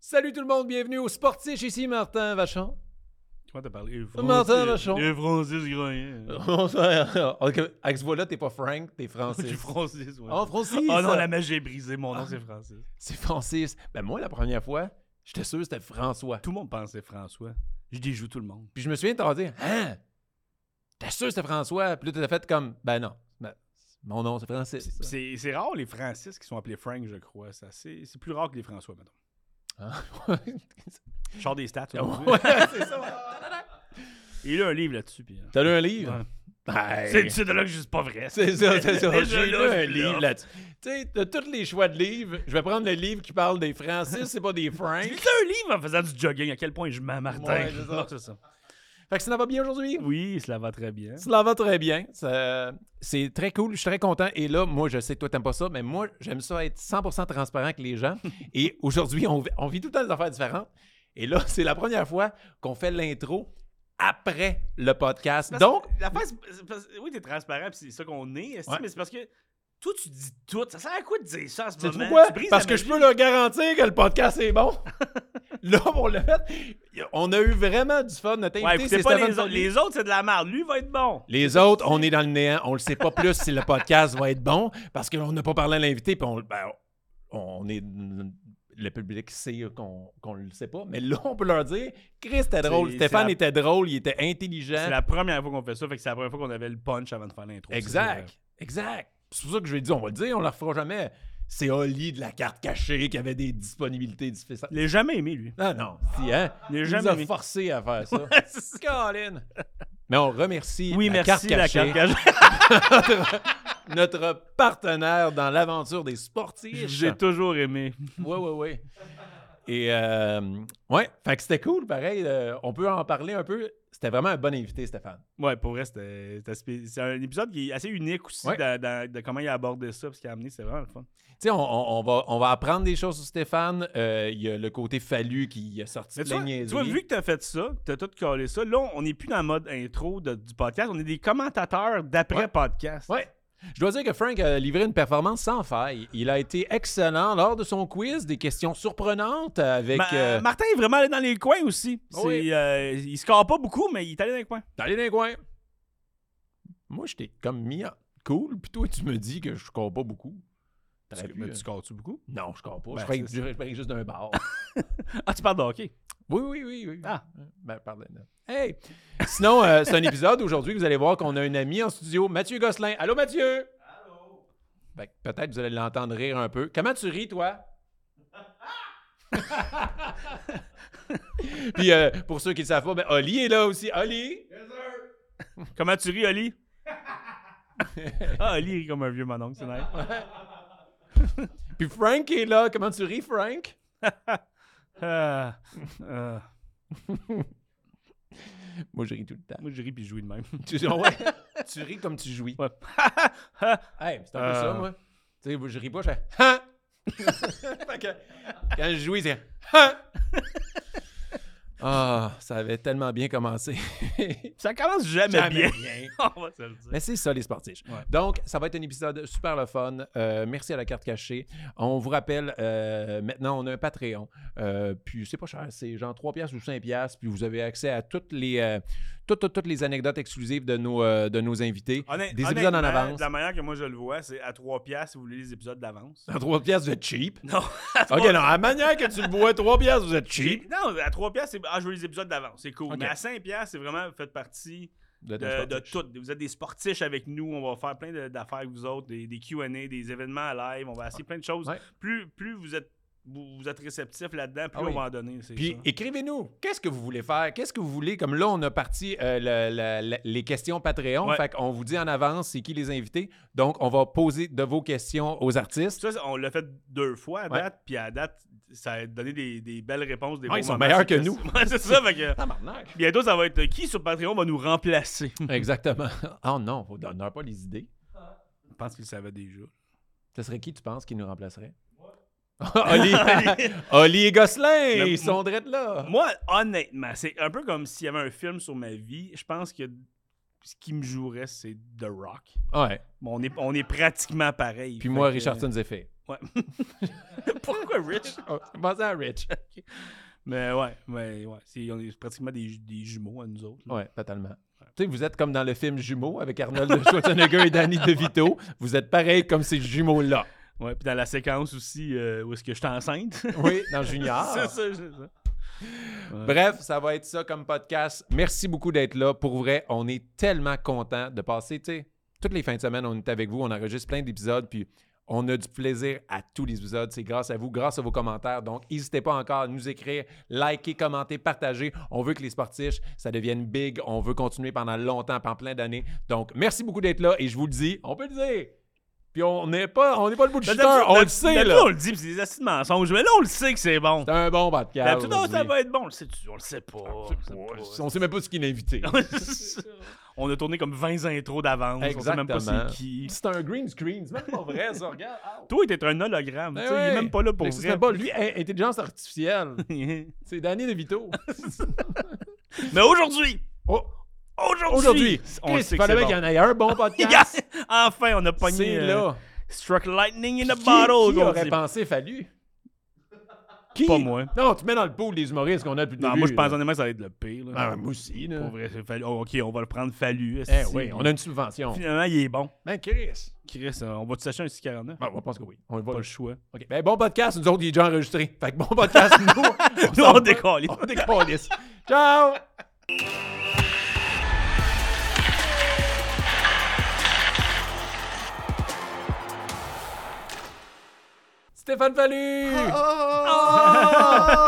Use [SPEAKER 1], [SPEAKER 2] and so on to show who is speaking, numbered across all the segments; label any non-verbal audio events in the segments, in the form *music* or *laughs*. [SPEAKER 1] Salut tout le monde, bienvenue au Sportiche, ici Martin *laughs* Vachon.
[SPEAKER 2] Comment t'as parlé?
[SPEAKER 1] Martin Vachon.
[SPEAKER 2] Et Francis Groyen.
[SPEAKER 1] Avec ce voix-là, t'es pas Frank, t'es Francis.
[SPEAKER 2] Du Francis, ouais.
[SPEAKER 1] Oh, Ah, Francis!
[SPEAKER 2] Oh non, la magie est brisée, mon nom
[SPEAKER 1] Ah.
[SPEAKER 2] c'est Francis.
[SPEAKER 1] C'est Francis. Ben moi, la première fois, j'étais sûr que c'était François.
[SPEAKER 2] Tout le monde pense que c'est François. Je déjoue tout le monde.
[SPEAKER 1] Puis je me souviens de t'avoir dit « Hein? T'es sûr que c'était François? » Puis là, t'as fait comme « Ben non, ben, mon nom c'est Francis.
[SPEAKER 2] Puis C'est c'est rare les Francis qui sont appelés Frank, je crois. Ça, C'est c'est plus rare que les François, maintenant.
[SPEAKER 1] Ah.
[SPEAKER 2] Je sors des stats.
[SPEAKER 1] *laughs*
[SPEAKER 2] aujourd'hui.
[SPEAKER 1] Ouais, c'est ça.
[SPEAKER 2] Il a un livre là-dessus. puis, hein.
[SPEAKER 1] *laughs* T'as lu un livre?
[SPEAKER 2] Ouais.
[SPEAKER 1] Ben,
[SPEAKER 2] C'est c'est de là que je suis pas vrai.
[SPEAKER 1] C'est ça, c'est ça.
[SPEAKER 2] *laughs* Déjà
[SPEAKER 1] J'ai lu
[SPEAKER 2] là,
[SPEAKER 1] un
[SPEAKER 2] je suis
[SPEAKER 1] livre
[SPEAKER 2] là.
[SPEAKER 1] là-dessus. Tu sais, de tous les choix de livres, je vais prendre le livre qui parle des Francis, c'est pas des Frank.
[SPEAKER 2] *laughs* J'ai lu un livre en faisant du jogging. À quel point je mens, Martin.
[SPEAKER 1] Ouais, c'est ça.
[SPEAKER 2] Non, c'est ça.
[SPEAKER 1] Fait que ça va bien aujourd'hui?
[SPEAKER 2] *laughs* Oui, cela va très bien.
[SPEAKER 1] Cela va très bien. Ça- C'est très cool. Je suis très content. Et là, moi, je sais que toi, t'aimes pas ça, mais moi, j'aime ça être 100% transparent avec les
[SPEAKER 2] *laughs*
[SPEAKER 1] gens. Et aujourd'hui, on, vit- on vit tout le temps des affaires différentes. Et là, c'est la première fois qu'on fait l'intro après le podcast. Donc,
[SPEAKER 2] la face, oui, t'es transparent, puis c'est ça qu'on est, esti,
[SPEAKER 1] Ouais.
[SPEAKER 2] mais c'est parce que toi, tu dis tout. Ça sert à quoi de dire ça à ce
[SPEAKER 1] c'est
[SPEAKER 2] moment?
[SPEAKER 1] pourquoi?
[SPEAKER 2] Tu brises
[SPEAKER 1] Parce
[SPEAKER 2] la
[SPEAKER 1] que je
[SPEAKER 2] magie.
[SPEAKER 1] peux leur garantir que le podcast est
[SPEAKER 2] *laughs*
[SPEAKER 1] bon. là, on l'a fait. On a eu vraiment du fun. Notre
[SPEAKER 2] Ouais,
[SPEAKER 1] invité,
[SPEAKER 2] écoutez
[SPEAKER 1] c'est
[SPEAKER 2] pas
[SPEAKER 1] Stéphane Hein?
[SPEAKER 2] les autres.
[SPEAKER 1] Follier.
[SPEAKER 2] Les autres, c'est de la merde. Lui va être bon.
[SPEAKER 1] Les autres, on est dans le néant. On le sait pas plus si le podcast va être bon parce qu'on n'a pas parlé à l'invité. Puis on, ben, on est. Le public sait qu'on qu'on le sait pas. Mais là, on peut leur dire Chris, c'était drôle.
[SPEAKER 2] C'est-
[SPEAKER 1] Stéphane
[SPEAKER 2] c'est
[SPEAKER 1] était drôle. Il était intelligent.
[SPEAKER 2] C'est la première fois qu'on fait ça, fait que c'est la première fois qu'on avait le punch avant de faire l'intro. euh,
[SPEAKER 1] Exact. Exact. C'est pour ça que je lui ai dit on va le dire, on ne le refera jamais. C'est Oli de la carte cachée qui avait des disponibilités difficiles.
[SPEAKER 2] Il l'a jamais aimé, lui.
[SPEAKER 1] Non, non. Si, hein?
[SPEAKER 2] Il l'a
[SPEAKER 1] Il
[SPEAKER 2] Ah. jamais
[SPEAKER 1] nous a
[SPEAKER 2] aimé.
[SPEAKER 1] forcé à faire ça.
[SPEAKER 2] C'est ça.
[SPEAKER 1] Colin! Mais on remercie
[SPEAKER 2] *laughs* oui,
[SPEAKER 1] la
[SPEAKER 2] merci, la
[SPEAKER 1] carte cachée.
[SPEAKER 2] carte cachée.
[SPEAKER 1] notre partenaire dans l'aventure des sportifs.
[SPEAKER 2] J'ai toujours aimé.
[SPEAKER 1] Ouais, ouais, ouais. Et euh, ouais, fait que c'était cool, pareil. euh, on peut en parler un peu. C'était vraiment un bon invité, Stéphane.
[SPEAKER 2] Ouais, pour vrai, c'était c'était spé- c'est un épisode qui est assez unique aussi
[SPEAKER 1] Ouais.
[SPEAKER 2] dans- dans- de comment il a abordé ça, parce qu'il a amené, c'est vraiment le fun.
[SPEAKER 1] Tu sais, on, on- on va, on va apprendre des choses sur Stéphane. Euh, Il y a le côté fallu qui a sorti
[SPEAKER 2] Mais tu,
[SPEAKER 1] plein
[SPEAKER 2] vois,
[SPEAKER 1] de
[SPEAKER 2] tu vois,
[SPEAKER 1] niaiseries.
[SPEAKER 2] vu que t'as fait ça, t'as tout collé ça, là, on n'est plus dans le mode intro de- du podcast, on est des commentateurs
[SPEAKER 1] Ouais.
[SPEAKER 2] d'après-podcast.
[SPEAKER 1] Ouais. Je dois dire que Frank a livré une performance sans faille. Il a été excellent lors de son quiz, des questions surprenantes avec.
[SPEAKER 2] Ma-
[SPEAKER 1] euh,
[SPEAKER 2] Martin est vraiment allé dans les coins aussi. C'est,
[SPEAKER 1] Oui.
[SPEAKER 2] euh, il score pas beaucoup, mais il est allé dans les coins.
[SPEAKER 1] D'aller dans les coins. Moi, je t'ai comme mis en cool, puis toi, tu me dis que je score pas beaucoup. T'aurais
[SPEAKER 2] Tu-
[SPEAKER 1] pu,
[SPEAKER 2] mais
[SPEAKER 1] euh,
[SPEAKER 2] tu scores-tu beaucoup?
[SPEAKER 1] Non, je score pas.
[SPEAKER 2] Ben,
[SPEAKER 1] je, parie,
[SPEAKER 2] c'est
[SPEAKER 1] je- je parie juste d'un
[SPEAKER 2] *laughs*
[SPEAKER 1] bar.
[SPEAKER 2] Ah, tu parles de hockey.
[SPEAKER 1] oui, oui, oui, oui.
[SPEAKER 2] Ah.
[SPEAKER 1] Ben, pardonne. Hey! Sinon, euh, c'est un épisode aujourd'hui que vous allez voir qu'on a un ami en studio, Mathieu Gosselin. Allô, Mathieu? Allô? peut-être vous allez l'entendre rire un peu. Comment tu ris, toi? Puis euh, pour ceux qui ne savent pas, ben, Oli est là aussi. Oli!
[SPEAKER 2] Comment tu ris, Oli? ah, Oli rit comme un vieux mononcle, c'est nice.
[SPEAKER 1] Puis Frank est là. Comment tu ris, Frank?
[SPEAKER 2] Ah, ah.
[SPEAKER 1] Moi, je ris tout le temps.
[SPEAKER 2] moi, je ris puis je jouis de même.
[SPEAKER 1] Tu, *laughs* ouais, *laughs* tu ris comme tu jouis.
[SPEAKER 2] Ouais. *laughs*
[SPEAKER 1] Hey, c'est un peu
[SPEAKER 2] Euh.
[SPEAKER 1] ça, moi. Tu sais, je ris pas, je fais Ha! *laughs* Fait que, quand je jouis, c'est Ha! Ah, ça avait tellement bien commencé. *laughs*
[SPEAKER 2] ça commence jamais, bien. *laughs* On va se le dire.
[SPEAKER 1] Mais c'est ça, les sportifs.
[SPEAKER 2] Ouais.
[SPEAKER 1] Donc, ça va être un épisode super le fun. Euh, merci à la carte cachée. On vous rappelle, euh, maintenant, on a un Patreon. Euh, puis, c'est pas cher. C'est genre 3 piastres ou 5 piastres. Puis, vous avez accès à toutes les, euh, toutes, toutes, toutes les anecdotes exclusives de nos, euh, de nos invités.
[SPEAKER 2] Honnêt-
[SPEAKER 1] Des épisodes en
[SPEAKER 2] honnêtement,
[SPEAKER 1] avance.
[SPEAKER 2] de La manière que moi je le vois, c'est à 3 piastres si vous voulez les épisodes d'avance.
[SPEAKER 1] À 3 piastres de cheap.
[SPEAKER 2] *laughs* Non,
[SPEAKER 1] OK, non, à la manière que tu le bois, 3 piastres, vous êtes cheap.
[SPEAKER 2] *laughs* non, à 3 piastres, c'est ah, je veux les épisodes d'avance, c'est cool.
[SPEAKER 1] Ok.
[SPEAKER 2] Mais à 5 piastres, c'est vraiment, vous faites partie
[SPEAKER 1] De,
[SPEAKER 2] de, de tout. Vous êtes des sportifs avec nous, on va faire plein de- d'affaires avec vous autres, des, des Q&A, des événements à live, on va essayer plein de choses.
[SPEAKER 1] Ouais.
[SPEAKER 2] Plus, plus vous êtes vous, vous êtes réceptif là-dedans, plus
[SPEAKER 1] Ah oui.
[SPEAKER 2] on va en donner. c'est
[SPEAKER 1] Puis
[SPEAKER 2] ça.
[SPEAKER 1] écrivez-nous, qu'est-ce que vous voulez faire? Qu'est-ce que vous voulez? Comme là, on a parti euh, le- le- le- les questions Patreon.
[SPEAKER 2] Ouais.
[SPEAKER 1] Fait qu'on vous dit en avance c'est qui les invités. Donc, on va poser de vos questions aux artistes.
[SPEAKER 2] Ça, c'est- on l'a fait deux fois à
[SPEAKER 1] Ouais.
[SPEAKER 2] date, puis à date, ça a donné des, des belles réponses. Des
[SPEAKER 1] Ouais,
[SPEAKER 2] bons
[SPEAKER 1] ils sont
[SPEAKER 2] moments,
[SPEAKER 1] meilleurs
[SPEAKER 2] c'est
[SPEAKER 1] que nous.
[SPEAKER 2] *laughs* Ouais, c'est ça, fait que
[SPEAKER 1] Tabarnak.
[SPEAKER 2] bientôt, ça va être euh, qui sur Patreon va nous remplacer.
[SPEAKER 1] *laughs* Exactement. Oh non, faut donner pas les idées.
[SPEAKER 2] Je pense qu'il
[SPEAKER 1] *laughs*
[SPEAKER 2] savait déjà. *laughs*
[SPEAKER 1] Ce serait qui, tu penses, qui nous remplacerait? *laughs*
[SPEAKER 2] *laughs*
[SPEAKER 1] Oli, Oli et Gosselin,
[SPEAKER 2] Le-
[SPEAKER 1] ils sont drettes là.
[SPEAKER 2] Moi, honnêtement, c'est un peu comme s'il y avait un film sur ma vie. Je pense que ce qui me jouerait, c'est The Rock.
[SPEAKER 1] Ouais.
[SPEAKER 2] Bon, on, est, on est pratiquement pareil.
[SPEAKER 1] Puis
[SPEAKER 2] Fait
[SPEAKER 1] moi,
[SPEAKER 2] que- euh,
[SPEAKER 1] Richardson Zephyr.
[SPEAKER 2] Ouais. Pourquoi Rich?
[SPEAKER 1] Oh, Pensez à Rich.
[SPEAKER 2] Mais ouais, mais ouais. c'est- on est pratiquement des, ju- des jumeaux à nous autres. là.
[SPEAKER 1] *laughs* Ouais, totalement. Tu sais, vous êtes comme dans le film Jumeaux avec Arnold Schwarzenegger et
[SPEAKER 2] *laughs*
[SPEAKER 1] Danny DeVito. Vous êtes pareil comme ces jumeaux-là.
[SPEAKER 2] Ouais, puis dans la séquence aussi euh, où est-ce que je suis *laughs* enceinte.
[SPEAKER 1] Oui, dans Junior.
[SPEAKER 2] c'est ça, c'est ça.
[SPEAKER 1] Bref, ça va être ça comme podcast. Merci beaucoup d'être là. Pour vrai, on est tellement content de passer, tu sais, toutes les fins de semaine, on est avec vous, on enregistre plein d'épisodes, puis on a du plaisir à tous les épisodes. C'est grâce à vous, grâce à vos commentaires. Donc, n'hésitez pas encore à nous écrire, liker, commenter, partager. On veut que les sportifs, ça devienne big. On veut continuer pendant longtemps, pendant plein d'années. Donc, merci beaucoup d'être là et je vous le dis, on peut le dire. Puis on n'est pas, on n'est pas le bout de
[SPEAKER 2] D'habitude-
[SPEAKER 1] shooter, on le
[SPEAKER 2] d'habitude-
[SPEAKER 1] sait,
[SPEAKER 2] d'habitude,
[SPEAKER 1] là.
[SPEAKER 2] on le dit, puis c'est des astuces de mensonges. Mais là, on le sait que c'est bon.
[SPEAKER 1] C'est un bon podcast.
[SPEAKER 2] D'habitude, oh, ça
[SPEAKER 1] aujourd'hui.
[SPEAKER 2] va être bon. On le sait, on le sait pas. On le sait Ah, pas.
[SPEAKER 1] On sait même pas ce qu'il est invité.
[SPEAKER 2] *laughs* on a tourné comme 20 intros d'avance. On sait
[SPEAKER 1] Exactement.
[SPEAKER 2] même pas *laughs* c'est qui.
[SPEAKER 1] C'est un green screen, c'est même pas vrai, ça, regarde.
[SPEAKER 2] Toi, t'es un hologramme.
[SPEAKER 1] Ben
[SPEAKER 2] tu sais, Il est même pas là pour vrai.
[SPEAKER 1] pas lui, in- intelligence artificielle.
[SPEAKER 2] *laughs* Mais
[SPEAKER 1] C'est Danny
[SPEAKER 2] *laughs*
[SPEAKER 1] DeVito.
[SPEAKER 2] aujourd'hui,
[SPEAKER 1] Oh,
[SPEAKER 2] aujourd'hui,
[SPEAKER 1] aujourd'hui,
[SPEAKER 2] on
[SPEAKER 1] Chris,
[SPEAKER 2] sait
[SPEAKER 1] il
[SPEAKER 2] que c'est
[SPEAKER 1] fallait bien
[SPEAKER 2] bon.
[SPEAKER 1] qu'il y en ait un bon podcast.
[SPEAKER 2] Yes! Enfin, on a pogné.
[SPEAKER 1] C'est
[SPEAKER 2] euh,
[SPEAKER 1] là.
[SPEAKER 2] Struck lightning in a
[SPEAKER 1] Qui,
[SPEAKER 2] bottle.
[SPEAKER 1] qui
[SPEAKER 2] comme on
[SPEAKER 1] aurait
[SPEAKER 2] dit.
[SPEAKER 1] pensé fallu? Qui?
[SPEAKER 2] Pas moi.
[SPEAKER 1] Non, tu mets dans le pot les humoristes qu'on a depuis le
[SPEAKER 2] Non,
[SPEAKER 1] début.
[SPEAKER 2] moi, je pense
[SPEAKER 1] là.
[SPEAKER 2] honnêtement que ça va être le pire. là.
[SPEAKER 1] Ah, moi aussi, là.
[SPEAKER 2] Pour vrai, c'est fallu. Oh, ok, on va le prendre fallu.
[SPEAKER 1] Eh
[SPEAKER 2] esti.
[SPEAKER 1] oui, on a une subvention.
[SPEAKER 2] Finalement, il est bon.
[SPEAKER 1] Ben, Chris.
[SPEAKER 2] Chris, euh, on va te s'acheter un 649?
[SPEAKER 1] Ben, on pense que oui. On le
[SPEAKER 2] Pas
[SPEAKER 1] voit.
[SPEAKER 2] le choix.
[SPEAKER 1] OK. Ben, bon podcast, nous autres, il est déjà enregistré. Fait que bon podcast, *laughs* nous, on,
[SPEAKER 2] Nous,
[SPEAKER 1] s'en
[SPEAKER 2] on
[SPEAKER 1] va.
[SPEAKER 2] décolle.
[SPEAKER 1] On décalisse. Ciao! Stéphane Fallu! Oh!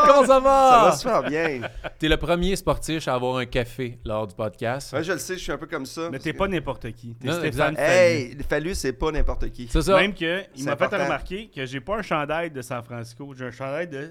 [SPEAKER 1] Comment ça
[SPEAKER 3] Ça
[SPEAKER 1] va?
[SPEAKER 2] Ah!
[SPEAKER 3] va super
[SPEAKER 2] *laughs*
[SPEAKER 3] bien.
[SPEAKER 1] T'es le premier sportif à avoir un café lors du podcast.
[SPEAKER 3] Ouais, je le sais, je suis un peu comme ça.
[SPEAKER 2] Mais t'es pas n'importe qui. T'es
[SPEAKER 1] Non,
[SPEAKER 2] Stéphane
[SPEAKER 1] exact.
[SPEAKER 2] Fallu.
[SPEAKER 3] Hey, Fallu, c'est pas n'importe qui.
[SPEAKER 1] C'est ça?
[SPEAKER 2] Même que, il
[SPEAKER 3] C'est
[SPEAKER 2] m'a fait
[SPEAKER 3] important.
[SPEAKER 2] remarquer que j'ai pas un chandail de San Francisco, j'ai un chandail de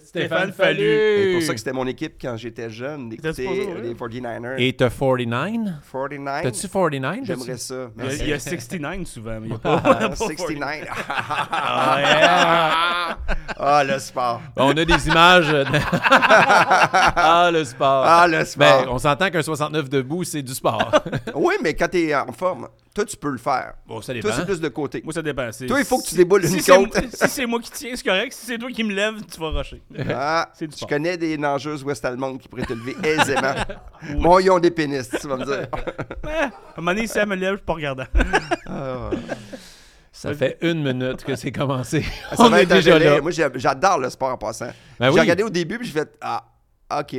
[SPEAKER 1] Stéphane
[SPEAKER 2] Stéphane, Fallu.
[SPEAKER 1] Fallu!
[SPEAKER 3] C'est pour ça que c'était mon équipe quand j'étais jeune, d'écouter
[SPEAKER 2] C'était supposé, ouais.
[SPEAKER 3] les 49ers.
[SPEAKER 1] Et t'as 49?
[SPEAKER 3] 49,
[SPEAKER 1] T'as-tu 49?
[SPEAKER 3] j'aimerais ça.
[SPEAKER 2] Il y, a,
[SPEAKER 3] Merci.
[SPEAKER 2] il
[SPEAKER 3] *laughs*
[SPEAKER 2] y a 69 souvent,
[SPEAKER 1] *laughs*
[SPEAKER 2] mais il y a pas.
[SPEAKER 3] Ah,
[SPEAKER 2] pas
[SPEAKER 3] 69.
[SPEAKER 2] Ah, yeah.
[SPEAKER 3] *laughs* ah, le sport.
[SPEAKER 1] On a des images.
[SPEAKER 3] *laughs*
[SPEAKER 1] de- ah, le sport.
[SPEAKER 3] Ah, le
[SPEAKER 1] Ben,
[SPEAKER 3] sport.
[SPEAKER 1] on s'entend qu'un 69 debout, c'est du sport.
[SPEAKER 3] Oui, mais quand t'es en forme, toi, tu peux le faire.
[SPEAKER 1] bon, ça
[SPEAKER 3] Toi, c'est plus de côté.
[SPEAKER 2] Moi, ça dépend. c'est-
[SPEAKER 3] Toi, il faut que tu
[SPEAKER 2] si-
[SPEAKER 3] déboules
[SPEAKER 2] si
[SPEAKER 3] une
[SPEAKER 2] c'est
[SPEAKER 3] côte.
[SPEAKER 2] moi- Si c'est moi qui tiens, c'est correct. Si c'est toi qui me lève, tu vas rusher.
[SPEAKER 1] *laughs*
[SPEAKER 2] Eh,
[SPEAKER 3] Ah,
[SPEAKER 2] *laughs* C'est du
[SPEAKER 3] je
[SPEAKER 2] sport.
[SPEAKER 3] connais des nageuses ouest-allemandes qui pourraient
[SPEAKER 2] *laughs*
[SPEAKER 3] te lever aisément. Bon, ils ont des pénis, tu vas me dire.
[SPEAKER 2] Ah, à un moment donné, si elle me lève, je suis pas regardant.
[SPEAKER 3] Ah.
[SPEAKER 1] *laughs* Ça fait une minute que c'est commencé.
[SPEAKER 3] Ah, Ça
[SPEAKER 1] on
[SPEAKER 3] va
[SPEAKER 1] est
[SPEAKER 3] être un
[SPEAKER 1] déjà
[SPEAKER 3] délai.
[SPEAKER 1] là.
[SPEAKER 3] Moi, j'ai- j'adore le sport en passant.
[SPEAKER 1] Ben
[SPEAKER 3] j'ai
[SPEAKER 1] oui.
[SPEAKER 3] regardé au début, puis j'ai fait Ah, OK.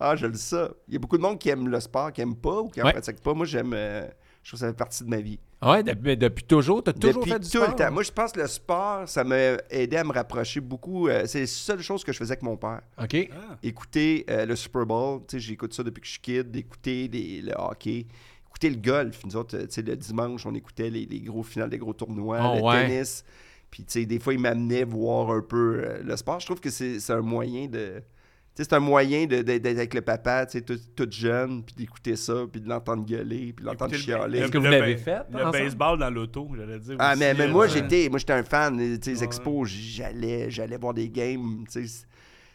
[SPEAKER 3] Ah, je le sais. Il y a beaucoup de monde qui aime le sport, qui aime pas ou qui en
[SPEAKER 1] Ouais.
[SPEAKER 3] pratique pas. Moi, j'aime. euh, je trouve que ça fait partie de ma vie.
[SPEAKER 1] Ouais, depuis, depuis toujours, t'as toujours
[SPEAKER 3] Depuis
[SPEAKER 1] fait du
[SPEAKER 3] tout
[SPEAKER 1] sport. hein?
[SPEAKER 3] le temps. Moi, je pense que le sport, ça m'a aidé à me rapprocher beaucoup. euh, c'est la seule chose que ah, je faisais avec mon père.
[SPEAKER 1] OK.
[SPEAKER 3] Écouter euh, le Super Bowl, tu sais, j'écoute ça depuis que je suis kid, écouter des- le hockey, écouter le golf. Nous autres, euh, tu sais, le dimanche, on écoutait les, les gros finales des gros tournois,
[SPEAKER 1] Oh,
[SPEAKER 3] le
[SPEAKER 1] ouais.
[SPEAKER 3] tennis. Puis, tu sais, des fois, ils m'amenaient voir un peu euh, le sport. Je trouve que c'est c'est un moyen de. Tu sais, c'est un moyen de- de- d'être avec le papa, tu sais, tout, tout jeune, puis d'écouter ça, puis de l'entendre gueuler, puis de l'entendre
[SPEAKER 2] Écoutez le-
[SPEAKER 3] chialer.
[SPEAKER 1] Est-ce que vous
[SPEAKER 2] le
[SPEAKER 1] l'avez
[SPEAKER 2] ba-
[SPEAKER 1] fait,
[SPEAKER 2] Le
[SPEAKER 1] ensemble?
[SPEAKER 2] baseball dans l'auto, j'allais dire.
[SPEAKER 3] Ah,
[SPEAKER 2] aussi,
[SPEAKER 3] mais, mais
[SPEAKER 2] euh,
[SPEAKER 3] moi,
[SPEAKER 2] ouais.
[SPEAKER 3] j'étais, moi, j'étais un fan des tu sais, les expos. J'allais, j'allais voir des games. tu sais, c-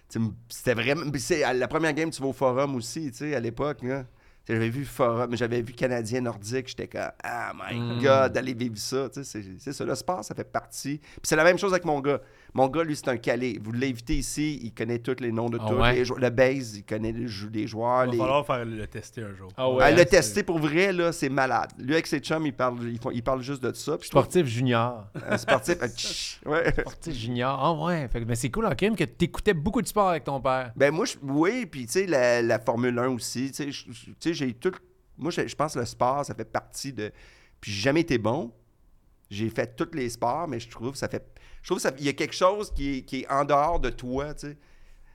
[SPEAKER 3] tu sais, C'était vraiment. puis c'est- à la première game, tu vas au forum aussi, tu sais, à l'époque. là. Tu sais, J'avais vu forum, j'avais vu Canadien Nordique. J'étais comme, ah my God, d'aller vivre ça. tu sais, C'est c'est ça, le sport, ça fait partie. Puis c'est la même chose avec mon gars. Mon gars, lui, c'est un calé. Vous l'invitez ici, il connaît tous les noms de
[SPEAKER 1] Ah
[SPEAKER 3] tous.
[SPEAKER 1] ouais?
[SPEAKER 3] les jou- le base, il connaît les, jou- les joueurs.
[SPEAKER 2] Il
[SPEAKER 3] les-
[SPEAKER 2] va falloir faire le tester un jour.
[SPEAKER 1] Ah ouais.
[SPEAKER 3] Ah,
[SPEAKER 1] hein,
[SPEAKER 3] le
[SPEAKER 1] c'est-
[SPEAKER 3] tester pour vrai, là, c'est malade. Lui, avec ses chums, il parle, il, font- il parle juste de ça. Puis je trouve
[SPEAKER 1] Sportif junior.
[SPEAKER 3] un sportif. euh, tch, ouais.
[SPEAKER 1] Sportif junior. Ah ouais. Fait que- mais c'est cool, en crime, que t'écoutais beaucoup de sport avec ton père.
[SPEAKER 3] Ben moi, je- oui, puis tu sais, la, la Formule 1 aussi, tu sais, je- je- tu sais, j'ai tout... Moi, je je pense que le sport, ça fait partie de... Puis j'ai jamais été bon. J'ai fait tous les sports, mais je trouve que ça fait... Je trouve que ça- il y a quelque chose qui est, qui est en dehors de toi, tu sais.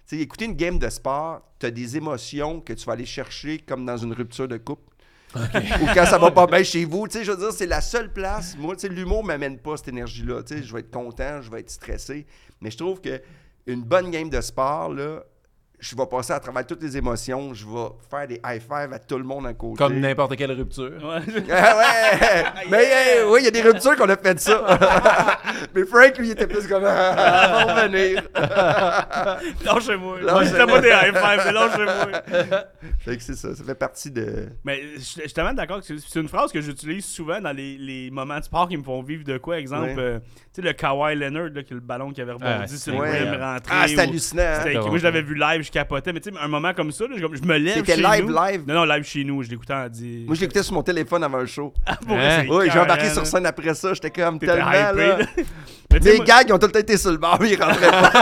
[SPEAKER 3] Tu sais, écouter une game de sport, tu as des émotions que tu vas aller chercher comme dans une rupture de couple. *laughs* Ou quand ça va pas bien chez vous. Tu sais, je veux dire, c'est la seule place. Moi, tu sais, l'humour m'amène pas cette énergie-là. Tu sais, je vais être content, je vais être stressé. Mais je trouve que une bonne game de sport, là, je vais passer à travers toutes les émotions, je vais faire des high five à tout le monde à côté.
[SPEAKER 1] Comme n'importe quelle rupture.
[SPEAKER 2] Ouais. *laughs*
[SPEAKER 3] *laughs* Ah ouais! Mais hey, oui, il y a des ruptures qu'on a fait de ça. *laughs* Mais Frank, lui, il était plus comme. *laughs* Ah, va revenir. *laughs*
[SPEAKER 2] Lâchez-moi.
[SPEAKER 3] Lâchez-moi.
[SPEAKER 2] Lâchez-moi pas des high fives, mais lâchez-moi.
[SPEAKER 3] fait que c'est ça, ça fait partie de.
[SPEAKER 2] Mais je je suis tellement d'accord que c'est- c'est une phrase que j'utilise souvent dans les, les moments de sport qui me font vivre de quoi. Exemple,
[SPEAKER 3] Ouais.
[SPEAKER 2] euh, tu sais, le Kawhi Leonard, là, qui est le ballon qui avait rebondi
[SPEAKER 1] Ah,
[SPEAKER 2] sur le
[SPEAKER 3] ouais.
[SPEAKER 2] rim, rentré.
[SPEAKER 3] Ah, c'est
[SPEAKER 2] ou-
[SPEAKER 3] hallucinant. hein?
[SPEAKER 2] C'était-
[SPEAKER 1] Ah,
[SPEAKER 2] Moi, je l'avais vu live, je capotais. Mais tu sais, un moment comme ça, là, je, comme- je me lève.
[SPEAKER 3] C'était
[SPEAKER 2] chez
[SPEAKER 3] live,
[SPEAKER 2] nous.
[SPEAKER 3] live?
[SPEAKER 2] Non, non, live chez nous. Je l'écoutais en dit.
[SPEAKER 3] Moi, je l'écoutais sur mon téléphone avant le show.
[SPEAKER 2] *laughs* Pour vrai, c'est
[SPEAKER 3] Oui, j'ai embarqué
[SPEAKER 2] écœurant,
[SPEAKER 3] sur scène après ça. J'étais comme
[SPEAKER 2] T'étais
[SPEAKER 3] tellement.
[SPEAKER 2] hypé,
[SPEAKER 3] là.
[SPEAKER 2] là. Mais tu sais,
[SPEAKER 3] Les
[SPEAKER 2] moi-
[SPEAKER 3] gars, ils ont tout le temps été sur le bar, mais ils rentraient pas.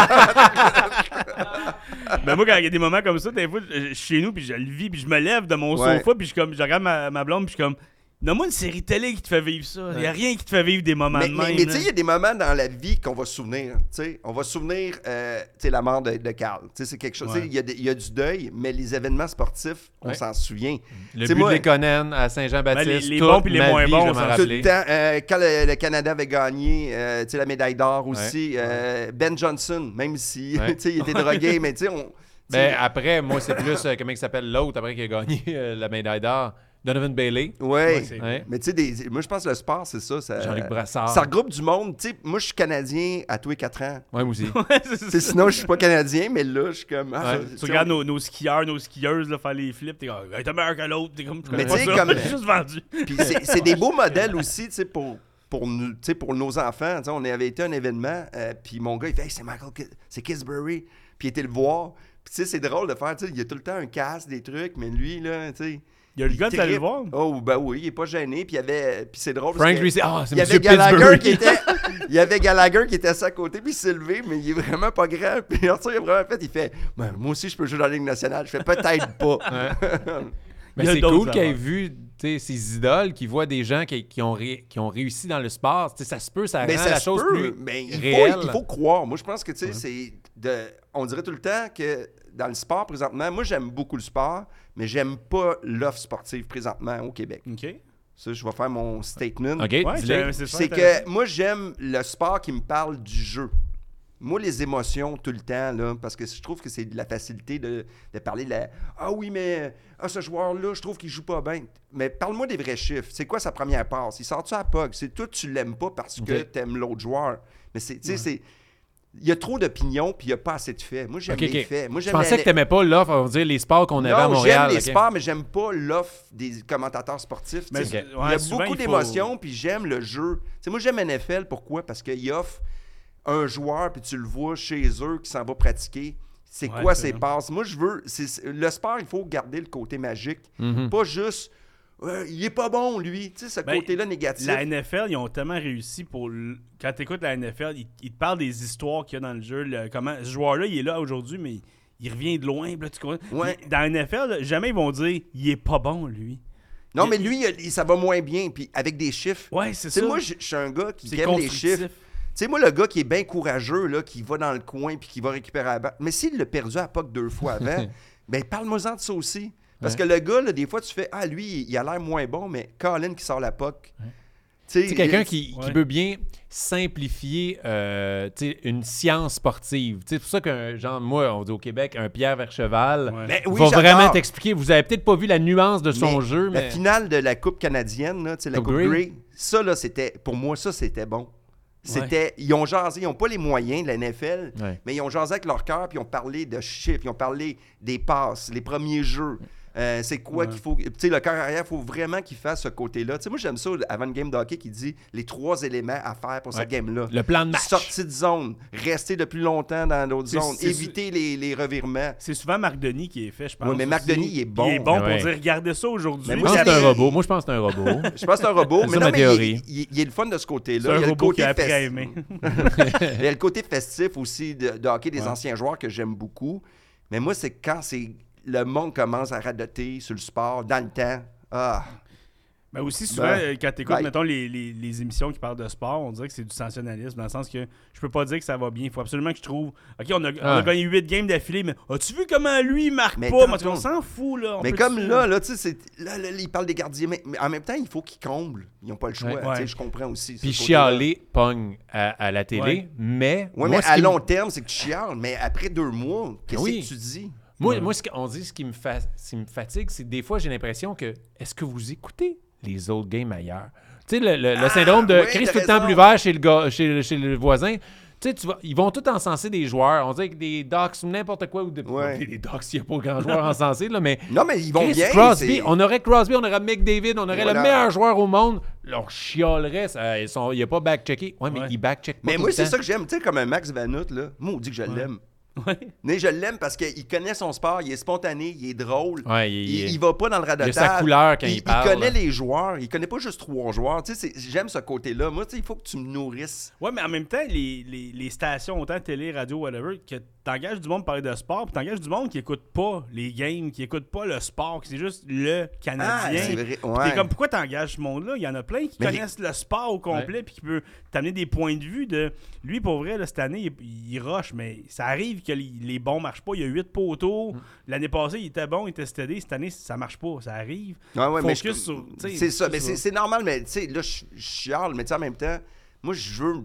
[SPEAKER 2] *laughs* Mais ben, moi, quand il y a des moments comme ça, des fois, je je suis chez nous, puis je le vis, puis je me lève de mon
[SPEAKER 3] Ouais.
[SPEAKER 2] sofa, puis je, comme, je regarde ma, ma blonde, puis je suis comme, donne-moi une série télé qui te fait vivre ça. Il n'y a rien qui te fait vivre des moments
[SPEAKER 3] Mais,
[SPEAKER 2] de
[SPEAKER 3] mais-
[SPEAKER 2] même.
[SPEAKER 3] mais
[SPEAKER 2] là.
[SPEAKER 3] tu sais, il y a des moments dans la vie qu'on va se souvenir. tu sais. On va se souvenir, euh, tu sais, la mort de, de Carl. Tu sais, C'est quelque chose. tu sais,
[SPEAKER 2] Ouais.
[SPEAKER 3] Il y, a des- il y a du deuil, mais les événements sportifs, on
[SPEAKER 1] Ouais.
[SPEAKER 3] s'en souvient.
[SPEAKER 1] Le
[SPEAKER 3] C'est
[SPEAKER 1] but
[SPEAKER 3] moi-
[SPEAKER 1] des Conan à
[SPEAKER 2] Ben,
[SPEAKER 1] Saint-Jean-Baptiste.
[SPEAKER 2] les- les
[SPEAKER 1] toute
[SPEAKER 2] bons puis les
[SPEAKER 1] ma
[SPEAKER 2] moins
[SPEAKER 1] vie,
[SPEAKER 2] bons,
[SPEAKER 1] je vais
[SPEAKER 2] ça.
[SPEAKER 1] m'en
[SPEAKER 3] Tout le
[SPEAKER 1] rappeler.
[SPEAKER 3] temps, euh, quand le, le Canada avait gagné euh, tu sais, la médaille d'or aussi, euh, Ben Johnson, même si
[SPEAKER 1] Ouais.
[SPEAKER 3] *laughs* tu sais, il était drogué, mais tu sais, on. tu sais,
[SPEAKER 1] Ben, après, moi, c'est plus, euh, comment il s'appelle l'autre après qui a gagné euh, la médaille d'or? Donovan Bailey.
[SPEAKER 3] Ouais.
[SPEAKER 2] c'est-
[SPEAKER 1] ah, Ouais.
[SPEAKER 3] Mais tu sais, des- moi je pense que le sport, c'est ça. ça
[SPEAKER 1] Jean-Luc Brassard.
[SPEAKER 3] Ça regroupe du monde. Tu sais, moi je suis Canadien à tous les 4 ans.
[SPEAKER 1] Ouais, moi
[SPEAKER 3] *laughs*
[SPEAKER 1] aussi.
[SPEAKER 3] Tu sais, sinon, je suis pas Canadien, mais là, je suis comme. ah,
[SPEAKER 1] Ouais.
[SPEAKER 3] tu
[SPEAKER 2] Tu
[SPEAKER 3] sais,
[SPEAKER 2] regardes nos, nos skieurs, nos skieuses, là, faire les flips, t'es comme, hey, t'es meilleur que l'autre, t'es comme, je
[SPEAKER 3] Mais
[SPEAKER 2] connais pas
[SPEAKER 3] tu sais,
[SPEAKER 2] ça.
[SPEAKER 3] comme-
[SPEAKER 2] J'ai *laughs* juste vendu.
[SPEAKER 3] Puis c'est c'est des beaux modèles aussi, tu sais, pour, pour, nous- tu sais, pour nos enfants. Tu sais, on avait été à un événement, euh, puis mon gars, il fait Hey, c'est Michael, Ki- c'est Kisbury. Puis il était le voir. Puis tu sais, c'est drôle de faire, tu sais, il y a tout le temps un casque, des trucs, mais lui, là, tu sais.
[SPEAKER 2] Il y a le gars de
[SPEAKER 3] trippe.
[SPEAKER 2] t'aller voir.
[SPEAKER 3] Oh, ben oui, il est pas gêné. Puis il y avait. Puis c'est drôle. parce
[SPEAKER 1] Frank,
[SPEAKER 3] que
[SPEAKER 1] lui, c'est. Ah, c'est
[SPEAKER 3] Il y
[SPEAKER 1] Monsieur
[SPEAKER 3] avait Gallagher
[SPEAKER 1] Pittsburgh.
[SPEAKER 3] qui était. Il y avait Gallagher qui était assis à côté, puis il s'est levé, mais il est vraiment pas grand. *laughs* Puis Arthur, il a vraiment fait, il fait Ben, Moi aussi, je peux jouer dans la Ligue nationale. Je fais peut-être pas. *laughs*
[SPEAKER 1] Mais
[SPEAKER 2] Il y a
[SPEAKER 1] c'est
[SPEAKER 2] d'autres
[SPEAKER 1] cool qu'il ait
[SPEAKER 2] affaires.
[SPEAKER 1] vu tu sais, ces idoles, qui voient des gens qui, qui ont, ré- qui ont réussi dans le sport. Tu sais, ça se peut, ça
[SPEAKER 3] Mais
[SPEAKER 1] rend
[SPEAKER 3] Ben, ça
[SPEAKER 1] la
[SPEAKER 3] se
[SPEAKER 1] chose
[SPEAKER 3] peut,
[SPEAKER 1] plus
[SPEAKER 3] mais il
[SPEAKER 1] réelle.
[SPEAKER 3] faut, il faut croire. Moi, je pense que, tu sais, c'est de... On dirait tout le temps que dans le sport, présentement, moi, j'aime beaucoup le sport, mais j'aime pas l'offre sportive présentement au Québec.
[SPEAKER 2] Ok.
[SPEAKER 3] Ça, je vais faire mon statement.
[SPEAKER 1] OK,
[SPEAKER 2] Ouais,
[SPEAKER 1] dis-le.
[SPEAKER 2] c'est- c'est
[SPEAKER 3] C'est
[SPEAKER 2] super intéressant.
[SPEAKER 3] que moi, j'aime le sport qui me parle du jeu. Moi, les émotions tout le temps, là, parce que je trouve que c'est de la facilité de, de parler de la Ah oui, mais ah, ce joueur-là, je trouve qu'il joue pas bien. Mais parle-moi des vrais chiffres. C'est quoi sa première passe? Il sort-tu à la POG? C'est toi, tu l'aimes pas parce que
[SPEAKER 1] Ok.
[SPEAKER 3] tu aimes l'autre joueur. Mais c'est. tu sais, c'est- Il y a trop d'opinions, puis il n'y a pas assez de faits. Moi, j'aime
[SPEAKER 1] OK, OK.
[SPEAKER 3] les faits. Moi,
[SPEAKER 1] Je
[SPEAKER 3] j'aime
[SPEAKER 1] pensais
[SPEAKER 3] la-
[SPEAKER 1] que t'aimais pas l'offre, on va dire, les sports qu'on avait à
[SPEAKER 3] non, j'aime
[SPEAKER 1] Montréal.
[SPEAKER 3] les
[SPEAKER 1] OK.
[SPEAKER 3] sports, mais j'aime pas l'offre des commentateurs sportifs.
[SPEAKER 2] Mais
[SPEAKER 3] tu sais.
[SPEAKER 1] c'est-
[SPEAKER 2] ouais,
[SPEAKER 3] il y a
[SPEAKER 2] souvent,
[SPEAKER 3] beaucoup
[SPEAKER 2] il faut-
[SPEAKER 3] d'émotions, puis j'aime le jeu. Tu sais, moi, j'aime NFL, pourquoi? Parce qu'il offre un joueur, puis tu le vois chez eux qui s'en va pratiquer. C'est
[SPEAKER 2] Ouais,
[SPEAKER 3] quoi
[SPEAKER 2] c'est
[SPEAKER 3] ses
[SPEAKER 2] vrai.
[SPEAKER 3] passes? Moi, je veux... c'est- c'est- le sport, il faut garder le côté magique.
[SPEAKER 1] Mhm.
[SPEAKER 3] Pas juste... euh, il est pas bon, lui. Tu sais, ce
[SPEAKER 2] Ben,
[SPEAKER 3] côté-là négatif.
[SPEAKER 2] La NFL, ils ont tellement réussi pour. le- Quand tu écoutes la NFL, ils, ils te parlent des histoires qu'il y a dans le jeu. le- comment... Ce joueur-là, il est là aujourd'hui, mais il, il revient de loin. puis Là, tu comprends?
[SPEAKER 3] Ouais.
[SPEAKER 2] Puis Dans la NFL, là, jamais ils vont dire il est pas bon, lui.
[SPEAKER 3] Non, mais lui, il- ça va moins bien, puis avec des chiffres.
[SPEAKER 2] Ouais, c'est
[SPEAKER 3] Tu sais,
[SPEAKER 2] ça.
[SPEAKER 3] moi, je je suis un gars qui
[SPEAKER 2] C'est
[SPEAKER 3] aime les
[SPEAKER 2] constructif.
[SPEAKER 3] chiffres. Tu sais, moi, le gars qui est bien courageux, là, qui va dans le coin puis qui va récupérer la balle. Mais s'il l'a perdu à POC deux fois
[SPEAKER 1] *laughs*
[SPEAKER 3] avant, ben parle-moi-en de ça aussi. Parce que le gars, là, des fois, tu fais Ah, lui, il a l'air moins bon, mais Colin qui sort la POC. Tu
[SPEAKER 1] C'est
[SPEAKER 3] sais,
[SPEAKER 1] quelqu'un
[SPEAKER 3] il-
[SPEAKER 1] qui, qui
[SPEAKER 2] Ouais.
[SPEAKER 1] peut bien simplifier euh, tu sais, une science sportive. Tu sais, C'est pour ça qu'un genre, moi, on dit au Québec, un Pierre Vercheval
[SPEAKER 2] Ouais.
[SPEAKER 3] Ben oui,
[SPEAKER 1] va
[SPEAKER 3] j'adore.
[SPEAKER 1] vraiment t'expliquer. Vous avez peut-être pas vu la nuance de son
[SPEAKER 3] Mais
[SPEAKER 1] jeu,
[SPEAKER 3] La
[SPEAKER 1] mais.
[SPEAKER 3] finale de la Coupe canadienne, là, tu sais, la
[SPEAKER 1] Coupe
[SPEAKER 3] Coupe
[SPEAKER 1] Grey.
[SPEAKER 3] Grey, ça, là, c'était. Pour moi, ça, c'était bon. C'était, Ils ont jasé, ils n'ont pas les moyens de la NFL,
[SPEAKER 1] Ouais.
[SPEAKER 3] mais ils ont jasé avec leur cœur, puis ils ont parlé de chiffres, ils ont parlé des passes, les premiers jeux. Euh, c'est quoi qu'il faut. Tu sais, le cœur arrière, il faut vraiment qu'il fasse ce côté-là. Tu sais, moi, j'aime ça avant une game de hockey qui dit les trois éléments à faire pour cette game-là.
[SPEAKER 1] Le plan de match.
[SPEAKER 3] Sortie de zone, rester le plus longtemps dans l'autre
[SPEAKER 2] C'est-
[SPEAKER 3] zone,
[SPEAKER 2] c'est-
[SPEAKER 3] éviter les, les revirements.
[SPEAKER 2] C'est souvent Marc Denis qui est fait, je pense.
[SPEAKER 3] Ouais, mais Marc
[SPEAKER 2] aussi.
[SPEAKER 3] Denis, il est bon.
[SPEAKER 2] Il est bon
[SPEAKER 1] Ouais.
[SPEAKER 2] pour dire regardez ça aujourd'hui.
[SPEAKER 3] Mais
[SPEAKER 1] Je
[SPEAKER 3] moi,
[SPEAKER 1] pense que c'est
[SPEAKER 3] j'avais-
[SPEAKER 1] un robot. Moi, je pense que *laughs* c'est un robot.
[SPEAKER 3] Je pense que c'est un robot,
[SPEAKER 1] C'est
[SPEAKER 3] mais
[SPEAKER 1] ça,
[SPEAKER 3] non,
[SPEAKER 1] ma
[SPEAKER 3] mais il-
[SPEAKER 1] théorie.
[SPEAKER 3] Il, il est le fun de ce côté-là.
[SPEAKER 2] C'est un
[SPEAKER 3] il y a le
[SPEAKER 2] robot
[SPEAKER 3] côté
[SPEAKER 2] qui a appris à
[SPEAKER 3] festif. *laughs*
[SPEAKER 2] aimer.
[SPEAKER 3] Il y a le côté festif aussi de, de hockey des anciens joueurs que j'aime beaucoup. Mais moi, c'est quand c'est le monde commence à radoter sur le sport dans le temps. Ah,
[SPEAKER 2] Mais aussi, souvent,
[SPEAKER 3] Ben,
[SPEAKER 2] euh, quand tu écoutes,
[SPEAKER 3] ben.
[SPEAKER 2] mettons, les, les- les émissions qui parlent de sport, on dirait que c'est du sensationnalisme, dans le sens que je peux pas dire que ça va bien. Il faut absolument que je trouve. OK, on a, on a
[SPEAKER 1] Ouais.
[SPEAKER 2] gagné 8 games d'affilée, mais as-tu vu comment lui, il marque
[SPEAKER 3] Mais
[SPEAKER 2] pas?
[SPEAKER 3] tantôt-
[SPEAKER 2] on s'en fout, là. on
[SPEAKER 3] mais
[SPEAKER 2] peut
[SPEAKER 3] comme
[SPEAKER 2] dessus. *laughs*
[SPEAKER 3] là, là, tu sais, c'est- là, là, ils parlent des gardiens, mais, mais en même temps, il faut qu'ils comblent. Ils n'ont pas le choix.
[SPEAKER 1] Ouais.
[SPEAKER 3] tu sais,
[SPEAKER 2] Ouais.
[SPEAKER 3] Je comprends aussi.
[SPEAKER 1] Puis
[SPEAKER 3] ce côté-là.
[SPEAKER 1] chialer pogne à, à la télé,
[SPEAKER 2] Ouais.
[SPEAKER 1] mais. moi,
[SPEAKER 3] Ouais, mais
[SPEAKER 1] ce
[SPEAKER 3] à
[SPEAKER 1] qui me-
[SPEAKER 3] long terme, c'est que tu chiales, mais après deux mois, qu'est-ce
[SPEAKER 1] Oui.
[SPEAKER 3] que tu dis?
[SPEAKER 1] Moi, moi ce qu'on dit, ce qui me, fa- ce qui me fatigue, c'est des fois, j'ai l'impression que est-ce que vous écoutez les old games ailleurs? Tu sais, le, le- le syndrome de
[SPEAKER 3] oui,
[SPEAKER 1] Chris
[SPEAKER 3] Ah, t'as
[SPEAKER 1] tout le temps
[SPEAKER 3] raison.
[SPEAKER 1] plus vert chez le, gars, chez, le- chez le voisin. Tu sais, tu vas- ils vont tout encenser des joueurs. On dirait que des Docs ou n'importe quoi. Ou des
[SPEAKER 3] Ouais.
[SPEAKER 1] *laughs* des Docs, il n'y a pas grand joueur encensé, là, mais
[SPEAKER 3] Non, mais ils vont
[SPEAKER 1] Chris
[SPEAKER 3] bien.
[SPEAKER 1] Crosby,
[SPEAKER 3] c'est-
[SPEAKER 1] on aurait Crosby, on aurait McDavid, on aurait
[SPEAKER 3] Voilà.
[SPEAKER 1] le meilleur joueur au monde. Là, on chialerait. Ça, ils sont, il n'y a pas back-checké. Ouais, mais
[SPEAKER 2] Ouais.
[SPEAKER 1] il back-check pas
[SPEAKER 3] Mais
[SPEAKER 1] tout
[SPEAKER 3] moi,
[SPEAKER 1] le
[SPEAKER 3] c'est
[SPEAKER 1] temps.
[SPEAKER 3] ça que j'aime. Tu sais, comme un Max Vanout, là. Moi, on dit que je l'aime. Mais je l'aime parce qu'il connaît son sport, il est spontané, il est drôle.
[SPEAKER 1] Ouais, il-
[SPEAKER 3] il,
[SPEAKER 1] il-
[SPEAKER 3] il va pas dans le radotage.
[SPEAKER 1] il a sa couleur quand il parle,
[SPEAKER 3] connaît
[SPEAKER 1] là.
[SPEAKER 3] les joueurs, il connaît pas juste trois joueurs. Tu sais, c'est- j'aime ce côté-là. Moi, tu sais, il faut que tu me nourrisses.
[SPEAKER 2] Ouais, mais en même temps, les, les- les stations, autant télé, radio, whatever, que t'engages du monde pour parler de sport, puis t'engages du monde qui écoute pas les games, qui écoute pas le sport, qui c'est juste le Canadien.
[SPEAKER 3] Ah, c'est vrai,
[SPEAKER 2] Puis
[SPEAKER 3] ouais.
[SPEAKER 2] T'es comme, pourquoi t'engages ce monde-là? Il y en a plein qui
[SPEAKER 3] Mais les-
[SPEAKER 2] connaissent le sport au complet, puis qui peut t'amener des points de vue de... Lui, pour vrai, là, cette année, il, il rush, mais ça arrive que les, les bons marchent pas. Il y a 8 poteaux.
[SPEAKER 3] Mm.
[SPEAKER 2] L'année passée, il était bon, il était stédé. Cette année, ça marche pas, ça arrive.
[SPEAKER 3] Ouais, ouais, mais
[SPEAKER 2] Focus
[SPEAKER 3] je-
[SPEAKER 2] sur- tu sais,
[SPEAKER 3] C'est ça,
[SPEAKER 2] focus
[SPEAKER 3] mais c'est
[SPEAKER 2] sur-
[SPEAKER 3] c'est normal, mais tu sais, là, je je chiale, mais tu sais, en même temps, moi, je veux. Tu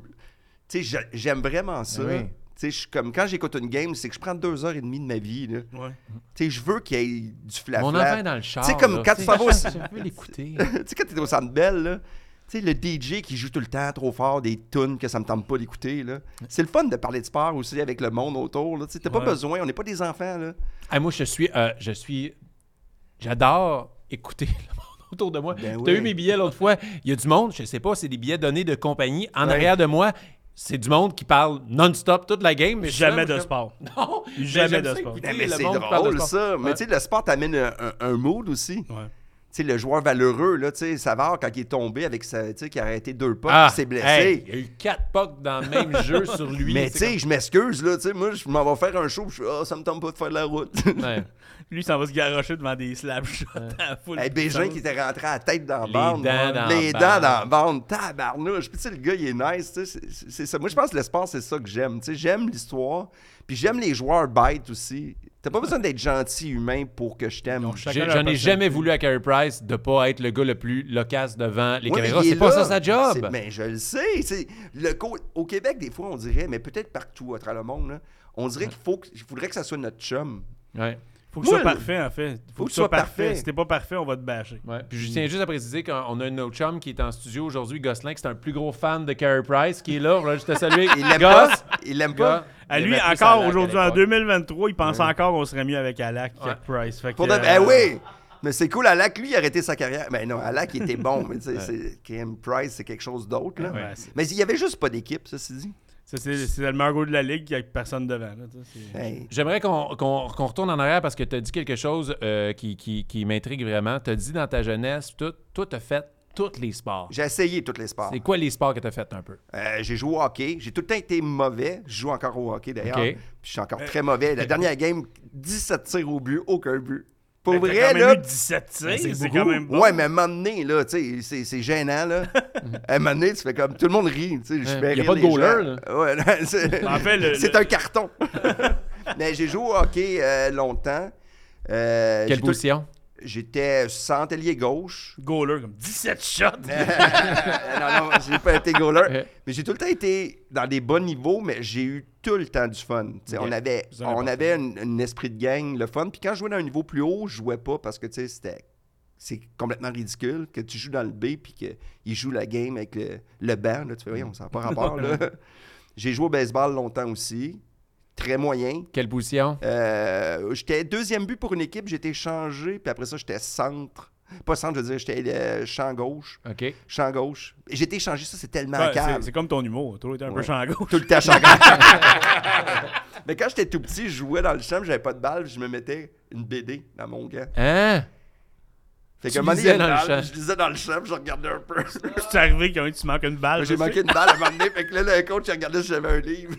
[SPEAKER 3] sais, j'a- j'aime vraiment ça.
[SPEAKER 1] Ben Oui.
[SPEAKER 3] Tu sais, je suis comme quand j'écoute une game, c'est que je prends deux heures et demie de ma vie. là.
[SPEAKER 2] Ouais.
[SPEAKER 3] Tu sais, je veux qu'il y ait du flafla.
[SPEAKER 1] Mon enfant est dans le char.
[SPEAKER 3] Tu sais, comme
[SPEAKER 1] là,
[SPEAKER 3] quand
[SPEAKER 1] tu
[SPEAKER 3] tu
[SPEAKER 1] sais,
[SPEAKER 3] t'en vas au-
[SPEAKER 1] Je veux l'écouter.
[SPEAKER 3] *laughs* tu sais, quand t'étais au Centre Bell, là, tu sais, le DJ qui joue tout le temps trop fort des tunes que ça me tente pas d'écouter, là. C'est le fun de parler de sport aussi avec le monde autour, là. Tu sais, t'as pas
[SPEAKER 2] Ouais.
[SPEAKER 3] besoin, on n'est pas des enfants, là.
[SPEAKER 1] Ah, moi, je suis. euh, je suis. J'adore écouter *laughs* le monde autour de moi.
[SPEAKER 3] Ben
[SPEAKER 1] T'as
[SPEAKER 3] oui.
[SPEAKER 1] eu mes billets l'autre fois. Il y a du monde, je sais pas, c'est des billets donnés de compagnie. En
[SPEAKER 3] Ouais.
[SPEAKER 1] arrière de moi, c'est du monde qui parle non-stop toute la game. Mais
[SPEAKER 2] Jamais
[SPEAKER 1] je
[SPEAKER 2] de
[SPEAKER 1] suis comme-
[SPEAKER 2] sport.
[SPEAKER 1] Non, mais
[SPEAKER 2] Jamais
[SPEAKER 1] j'aime
[SPEAKER 2] de
[SPEAKER 1] ça
[SPEAKER 2] sport.
[SPEAKER 1] écouter
[SPEAKER 3] Ben, mais
[SPEAKER 1] le
[SPEAKER 3] c'est
[SPEAKER 1] monde qui parle de
[SPEAKER 3] drôle,
[SPEAKER 1] sport.
[SPEAKER 3] ça. Mais
[SPEAKER 1] Ouais.
[SPEAKER 3] tu sais, le sport t'amène un, un- un mood aussi. Tu
[SPEAKER 2] Ouais.
[SPEAKER 3] sais, le joueur valeureux, là, tu sais, Savard, quand il est tombé avec sa, tu sais, qui a arrêté deux pas,
[SPEAKER 1] Ah,
[SPEAKER 3] qui s'est blessé.
[SPEAKER 1] hey, il y a eu quatre pucks dans le même
[SPEAKER 3] *laughs*
[SPEAKER 1] jeu sur lui.
[SPEAKER 3] Mais tu
[SPEAKER 1] C'est
[SPEAKER 3] sais, je m'excuse, là, tu sais, moi, je m'en vais faire un show, puis je fais, ah, ça me tombe pas de faire de la route. *laughs*
[SPEAKER 1] comme- Ouais.
[SPEAKER 2] Lui, il s'en va se garrocher devant des slap shots à la foule.
[SPEAKER 3] Hey, Bégin qui était rentré à la tête dans la
[SPEAKER 1] Les
[SPEAKER 3] bande.
[SPEAKER 1] dents dans
[SPEAKER 3] les
[SPEAKER 1] la
[SPEAKER 3] dents dans
[SPEAKER 1] bande.
[SPEAKER 3] la bande. Tabarnouche. Puis, tu sais, le gars, il est nice. tu sais, C'est c'est ça. Moi, je pense que l'espace, c'est ça que j'aime. Tu sais, j'aime l'histoire. Puis, j'aime les joueurs bêtes aussi. T'as pas besoin d'être gentil humain pour que je t'aime.
[SPEAKER 2] Ils ont *laughs* chacun
[SPEAKER 1] J'ai-
[SPEAKER 2] leur
[SPEAKER 1] J'en ai
[SPEAKER 2] personnalité.
[SPEAKER 1] jamais voulu à Carey Price de pas être le gars le plus loquace devant les
[SPEAKER 3] Ouais, mais
[SPEAKER 1] caméras.
[SPEAKER 3] il est
[SPEAKER 1] C'est pas
[SPEAKER 3] là.
[SPEAKER 1] ça sa job.
[SPEAKER 3] C'est- Mais je le sais. c'est- Le co- Au Québec, des fois, on dirait, mais peut-être partout à travers le monde, là, on dirait qu'il faut que... il faudrait que ça soit notre chum.
[SPEAKER 1] Ouais.
[SPEAKER 2] Faut que ce
[SPEAKER 3] Moi,
[SPEAKER 2] soit
[SPEAKER 3] le-
[SPEAKER 2] parfait, en fait. Faut, que ce soit parfait. Si t'es pas parfait, on va te bâcher.
[SPEAKER 1] Ouais. Puis je tiens juste à préciser qu'on a un autre chum qui est en studio aujourd'hui, Gosselin, qui est un plus gros fan de Carey Price, qui est là. Voilà, Je te salue.
[SPEAKER 3] *laughs* Il l'aime pas.
[SPEAKER 1] Goss,
[SPEAKER 3] Il l'aime
[SPEAKER 1] Ah, gars,
[SPEAKER 3] pas.
[SPEAKER 2] À
[SPEAKER 1] il
[SPEAKER 2] lui,
[SPEAKER 1] aimait plus
[SPEAKER 2] encore
[SPEAKER 1] Alak
[SPEAKER 2] aujourd'hui,
[SPEAKER 1] à
[SPEAKER 2] en
[SPEAKER 1] l'époque.
[SPEAKER 2] 2023, il pense encore qu'on serait mieux avec Alak qu'avec Price. Fait que,
[SPEAKER 3] Pour de-
[SPEAKER 2] euh,
[SPEAKER 3] Ben oui! Mais c'est cool, Alak, lui, il a arrêté sa carrière. Ben non, Alak, il était bon, mais tu sais, c'est- Kim Price, c'est quelque chose d'autre. là.
[SPEAKER 2] Ouais, c'est-
[SPEAKER 3] mais il n'y avait juste pas d'équipe, ça, c'est dit.
[SPEAKER 2] ça, C'est c'est le meilleur goal de la ligue qu'il y a personne devant. là, tu sais, c'est-
[SPEAKER 3] Hey.
[SPEAKER 1] J'aimerais qu'on qu'on- qu'on retourne en arrière parce que tu as dit quelque chose euh, qui, qui- qui m'intrigue vraiment. Tu as dit dans ta jeunesse, tout- toi, tu as fait tous les sports.
[SPEAKER 3] J'ai essayé tous les sports.
[SPEAKER 1] C'est quoi les sports que tu as fait un peu?
[SPEAKER 3] Euh, j'ai joué au hockey. J'ai tout le temps été mauvais. Je joue encore au hockey, d'ailleurs.
[SPEAKER 1] Ok.
[SPEAKER 3] Puis je suis encore très mauvais. La dernière game, 17 tirs au but, aucun but. Pour
[SPEAKER 2] Ben, T'as
[SPEAKER 3] vrai,
[SPEAKER 2] quand même
[SPEAKER 3] là...
[SPEAKER 2] eu 17
[SPEAKER 1] Ben,
[SPEAKER 2] tirs,
[SPEAKER 1] c'est
[SPEAKER 2] c'est
[SPEAKER 1] beaucoup.
[SPEAKER 2] quand même bon.
[SPEAKER 3] Ouais, mais à un moment donné, là, tu sais, c'est- c'est gênant, là. à un moment donné, tu fais comme... Tout le monde rit, tu sais.
[SPEAKER 1] Ouais.
[SPEAKER 3] Je fais
[SPEAKER 1] Y a
[SPEAKER 3] rire
[SPEAKER 1] pas de
[SPEAKER 3] les
[SPEAKER 1] goaler,
[SPEAKER 3] gens. Ouais, non, c'est...
[SPEAKER 2] En fait, le-
[SPEAKER 3] C'est
[SPEAKER 2] le-
[SPEAKER 3] un carton. *laughs* Mais j'ai joué au hockey euh, longtemps. Euh,
[SPEAKER 1] Quelle
[SPEAKER 3] j'ai tout-
[SPEAKER 1] position?
[SPEAKER 3] J'étais centre ailier gauche.
[SPEAKER 2] goaler, comme 17 shots.
[SPEAKER 3] Euh, non, non, j'ai pas été goaler.
[SPEAKER 1] Ouais.
[SPEAKER 3] mais j'ai tout le temps été dans des bons niveaux, mais j'ai eu tout le temps du fun. Tu sais,
[SPEAKER 1] Ok.
[SPEAKER 3] On avait,
[SPEAKER 2] C'est important.
[SPEAKER 3] on avait un, un esprit de gang, le fun. Puis quand je jouais dans un niveau plus haut, je jouais pas parce que tu sais, c'était. C'est complètement ridicule que tu joues dans le B puis qu'ils jouent la game avec le, le banc. Là, tu fais, voyons, ça n'a pas rapport. là. *laughs* J'ai joué au baseball longtemps aussi. Très moyen.
[SPEAKER 1] Quelle position?
[SPEAKER 3] Euh, j'étais deuxième but pour une équipe, j'étais changé, puis après ça, j'étais centre. Pas centre, je veux dire, j'étais euh, champ gauche.
[SPEAKER 1] OK.
[SPEAKER 3] Champ gauche. Et J'ai été changé, ça, c'est tellement
[SPEAKER 2] Ouais,
[SPEAKER 3] calme.
[SPEAKER 2] c'est- c'est comme ton humour. Toi, t'es un peu
[SPEAKER 3] Ouais.
[SPEAKER 2] champ gauche.
[SPEAKER 3] Tout le temps champ gauche. *laughs* Mais quand j'étais tout petit, je jouais dans le champ, j'avais pas de balle, je me mettais une BD dans mon gant.
[SPEAKER 1] Hein?
[SPEAKER 3] Fait
[SPEAKER 1] Tu
[SPEAKER 3] qu'à un moment donné, il y a
[SPEAKER 1] lisais
[SPEAKER 3] une
[SPEAKER 1] dans le
[SPEAKER 3] balle,
[SPEAKER 1] champ.
[SPEAKER 3] Je lisais dans le champ, je regardais un
[SPEAKER 1] *laughs*
[SPEAKER 3] peu.
[SPEAKER 2] C'est arrivé quand *laughs* tu manques une balle.
[SPEAKER 3] J'ai
[SPEAKER 2] je sais.
[SPEAKER 3] manqué une balle à un moment donné, fait que là, le coach, il regardait si j'avais
[SPEAKER 1] *laughs*
[SPEAKER 3] un livre.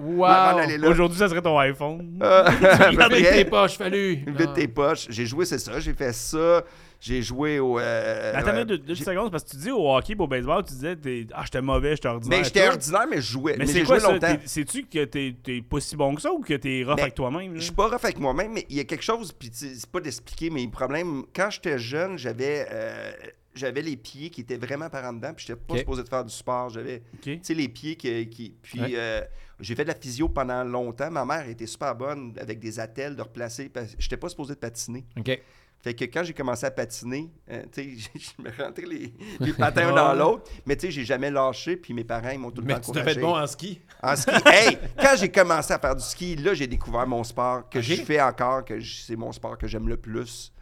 [SPEAKER 1] Wow!
[SPEAKER 3] Avant d'aller là.
[SPEAKER 2] Aujourd'hui, ça serait ton iPhone.
[SPEAKER 3] Euh, à peu
[SPEAKER 1] Regardez
[SPEAKER 3] près.
[SPEAKER 1] tes poches, fallu!
[SPEAKER 3] Vite
[SPEAKER 1] Ah.
[SPEAKER 3] tes poches. J'ai joué, c'est ça. J'ai fait ça. J'ai joué au. euh,
[SPEAKER 2] Attends
[SPEAKER 3] euh,
[SPEAKER 2] une deux, deux
[SPEAKER 3] j'ai-
[SPEAKER 2] secondes, parce que tu dis au hockey, au baseball, tu disais t'es- Ah, j'étais mauvais, j'étais ordinaire.
[SPEAKER 3] Mais j'étais
[SPEAKER 2] Toi,
[SPEAKER 3] ordinaire, mais je jouais.
[SPEAKER 2] Mais,
[SPEAKER 3] Mais,
[SPEAKER 2] c'est
[SPEAKER 3] j'ai
[SPEAKER 2] quoi
[SPEAKER 3] joué
[SPEAKER 2] ça?
[SPEAKER 3] longtemps.
[SPEAKER 2] T'es- C'est-tu que t'es, t'es pas si bon que ça ou que t'es rough
[SPEAKER 3] Mais
[SPEAKER 2] avec toi-même? là?
[SPEAKER 3] Je suis pas rough avec moi-même, mais il y a quelque chose, puis tu sais, c'est pas d'expliquer mes problèmes. Quand j'étais jeune, j'avais. euh, j'avais les pieds qui étaient vraiment par en dedans, puis je n'étais pas
[SPEAKER 1] Ok.
[SPEAKER 3] supposé de faire du sport. J'avais,
[SPEAKER 2] OK.
[SPEAKER 3] tu sais, les pieds qui. qui- puis
[SPEAKER 1] Ouais.
[SPEAKER 3] euh, j'ai fait de la physio pendant longtemps. Ma mère était super bonne avec des attelles de replacer. Je n'étais pas supposé de patiner.
[SPEAKER 1] Ah. OK.
[SPEAKER 3] Fait que quand j'ai commencé à patiner, euh, tu sais, *laughs* je me rentrais les,
[SPEAKER 1] *laughs*
[SPEAKER 3] les patins un dans l'autre. Mais tu sais, j'ai jamais lâché, puis mes parents, ils m'ont tout le
[SPEAKER 1] Mais
[SPEAKER 3] temps
[SPEAKER 1] tu devais
[SPEAKER 3] encouragé.
[SPEAKER 1] être bon en ski. *laughs*
[SPEAKER 3] En ski. Hey, quand j'ai commencé à faire du ski, là, j'ai découvert mon sport que
[SPEAKER 1] Ok.
[SPEAKER 3] je fais encore, que je- c'est mon sport que j'aime le plus.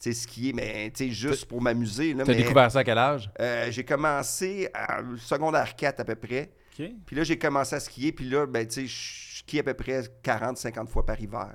[SPEAKER 3] Tu sais, skier, mais tu sais, juste pour m'amuser. là,
[SPEAKER 1] Tu as
[SPEAKER 3] mais,
[SPEAKER 1] découvert ça à quel âge?
[SPEAKER 3] euh, j'ai commencé à secondaire 4 à peu près.
[SPEAKER 2] OK.
[SPEAKER 3] Puis là, j'ai commencé à skier. Puis là, ben, tu sais, je skie à peu près 40-50 fois par hiver.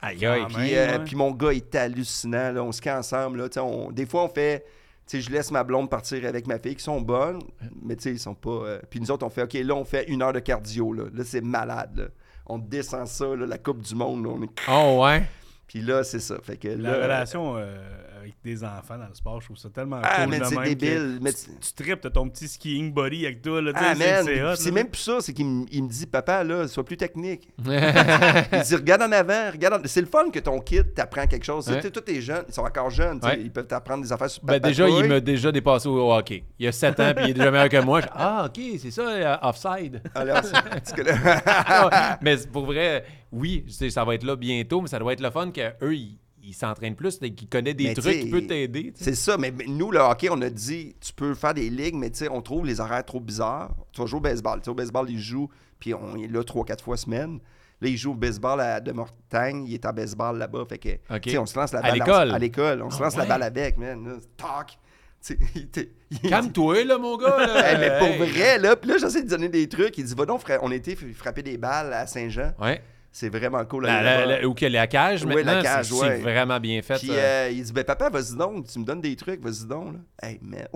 [SPEAKER 1] Aïe, aïe.
[SPEAKER 2] Ah,
[SPEAKER 3] Puis,
[SPEAKER 2] Ouais,
[SPEAKER 3] euh,
[SPEAKER 2] ouais.
[SPEAKER 3] puis mon gars était hallucinant. là. on se calme ensemble. Là, Tu sais, on- des fois, on fait. tu sais, je laisse ma blonde partir avec ma fille, qui sont bonnes, mais tu sais, ils sont pas. euh, Puis nous autres, on fait OK, là, on fait une heure de cardio. Là, Là, c'est malade. là. On descend ça, là, la Coupe du Monde. là, on est-
[SPEAKER 1] Oh, ouais.
[SPEAKER 3] Puis là, c'est ça. Fait que
[SPEAKER 2] La
[SPEAKER 3] là,
[SPEAKER 2] relation euh, avec des enfants dans le sport, je trouve ça tellement
[SPEAKER 3] Ah,
[SPEAKER 2] cool.
[SPEAKER 3] mais
[SPEAKER 2] de
[SPEAKER 3] c'est
[SPEAKER 2] même
[SPEAKER 3] débile.
[SPEAKER 2] que
[SPEAKER 3] mais
[SPEAKER 2] tu,
[SPEAKER 3] tu-
[SPEAKER 2] tu tripes, t'as ton petit skiing body avec toi. Là, tu sais,
[SPEAKER 3] Ah,
[SPEAKER 2] c'est-
[SPEAKER 3] man,
[SPEAKER 2] c'est hot,
[SPEAKER 3] c'est
[SPEAKER 2] là.
[SPEAKER 3] même plus ça, c'est qu'il me il me dit, papa, là, sois plus
[SPEAKER 2] *laughs*
[SPEAKER 3] technique. il dit, regarde en avant, regarde en- C'est le fun que ton kid t'apprend quelque chose.
[SPEAKER 1] Ouais.
[SPEAKER 3] Tu sais, Tous tes jeunes, ils sont encore jeunes, tu sais,
[SPEAKER 1] Ouais.
[SPEAKER 3] ils peuvent t'apprendre des affaires
[SPEAKER 1] *laughs* Ben
[SPEAKER 3] super
[SPEAKER 1] déjà, il
[SPEAKER 3] patrouilles.
[SPEAKER 1] m'a déjà dépassé au hockey. Il y a 7 ans, puis il est déjà meilleur que moi. Je- ah, OK, c'est ça, euh,
[SPEAKER 3] *laughs*
[SPEAKER 1] offside.
[SPEAKER 3] Alors, c'est- parce que là-
[SPEAKER 1] Ah, mais c'est pour vrai, oui, je sais, ça va être là bientôt, mais ça doit être le fun qu'eux, ils ils s'entraînent plus, c'est qu'ils connaissent des
[SPEAKER 3] Mais
[SPEAKER 1] trucs
[SPEAKER 3] t'sais,
[SPEAKER 1] qui peuvent t'aider. t'sais.
[SPEAKER 3] c'est ça, mais mais nous, le hockey, on a dit, tu peux faire des ligues, mais tu sais, on trouve les horaires trop bizarres. Tu vas jouer au baseball. Tu sais, au baseball, ils jouent, puis on est là trois, quatre fois semaine. Là, il joue au baseball à de Mortagne, il est en baseball là-bas. Fait que,
[SPEAKER 1] Ok.
[SPEAKER 3] tu sais, on se lance la
[SPEAKER 1] À
[SPEAKER 3] balle en-
[SPEAKER 1] l'école.
[SPEAKER 3] À l'école, on se
[SPEAKER 1] Ah
[SPEAKER 3] lance la
[SPEAKER 1] ouais.
[SPEAKER 3] balle avec, man. là, tac. *laughs* Tu sais, il était- *laughs* il-
[SPEAKER 1] Calme-toi, là, mon gars. là.
[SPEAKER 3] *laughs* Hey, mais pour
[SPEAKER 1] Hey.
[SPEAKER 3] vrai, là, puis là, j'essaie de donner des trucs. Il dit, va donc, fra- on était frapper des balles à Saint-Jean.
[SPEAKER 1] Ouais.
[SPEAKER 3] C'est vraiment cool.
[SPEAKER 1] La,
[SPEAKER 3] aller
[SPEAKER 1] la-
[SPEAKER 3] là-bas.
[SPEAKER 1] la- ou que la cage,
[SPEAKER 3] Ouais, la
[SPEAKER 1] maintenant,
[SPEAKER 3] cage,
[SPEAKER 1] c'est,
[SPEAKER 3] ouais.
[SPEAKER 1] c'est vraiment bien fait.
[SPEAKER 3] Puis
[SPEAKER 1] ça.
[SPEAKER 3] euh, il dit ben papa vas-y donc tu me donnes des trucs vas-y donc là. Hey merde.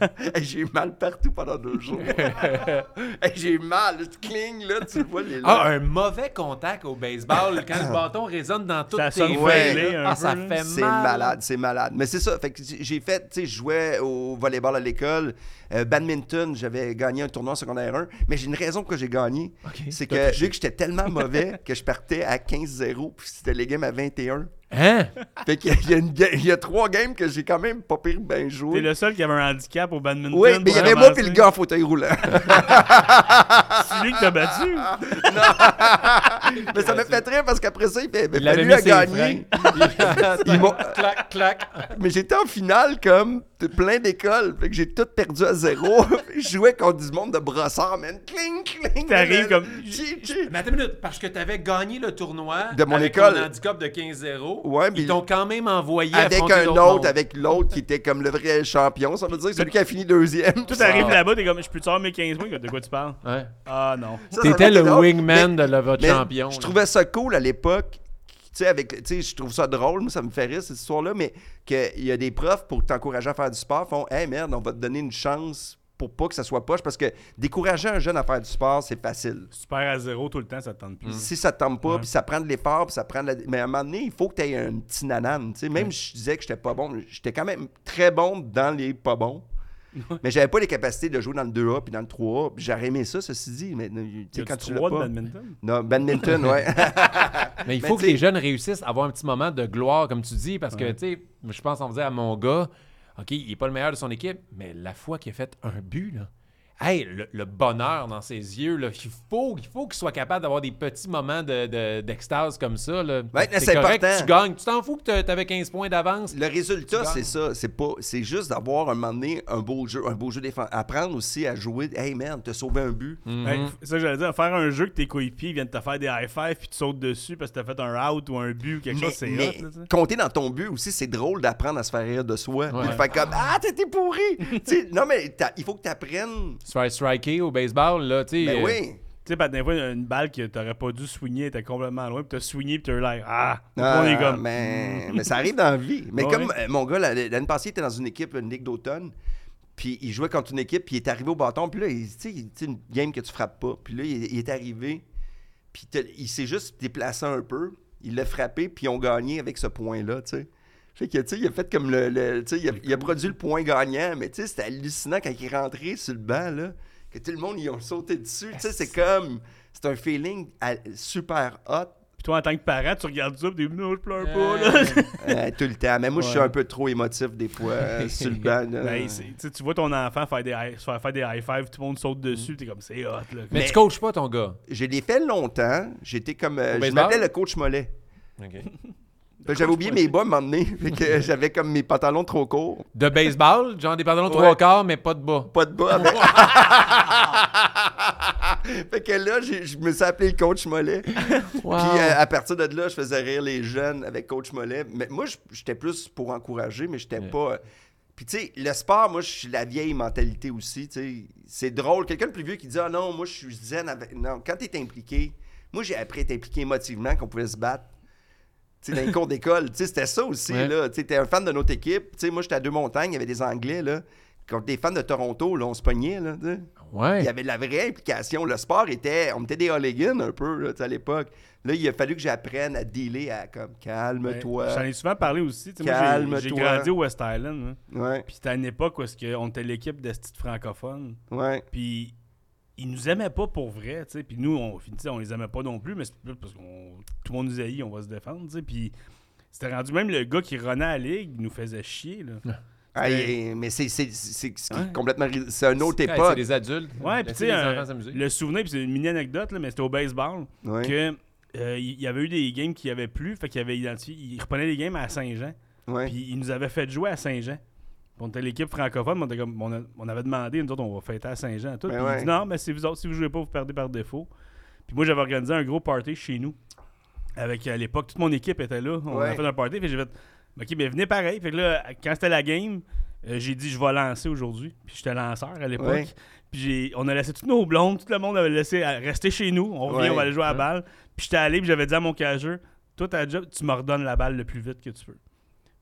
[SPEAKER 3] *laughs* Hey, j'ai eu mal partout pendant deux
[SPEAKER 1] *laughs*
[SPEAKER 3] jours. Hey, j'ai eu mal tu clignes là tu vois les
[SPEAKER 1] ah,
[SPEAKER 3] là.
[SPEAKER 1] un mauvais contact au baseball, quand
[SPEAKER 3] *laughs*
[SPEAKER 1] le bâton résonne dans toutes
[SPEAKER 2] Ça
[SPEAKER 1] tes
[SPEAKER 2] sonne
[SPEAKER 1] veines.
[SPEAKER 3] fêlé
[SPEAKER 1] là.
[SPEAKER 2] un
[SPEAKER 1] ah,
[SPEAKER 2] peu,
[SPEAKER 1] ça
[SPEAKER 2] là.
[SPEAKER 1] fait
[SPEAKER 3] c'est
[SPEAKER 1] mal.
[SPEAKER 3] malade, c'est malade. Mais c'est ça, fait que j'ai fait, tu sais, je jouais au volleyball à l'école, euh, badminton, j'avais gagné un tournoi en secondaire 1, mais j'ai une raison pourquoi j'ai gagné.
[SPEAKER 1] Ok.
[SPEAKER 3] C'est que vu que j'étais
[SPEAKER 1] *laughs*
[SPEAKER 3] tellement mauvais que je partais à 15-0 puis c'était les games à 21.
[SPEAKER 1] Hein?
[SPEAKER 3] Fait qu'il y a- il y, a une ga- il y a trois games que j'ai quand même pas pire bien
[SPEAKER 2] T'es
[SPEAKER 3] joué.
[SPEAKER 2] le seul qui avait un handicap au badminton.
[SPEAKER 3] Oui, mais il y
[SPEAKER 2] pour
[SPEAKER 3] avait moi
[SPEAKER 2] ramasser.
[SPEAKER 3] puis le gars en
[SPEAKER 1] *laughs*
[SPEAKER 3] fauteuil roulant.
[SPEAKER 2] C'est lui qui t'a
[SPEAKER 3] *laughs*
[SPEAKER 2] battu.
[SPEAKER 3] mais ça m'a fait rire parce qu'après ça, il fait, ben,
[SPEAKER 1] Il avait
[SPEAKER 3] lui a
[SPEAKER 1] mis ses
[SPEAKER 3] gagné. *laughs*
[SPEAKER 1] freins.
[SPEAKER 3] Ils m'ont-
[SPEAKER 1] clac, clac.
[SPEAKER 3] Mais j'étais en finale comme de plein d'écoles. Fait que j'ai tout perdu à zéro.
[SPEAKER 1] *laughs*
[SPEAKER 3] je jouais contre du monde de brossard, man. Cling, cling.
[SPEAKER 2] T'arrives comme-
[SPEAKER 3] Chi, chi.
[SPEAKER 1] Mais attends une minute, parce que tu avais gagné le tournoi
[SPEAKER 3] De mon
[SPEAKER 1] avec
[SPEAKER 3] école.
[SPEAKER 1] ton handicap de 15-0.
[SPEAKER 3] Ouais,
[SPEAKER 1] ils
[SPEAKER 3] puis
[SPEAKER 1] t'ont quand même envoyé
[SPEAKER 3] avec
[SPEAKER 1] affronter
[SPEAKER 3] un
[SPEAKER 1] d'autres mondes.
[SPEAKER 3] autre, avec l'autre qui était comme le vrai champion. Ça veut dire que celui qui a fini deuxième.
[SPEAKER 2] Toi,
[SPEAKER 3] Ça,
[SPEAKER 2] t'arrives
[SPEAKER 1] Ah.
[SPEAKER 2] là-bas, t'es comme, je peux te sortir mes 15 points. De quoi tu parles?
[SPEAKER 1] Ouais.
[SPEAKER 2] Ah non.
[SPEAKER 3] ça
[SPEAKER 1] T'étais
[SPEAKER 3] m'a fait
[SPEAKER 1] le
[SPEAKER 3] drôle.
[SPEAKER 1] wingman
[SPEAKER 3] Mais-
[SPEAKER 1] de la- votre
[SPEAKER 3] mais
[SPEAKER 1] champion.
[SPEAKER 3] Je
[SPEAKER 1] là.
[SPEAKER 3] trouvais ça cool à l'époque. Tu sais, avec, tu sais, je trouve ça drôle, moi, ça me fait rire, cette histoire-là, mais qu'il y a des profs pour t'encourager à faire du sport font Hey merde, on va te donner une chance pour pas que ça soit poche, parce que décourager un jeune à faire du sport, c'est facile.
[SPEAKER 2] Si tu perds à zéro tout le temps, ça te tente plus.
[SPEAKER 3] Si ça te tente pas, puis ça prend de l'effort, puis ça prend de la... Mais à un moment donné, il faut que tu aies un petit nanane. tu sais. Même si je disais que j'étais pas bon, j'étais quand même très bon dans les pas bons. mais j'avais pas les capacités de jouer dans le 2A puis dans le 3A. puis J'aurais aimé ça, ceci dit. Mais tu
[SPEAKER 2] Tu
[SPEAKER 3] sais, quand
[SPEAKER 2] as
[SPEAKER 3] tu
[SPEAKER 2] trois de
[SPEAKER 3] l'as pas.
[SPEAKER 2] badminton.
[SPEAKER 3] Non, badminton, ouais.
[SPEAKER 2] *laughs*
[SPEAKER 1] Mais il
[SPEAKER 3] Mais
[SPEAKER 1] faut que
[SPEAKER 3] tu sais-
[SPEAKER 1] les jeunes réussissent à avoir un petit moment de gloire, comme tu dis, parce que, tu sais, je pense, on faisait à mon gars, OK, il n'est pas le meilleur de son équipe, mais la fois qu'il a fait un but, là, hey, le, le bonheur dans ses yeux, là, il faut, il faut qu'il soit capable d'avoir des petits moments de- de- d'extase comme ça. là.
[SPEAKER 3] mais c'est
[SPEAKER 1] c'est correct que
[SPEAKER 3] important.
[SPEAKER 1] tu gagnes. Tu t'en fous que tu avais 15 points d'avance.
[SPEAKER 3] Le résultat,
[SPEAKER 1] Tu
[SPEAKER 3] c'est
[SPEAKER 1] gagnes.
[SPEAKER 3] ça. C'est pas, c'est juste d'avoir un moment donné un beau jeu, un beau jeu défensif. Apprendre aussi à jouer. Hey man, t'as sauvé un but.
[SPEAKER 2] Ouais, f- ça, j'allais dire, faire un jeu que tes coéquipiers viennent te faire des high five puis tu sautes dessus parce que t'as fait un out ou un but ou quelque
[SPEAKER 3] Mais,
[SPEAKER 2] chose, c'est
[SPEAKER 3] mais
[SPEAKER 2] hot. là, tu sais.
[SPEAKER 3] compter dans ton but aussi, c'est drôle d'apprendre à se faire rire de soi. Puis de
[SPEAKER 1] Ouais.
[SPEAKER 3] faire comme Ah, t'étais pourri! Tu sais, non, mais t'as- il faut que t'apprennes.
[SPEAKER 1] Se faire striker au baseball, là, tu sais.
[SPEAKER 3] Ben
[SPEAKER 1] euh,
[SPEAKER 3] oui.
[SPEAKER 2] Tu sais, par des fois, une balle que t'aurais pas dû soigner était complètement loin puis t'as soigné puis t'as eu l'air. Ah,
[SPEAKER 3] Ah,
[SPEAKER 2] on est comme.
[SPEAKER 3] mais, mais ça arrive dans la vie. Mais
[SPEAKER 2] Ouais.
[SPEAKER 3] comme euh, mon gars, la- l'année passée, il était dans une équipe, une ligue d'automne. Puis il jouait contre une équipe, puis il est arrivé au bâton. Puis là, il- tu sais, il- tu sais, une game que tu frappes pas. Puis là, il, il est arrivé. Puis t'as- il s'est juste déplacé un peu. Il l'a frappé, puis ils ont gagné avec ce point-là, tu sais. Fait que, tu sais, il a fait comme le. le- tu sais, il a, il a produit le point gagnant, mais tu sais, c'était hallucinant quand il est rentré sur le banc, là, que tout le monde, ils ont sauté dessus. Tu sais, c'est comme. C'est un feeling à- super hot.
[SPEAKER 2] Puis toi, en tant que parent, tu regardes ça et tu dis, non, je pleure pas. Là.
[SPEAKER 1] Euh,
[SPEAKER 3] *laughs* Euh, tout le temps. Mais moi, je suis
[SPEAKER 2] Ouais.
[SPEAKER 3] un peu trop émotif des
[SPEAKER 2] *laughs*
[SPEAKER 3] fois euh, sur le banc. là.
[SPEAKER 2] Ben, c'est- tu sais, tu vois ton enfant faire des high, se faire faire des high five, tout le monde saute dessus, t'es comme c'est hot là.
[SPEAKER 1] *laughs* mais,
[SPEAKER 3] Mais-
[SPEAKER 1] tu coaches pas ton gars.
[SPEAKER 3] Je l'ai fait longtemps. J'étais comme. euh,
[SPEAKER 1] Au
[SPEAKER 3] je
[SPEAKER 1] baseball?
[SPEAKER 3] m'appelais le coach Mollet. Fait que J'avais
[SPEAKER 2] coach
[SPEAKER 3] oublié
[SPEAKER 2] Mollet.
[SPEAKER 3] mes bas à un moment donné. *laughs*
[SPEAKER 2] *laughs*
[SPEAKER 3] Fait que j'avais comme mes pantalons trop courts.
[SPEAKER 1] De baseball, genre des pantalons
[SPEAKER 3] Ouais.
[SPEAKER 1] trois quarts, mais pas de bas.
[SPEAKER 3] Pas de
[SPEAKER 2] *laughs*
[SPEAKER 3] bas. mais- *laughs* fait que là, j'ai- je me suis appelé le coach Mollet.
[SPEAKER 1] Wow.
[SPEAKER 3] Puis euh, à partir de là, je faisais rire les jeunes avec Coach Mollet. Mais moi, je- j'étais plus pour encourager, mais j'étais
[SPEAKER 1] Ouais.
[SPEAKER 3] pas. euh, Puis tu sais, le sport, moi, je suis la vieille mentalité aussi. tu sais. C'est drôle. Quelqu'un de plus vieux qui dit Ah non, moi, je suis zen. Avec... Non, quand t'es impliqué, moi, j'ai appris à être impliqué émotivement qu'on pouvait se battre. Tu sais, dans les cours d'école, tu sais, c'était ça aussi,
[SPEAKER 1] Ouais.
[SPEAKER 3] là. Tu sais, t'es un fan de notre équipe. Tu sais, moi, j'étais à Deux-Montagnes, il y avait des Anglais, là. Contre des fans de Toronto, là, on se pognait, là. tu sais.
[SPEAKER 1] ouais.
[SPEAKER 3] Il y avait de la vraie implication. Le sport était. On était des hooligans un peu là, tu sais, à l'époque. Là, il a fallu que j'apprenne à dealer à comme calme-toi.
[SPEAKER 2] Ben, J'en ai souvent parlé aussi. tu sais, moi, j'ai- j'ai
[SPEAKER 3] Calme-toi.
[SPEAKER 2] grandi au West Island. hein.
[SPEAKER 3] Ouais,
[SPEAKER 2] Puis c'était à une époque où est-ce que on était l'équipe de petites francophones.
[SPEAKER 3] ouais.
[SPEAKER 2] Puis ils nous aimaient pas pour vrai, tu sais. Puis nous, on, tu sais, on les aimait pas non plus, mais c'est plus parce que tout le monde nous haït, on va se défendre, tu sais. Puis c'était rendu même le gars qui renait à la ligue nous faisait chier, là.
[SPEAKER 3] Ah, il- mais c'est c'est- c'est- c'est
[SPEAKER 2] Ouais.
[SPEAKER 3] complètement. ri- C'est une autre
[SPEAKER 1] Ouais, C'est
[SPEAKER 3] époque.
[SPEAKER 1] des adultes.
[SPEAKER 2] Ouais, puis tu
[SPEAKER 1] Laissez
[SPEAKER 2] sais,
[SPEAKER 1] les
[SPEAKER 2] un-
[SPEAKER 1] enfants s'amuser.
[SPEAKER 2] le souvenir, puis c'est une mini-anecdote, là, mais c'était au baseball.
[SPEAKER 3] Ouais.
[SPEAKER 2] que euh, il y avait eu des games qui avaient plu, fait qu'il avait identifié, il reprenait les games à Saint-Jean,
[SPEAKER 3] ouais.
[SPEAKER 2] puis il nous avait fait jouer à Saint-Jean. Puis On était l'équipe francophone, mais on, était comme- on a- on avait demandé, nous autres, on va fêter à Saint-Jean. Tout.
[SPEAKER 3] Ben
[SPEAKER 2] Puis il
[SPEAKER 3] ouais.
[SPEAKER 2] dit, non, mais c'est vous autres, si vous jouez pas, vous perdez par défaut. Puis moi, j'avais organisé un gros party chez nous. Avec, à l'époque, toute mon équipe était là. On a
[SPEAKER 3] Ouais.
[SPEAKER 2] fait un party, puis j'ai fait, OK, ben venez pareil. Fait que là, quand c'était la game, euh, j'ai dit, je vais lancer aujourd'hui. Puis j'étais lanceur à l'époque.
[SPEAKER 3] Ouais.
[SPEAKER 2] Puis j'ai- on a laissé toutes nos blondes, tout le monde avait laissé à- rester chez nous. On revient,
[SPEAKER 3] Ouais.
[SPEAKER 2] on va aller jouer à la
[SPEAKER 1] Ouais.
[SPEAKER 2] balle. Puis j'étais allé, puis j'avais dit à mon cageur, toi, ta job, tu me redonnes la balle le plus vite que tu peux.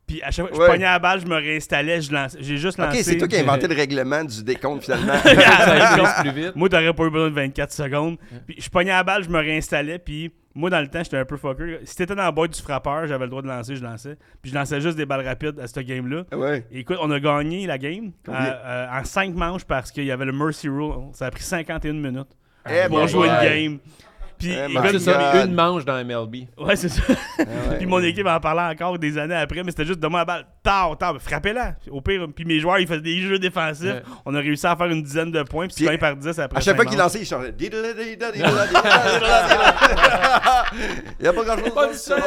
[SPEAKER 2] Puis à chaque fois, que
[SPEAKER 3] Ouais.
[SPEAKER 2] je pognais la balle, je me réinstallais, je lançais. J'ai juste
[SPEAKER 3] Ok,
[SPEAKER 2] lancé.
[SPEAKER 3] c'est toi qui as
[SPEAKER 2] *laughs*
[SPEAKER 3] inventé le règlement du décompte finalement.
[SPEAKER 1] Ça éclate plus vite. Ah,
[SPEAKER 2] Moi, t'aurais pas eu besoin de 24 secondes. Puis je pognais la balle, je me réinstallais. Puis moi, dans le temps, j'étais un peu fucker. Si t'étais dans la boîte du frappeur, j'avais le droit de lancer, je lançais. Puis je lançais juste des balles rapides à ce game-là.
[SPEAKER 3] Ah ouais.
[SPEAKER 2] Et Écoute, on a gagné la game
[SPEAKER 3] Combien?
[SPEAKER 2] euh, euh, en 5 manches parce qu'il y avait le Mercy Rule. Ça a pris 51 minutes.
[SPEAKER 3] Eh,
[SPEAKER 2] Pour
[SPEAKER 3] ben,
[SPEAKER 2] jouer une
[SPEAKER 3] ouais.
[SPEAKER 2] game. Puis,
[SPEAKER 3] Eh,
[SPEAKER 2] écoute,
[SPEAKER 3] my
[SPEAKER 1] Comme
[SPEAKER 3] God.
[SPEAKER 1] ça, mais une manche dans MLB.
[SPEAKER 2] ouais, c'est ça.
[SPEAKER 3] Ah
[SPEAKER 2] *laughs*
[SPEAKER 3] ouais.
[SPEAKER 2] Puis mon équipe en parlait encore des années après, mais c'était juste de moi la balle. Tard, tard, frappez-la. Au pire, puis mes joueurs, ils faisaient des jeux défensifs.
[SPEAKER 1] Ouais.
[SPEAKER 2] On a réussi à faire une dizaine de points, puis
[SPEAKER 3] Puis,
[SPEAKER 2] 20 par 10 après.
[SPEAKER 3] À chaque fois
[SPEAKER 2] cinq
[SPEAKER 3] qu'il
[SPEAKER 2] manches.
[SPEAKER 3] lançait, il changeait. Il n'y a pas grand-chose.
[SPEAKER 1] Pas de sens.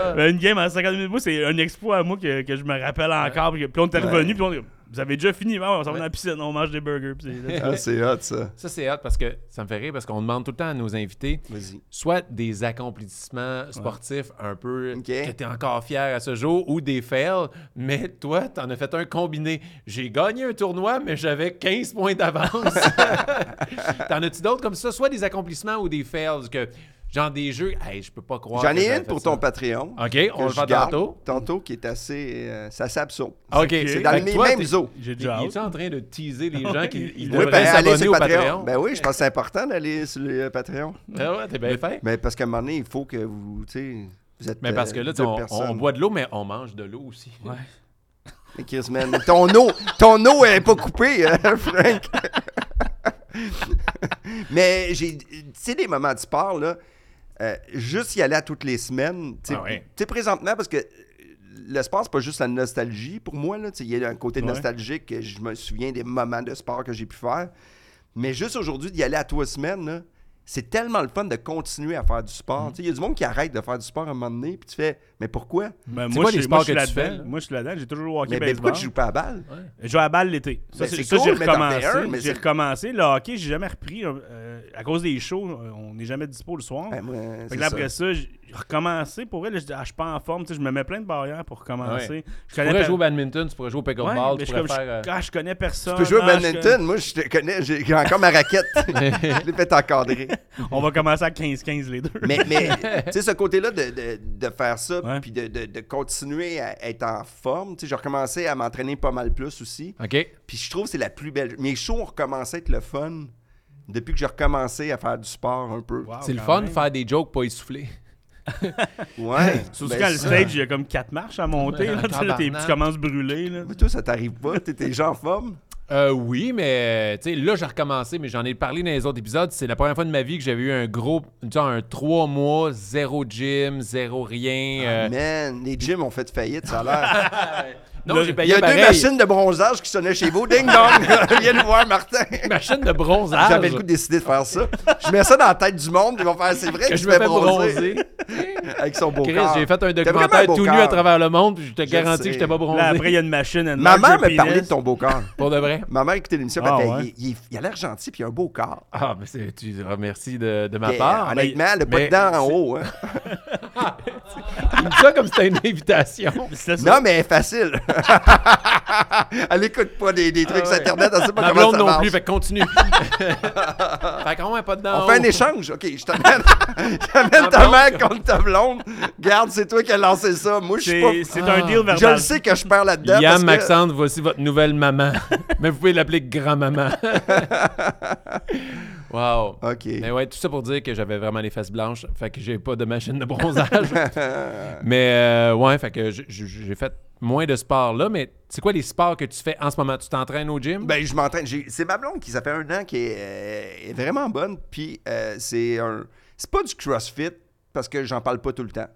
[SPEAKER 2] Euh, Une game en 50 minutes, moi, c'est un exploit à moi que, que je me rappelle encore. Puis, que- puis on était
[SPEAKER 3] Ouais.
[SPEAKER 2] revenu, puis on dit, vous avez déjà fini, Ouais, on s'en va
[SPEAKER 1] Ouais.
[SPEAKER 2] dans la piscine, on mange des burgers. Puis c'est-
[SPEAKER 3] Ah, c'est hot ça.
[SPEAKER 1] Ça, c'est hot parce que ça me fait rire parce qu'on demande tout le temps à nos invités
[SPEAKER 3] Vas-y.
[SPEAKER 1] soit des accomplissements sportifs un peu
[SPEAKER 3] Ok.
[SPEAKER 1] que tu es encore fier à ce jour ou des fails, mais toi, tu en as fait un combiné. J'ai gagné un tournoi, mais j'avais 15 points d'avance.
[SPEAKER 3] *laughs*
[SPEAKER 1] T'en as-tu d'autres comme ça, soit des accomplissements ou des fails que genre des jeux, hey, je peux pas croire.
[SPEAKER 3] J'en
[SPEAKER 1] que
[SPEAKER 3] ai
[SPEAKER 1] j'avais
[SPEAKER 3] une
[SPEAKER 1] fait
[SPEAKER 3] pour
[SPEAKER 1] ça.
[SPEAKER 3] ton Patreon.
[SPEAKER 1] OK, on
[SPEAKER 3] que
[SPEAKER 1] le
[SPEAKER 3] je
[SPEAKER 1] va
[SPEAKER 3] garde
[SPEAKER 1] tantôt. Ah,
[SPEAKER 3] Tantôt qui est assez. euh, ça s'absorbe.
[SPEAKER 1] OK,
[SPEAKER 2] Ah, C'est
[SPEAKER 3] C'est dans
[SPEAKER 1] Fait que
[SPEAKER 3] les
[SPEAKER 1] toi,
[SPEAKER 3] mêmes
[SPEAKER 1] t'es-
[SPEAKER 3] eaux.
[SPEAKER 2] J'ai ah,
[SPEAKER 1] Il
[SPEAKER 2] déjà hâte.
[SPEAKER 1] est en train de teaser les gens
[SPEAKER 2] *laughs*
[SPEAKER 1] qui ils
[SPEAKER 3] Oui,
[SPEAKER 1] devraient
[SPEAKER 3] ben, allez
[SPEAKER 1] s'abonner
[SPEAKER 3] sur
[SPEAKER 1] au
[SPEAKER 3] le
[SPEAKER 1] Patreon.
[SPEAKER 3] Patreon. Ben oui, je pense que c'est important d'aller sur le euh, Patreon.
[SPEAKER 1] Ah ouais, t'es bien fait.
[SPEAKER 3] Mais parce qu'à un moment donné, il faut que vous, tu sais, vous êtes
[SPEAKER 1] Mais parce que
[SPEAKER 3] euh,
[SPEAKER 1] là, tu-
[SPEAKER 3] deux
[SPEAKER 1] on,
[SPEAKER 3] personnes.
[SPEAKER 1] on boit de l'eau, mais on mange de l'eau aussi.
[SPEAKER 3] Mais Chris, man, ton eau, ton eau elle est pas coupée, hein, *laughs* Frank. Mais j'ai, tu sais, des moments de sport là, euh, juste y aller à toutes les semaines. Tu sais,
[SPEAKER 1] Ah ouais.
[SPEAKER 3] tu sais, présentement parce que euh, le sport c'est pas juste la nostalgie pour moi là. Tu sais, il y a un côté
[SPEAKER 2] Ouais.
[SPEAKER 3] nostalgique que je me souviens des moments de sport que j'ai pu faire. Mais juste aujourd'hui d'y aller à trois semaines là, C'est tellement le fun de continuer à faire du
[SPEAKER 1] Mm.
[SPEAKER 3] sport. Tu sais, Il y a du monde qui arrête de faire du sport à un moment donné, puis tu fais, mais pourquoi?
[SPEAKER 2] Ben,
[SPEAKER 1] C'est
[SPEAKER 2] moi,
[SPEAKER 1] quoi
[SPEAKER 2] je
[SPEAKER 1] les
[SPEAKER 2] suis-
[SPEAKER 1] sports
[SPEAKER 2] moi, je suis
[SPEAKER 1] que tu
[SPEAKER 2] là-dedans.
[SPEAKER 1] fais, là?
[SPEAKER 2] Moi, je suis là-dedans. J'ai toujours joué au hockey
[SPEAKER 3] mais, mais
[SPEAKER 1] ben,
[SPEAKER 3] pourquoi
[SPEAKER 2] baseball.
[SPEAKER 3] tu joues pas à la balle?
[SPEAKER 2] Je joue à la balle l'été. Ça,
[SPEAKER 3] Ben,
[SPEAKER 2] c'est-
[SPEAKER 3] c'est
[SPEAKER 2] ça,
[SPEAKER 3] cool,
[SPEAKER 2] j'ai
[SPEAKER 3] mais t'en
[SPEAKER 2] recommencé.
[SPEAKER 3] fais un, mais
[SPEAKER 2] J'ai
[SPEAKER 3] c'est-
[SPEAKER 2] recommencé. Le hockey, j'ai jamais repris. euh, à cause des shows, euh, on n'est jamais dispo le soir.
[SPEAKER 3] Ben, moi,
[SPEAKER 2] Fait
[SPEAKER 3] c'est
[SPEAKER 2] que là,
[SPEAKER 3] ça.
[SPEAKER 2] après ça, j'ai recommencé. Pour elle, je dis, ah, je suis pas en forme. Tu sais, je me mets plein de barrières pour recommencer.
[SPEAKER 1] Ouais.
[SPEAKER 2] Je
[SPEAKER 1] Tu pourrais
[SPEAKER 2] per-
[SPEAKER 1] jouer au badminton, tu pourrais jouer au
[SPEAKER 2] Ouais,
[SPEAKER 1] pickleball,
[SPEAKER 2] mais
[SPEAKER 1] tu
[SPEAKER 2] je,
[SPEAKER 1] pourrais
[SPEAKER 2] suis comme,
[SPEAKER 1] faire... euh,
[SPEAKER 2] je- ah, je connais personne.
[SPEAKER 3] Tu peux jouer au
[SPEAKER 2] Ah, je
[SPEAKER 3] badminton? Moi, je te connais, j'ai j'ai encore
[SPEAKER 1] *laughs*
[SPEAKER 3] ma raquette. je l'ai fait encadrer.
[SPEAKER 2] connais- On va commencer à 15-15 les deux.
[SPEAKER 3] Mais, mais
[SPEAKER 1] *laughs*
[SPEAKER 3] tu sais, ce côté-là de, de- de faire ça,
[SPEAKER 2] Ouais.
[SPEAKER 3] puis de, de- de continuer à être en forme, tu sais, j'ai recommencé à m'entraîner pas mal plus aussi.
[SPEAKER 1] euh, OK.
[SPEAKER 3] Puis je trouve que c'est la plus belle. Mes shows ont recommencé à être le fun depuis que j'ai recommencé à faire du sport un peu.
[SPEAKER 2] *laughs* Wow,
[SPEAKER 1] C'est le
[SPEAKER 2] quand
[SPEAKER 1] fun de
[SPEAKER 2] même.
[SPEAKER 1] faire des jokes pas
[SPEAKER 2] *laughs*
[SPEAKER 1] essoufflés.
[SPEAKER 3] Ouais.
[SPEAKER 2] Surtout
[SPEAKER 3] Ben,
[SPEAKER 2] quand le
[SPEAKER 3] ça-
[SPEAKER 2] stage, il y a comme 4 marches à monter.
[SPEAKER 1] Ouais,
[SPEAKER 2] là, tu sais, là, t'es-
[SPEAKER 1] tabarnak.
[SPEAKER 2] tu commences brûlé. Là.
[SPEAKER 3] Mais toi, ça t'arrive pas, t'es t'es déjà en forme.
[SPEAKER 1] Euh, oui, mais tu sais, là, j'ai recommencé, mais j'en ai parlé dans les autres épisodes. C'est la première fois de ma vie que j'avais eu un gros, genre un trois mois, zéro gym, zéro rien. *laughs*
[SPEAKER 3] Ah,
[SPEAKER 1] euh,
[SPEAKER 3] Man, les gyms ont fait faillite, ça
[SPEAKER 1] *laughs*
[SPEAKER 3] a l'air.
[SPEAKER 1] non,
[SPEAKER 2] Le-
[SPEAKER 1] j'ai
[SPEAKER 3] Il y
[SPEAKER 1] payé
[SPEAKER 3] a deux
[SPEAKER 1] pareil.
[SPEAKER 3] machines de bronzage qui sonnaient chez vous. Ding dong!
[SPEAKER 1] *laughs*
[SPEAKER 3] *laughs* Viens nous voir, Martin!
[SPEAKER 1] Machine de bronzage.
[SPEAKER 3] J'avais le goût de décider de faire ça. Je mets ça dans la tête du monde, ils vont faire c'est vrai que,
[SPEAKER 1] que
[SPEAKER 3] tu
[SPEAKER 1] je me
[SPEAKER 3] fais
[SPEAKER 1] fais bronzer.
[SPEAKER 3] *laughs* Avec son beau
[SPEAKER 1] Chris,
[SPEAKER 3] corps.
[SPEAKER 1] j'ai fait un
[SPEAKER 3] vraiment
[SPEAKER 1] documentaire
[SPEAKER 3] un beau
[SPEAKER 1] tout nu
[SPEAKER 3] corps.
[SPEAKER 1] à travers le monde, puis je te
[SPEAKER 3] le
[SPEAKER 1] garantis
[SPEAKER 3] sais.
[SPEAKER 1] que j'étais pas bronzé.
[SPEAKER 2] Là, après, il y a une machine. and
[SPEAKER 3] Ma mère
[SPEAKER 2] larger
[SPEAKER 3] me parlait
[SPEAKER 2] penis.
[SPEAKER 3] de ton beau corps.
[SPEAKER 1] Pour de vrai.
[SPEAKER 3] Ma mère écoutait l'émission,
[SPEAKER 2] Ah,
[SPEAKER 3] elle fait,
[SPEAKER 2] ouais.
[SPEAKER 3] il, il- il a l'air gentil, puis il a un beau corps.
[SPEAKER 1] Ah, mais c'est- tu remercies de, de ma
[SPEAKER 3] Et, euh,
[SPEAKER 1] part. mais
[SPEAKER 3] honnêtement, le pas
[SPEAKER 1] mais
[SPEAKER 3] de dents en haut. hein.
[SPEAKER 1] il me dit ça comme si c'était une
[SPEAKER 3] *laughs*
[SPEAKER 1] invitation.
[SPEAKER 2] C'était ça.
[SPEAKER 3] Non, mais elle est facile. *laughs* elle écoute pas des, des trucs
[SPEAKER 1] Ah,
[SPEAKER 3] sur
[SPEAKER 1] ouais.
[SPEAKER 3] Internet, elle sait pas
[SPEAKER 1] Ma
[SPEAKER 3] comment
[SPEAKER 1] blonde
[SPEAKER 3] ça
[SPEAKER 1] non
[SPEAKER 3] marche.
[SPEAKER 1] plus, fait que
[SPEAKER 3] *laughs*
[SPEAKER 1] continue. fait qu'on met pas de dents en
[SPEAKER 3] On fait un
[SPEAKER 1] haut.
[SPEAKER 3] échange. OK, je t'amène *laughs* je t'amène
[SPEAKER 1] Ta
[SPEAKER 3] ta
[SPEAKER 1] blonde.
[SPEAKER 3] mère contre ta blonde. Garde, c'est toi qui as lancé ça. Moi, je suis pas...
[SPEAKER 2] C'est c'est
[SPEAKER 1] Ah.
[SPEAKER 2] un deal verbal.
[SPEAKER 3] Je le sais que je perds là-dedans. parce
[SPEAKER 1] Yann
[SPEAKER 3] que-
[SPEAKER 1] Maxandre, voici votre nouvelle
[SPEAKER 3] *laughs*
[SPEAKER 1] maman. Mais vous pouvez l'appeler grand-maman. wow.
[SPEAKER 3] OK.
[SPEAKER 1] Mais ouais, tout ça pour dire que j'avais vraiment les fesses blanches, fait que j'ai pas de machine de
[SPEAKER 3] *laughs*
[SPEAKER 1] bronzage. mais euh, ouais, fait que j- j- j'ai fait moins de sport là, mais c'est quoi les sports que tu fais en ce moment? Tu t'entraînes au gym?
[SPEAKER 3] Ben, je m'entraîne. J'ai- C'est ma blonde qui, ça fait un an, qui est, euh, est vraiment bonne. Puis, euh, c'est un. C'est pas du CrossFit parce que j'en parle pas tout le temps.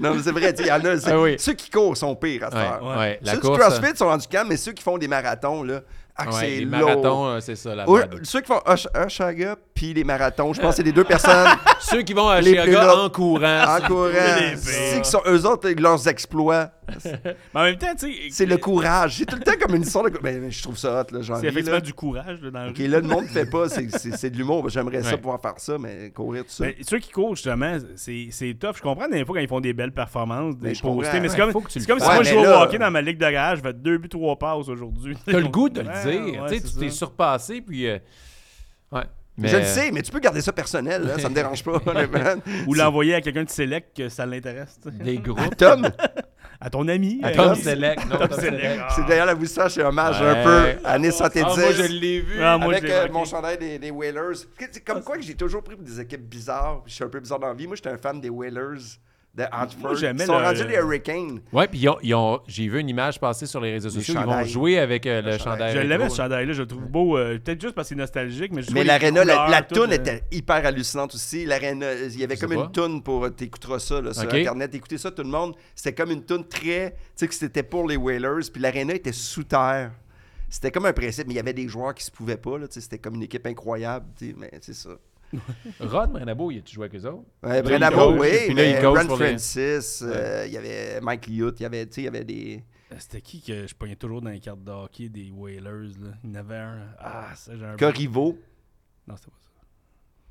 [SPEAKER 3] non, mais c'est vrai, tu sais, il y en a. c'est-
[SPEAKER 1] Ah oui.
[SPEAKER 3] Ceux qui courent sont pires à ce
[SPEAKER 1] ouais,
[SPEAKER 3] faire.
[SPEAKER 1] ouais.
[SPEAKER 2] Ouais.
[SPEAKER 1] La
[SPEAKER 3] ceux
[SPEAKER 1] course. euh,
[SPEAKER 3] du CrossFit sont rendus calmes, mais ceux qui font des marathons, là, ah, que
[SPEAKER 1] ouais,
[SPEAKER 3] c'est
[SPEAKER 1] les
[SPEAKER 3] lourd.
[SPEAKER 1] marathons, euh, c'est ça la
[SPEAKER 3] Ou- *laughs*
[SPEAKER 1] mode.
[SPEAKER 3] ceux qui font Hush- Hushaga puis les marathons, je pense que c'est les
[SPEAKER 1] *laughs*
[SPEAKER 3] deux personnes
[SPEAKER 1] Ceux qui vont à
[SPEAKER 3] Les Ah, plus
[SPEAKER 1] Chiaga
[SPEAKER 3] lourds.
[SPEAKER 1] en courant.
[SPEAKER 3] en courant.
[SPEAKER 2] les pires.
[SPEAKER 3] C'est qui sont eux autres, leurs exploits.
[SPEAKER 2] Mais en même temps, tu sais.
[SPEAKER 3] C'est le courage. C'est tout le temps comme une histoire de. cou- Ben, ben, je trouve ça hot, là. J'en
[SPEAKER 2] C'est
[SPEAKER 3] ai,
[SPEAKER 2] effectivement
[SPEAKER 3] là.
[SPEAKER 2] du courage là, dans le
[SPEAKER 3] Ok, là, le monde ne fait pas. C'est- C'est c'est de l'humour. J'aimerais ça
[SPEAKER 1] Ouais.
[SPEAKER 3] pouvoir faire ça, mais courir tout ça.
[SPEAKER 2] Mais Ben, ceux qui courent, justement, c'est c'est tough. Je comprends des fois quand ils font des belles performances, des
[SPEAKER 3] Mais Ben, je
[SPEAKER 2] postés,
[SPEAKER 3] comprends.
[SPEAKER 2] mais c'est
[SPEAKER 1] Ouais,
[SPEAKER 2] comme,
[SPEAKER 1] faut que tu le
[SPEAKER 2] c'est comme si
[SPEAKER 1] fasses.
[SPEAKER 2] moi
[SPEAKER 3] Ouais,
[SPEAKER 2] je
[SPEAKER 3] mais
[SPEAKER 2] jouais au
[SPEAKER 3] là-
[SPEAKER 2] hockey dans ma ligue de garage, je fais deux buts, trois passes aujourd'hui.
[SPEAKER 1] T'as le goût de le
[SPEAKER 2] Ouais,
[SPEAKER 1] dire.
[SPEAKER 2] ouais,
[SPEAKER 1] tu sais,
[SPEAKER 2] c'est
[SPEAKER 1] tu
[SPEAKER 2] ça.
[SPEAKER 1] t'es surpassé, puis. euh, Ouais. Mais,
[SPEAKER 3] Je le
[SPEAKER 1] euh,
[SPEAKER 3] sais, mais tu peux garder ça personnel, là, ça me dérange
[SPEAKER 2] *laughs*
[SPEAKER 3] pas, honnêtement.
[SPEAKER 2] Ou l'envoyer à quelqu'un de select que ça l'intéresse. tu sais.
[SPEAKER 1] Des
[SPEAKER 3] *laughs*
[SPEAKER 1] groupes.
[SPEAKER 3] Tom,
[SPEAKER 2] À ton ami. euh,
[SPEAKER 1] Tom Select. non,
[SPEAKER 2] Tom Select. Ah.
[SPEAKER 3] c'est d'ailleurs la moustache, c'est hommage un
[SPEAKER 1] Ouais.
[SPEAKER 3] peu années
[SPEAKER 1] Ah,
[SPEAKER 3] 70.
[SPEAKER 1] moi, je l'ai vu.
[SPEAKER 2] Ah, moi,
[SPEAKER 3] avec
[SPEAKER 2] je l'ai
[SPEAKER 3] euh,
[SPEAKER 2] manqué.
[SPEAKER 3] mon chandail des, des Whalers. C'est- C'est comme quoi que j'ai toujours pris pour des équipes bizarres. Je suis un peu bizarre dans la vie. Moi, j'étais un fan des Whalers de Hartford.
[SPEAKER 2] j'aimais
[SPEAKER 3] Ils sont
[SPEAKER 2] le-
[SPEAKER 3] rendus les Hurricanes.
[SPEAKER 1] Ouais, puis ils ont- ils ont- j'ai vu une image passer sur les réseaux sociaux. Ils vont
[SPEAKER 3] chandails.
[SPEAKER 1] jouer avec euh, le, chandail.
[SPEAKER 3] chandail.
[SPEAKER 2] Je
[SPEAKER 1] rétro,
[SPEAKER 2] l'aimais
[SPEAKER 1] là.
[SPEAKER 2] ce chandail-là, je le trouve beau. euh, Peut-être juste parce que c'est nostalgique, mais je
[SPEAKER 3] Mais
[SPEAKER 2] trouve
[SPEAKER 3] l'aréna,
[SPEAKER 2] les
[SPEAKER 3] la, la
[SPEAKER 2] couleurs, tout,
[SPEAKER 3] toune
[SPEAKER 2] euh,
[SPEAKER 3] était hyper hallucinante aussi. L'aréna, il y avait
[SPEAKER 1] Je
[SPEAKER 3] comme
[SPEAKER 1] sais
[SPEAKER 3] une
[SPEAKER 1] pas.
[SPEAKER 3] toune pour euh, t'écouteras ça là, sur
[SPEAKER 1] Ok.
[SPEAKER 3] internet, écoutez ça tout le monde. C'était comme une toune très, tu sais que c'était pour les Whalers, puis l'aréna était sous terre. C'était comme un principe, mais il y avait des joueurs qui se pouvaient pas là, tu sais, c'était comme une équipe incroyable, tu sais, mais c'est ça.
[SPEAKER 1] Rod Brenabo, il a-tu joué avec eux autres? Puis
[SPEAKER 3] Ouais,
[SPEAKER 1] là, il
[SPEAKER 3] Brenabo,
[SPEAKER 1] coach,
[SPEAKER 3] oui,
[SPEAKER 1] puis là, il
[SPEAKER 3] mais
[SPEAKER 1] coach
[SPEAKER 3] Ron
[SPEAKER 1] pour les-
[SPEAKER 3] Francis, euh, il y avait Mike Liut, il y avait, tu sais, il y avait des
[SPEAKER 2] C'était qui que je pognais toujours dans les cartes de hockey des Whalers? Là? Il y en avait un. Ah, ça, j'ai un.
[SPEAKER 3] Corriveau.
[SPEAKER 2] Non, c'était pas ça.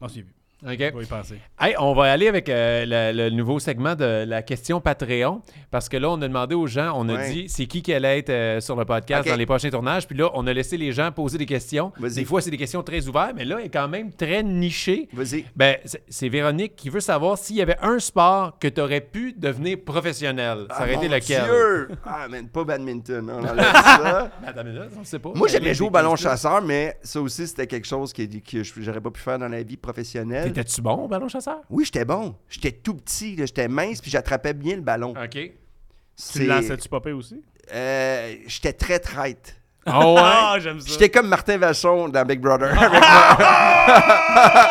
[SPEAKER 2] Non, c'est vu.
[SPEAKER 1] OK.
[SPEAKER 2] Je vais y penser.
[SPEAKER 1] Hey, on va aller avec euh, la- le nouveau segment de la question Patreon. Parce que là, on a demandé aux gens, on a
[SPEAKER 3] Ouais.
[SPEAKER 1] dit c'est qui qui allait être euh, sur le podcast
[SPEAKER 3] Ok.
[SPEAKER 1] dans les prochains tournages. Puis là, on a laissé les gens poser des questions.
[SPEAKER 3] Vas-y.
[SPEAKER 1] Des fois, c'est des questions très ouvertes, mais là, elle est quand même très nichée.
[SPEAKER 3] Vas-y.
[SPEAKER 1] Ben, c'est- c'est Véronique qui veut savoir s'il y avait un sport que tu aurais pu devenir professionnel. Ça
[SPEAKER 3] Ah,
[SPEAKER 1] aurait été
[SPEAKER 3] mon
[SPEAKER 1] lequel?
[SPEAKER 3] Dieu! Ah, man, pas badminton. hein, On enlève
[SPEAKER 1] *laughs*
[SPEAKER 3] ça.
[SPEAKER 1] Attends, mais là, on sait pas.
[SPEAKER 3] Moi,
[SPEAKER 1] Elle
[SPEAKER 3] j'aimais
[SPEAKER 1] est
[SPEAKER 3] jouer au
[SPEAKER 1] des
[SPEAKER 3] ballon
[SPEAKER 1] questions.
[SPEAKER 3] chasseur, mais ça aussi, c'était quelque chose que, que je- j'aurais pas pu faire dans la vie professionnelle.
[SPEAKER 1] T'étais-tu bon au ballon chasseur?
[SPEAKER 3] Oui, j'étais bon. J'étais tout petit, là, j'étais mince, puis j'attrapais bien le ballon.
[SPEAKER 1] OK.
[SPEAKER 2] Tu le lançais-tu pas pire aussi?
[SPEAKER 3] Euh, j'étais très traite.
[SPEAKER 1] Ah ouais?
[SPEAKER 2] Ah, j'aime ça.
[SPEAKER 3] J'étais comme Martin Vachon dans Big Brother.
[SPEAKER 2] Ah,
[SPEAKER 1] J'étais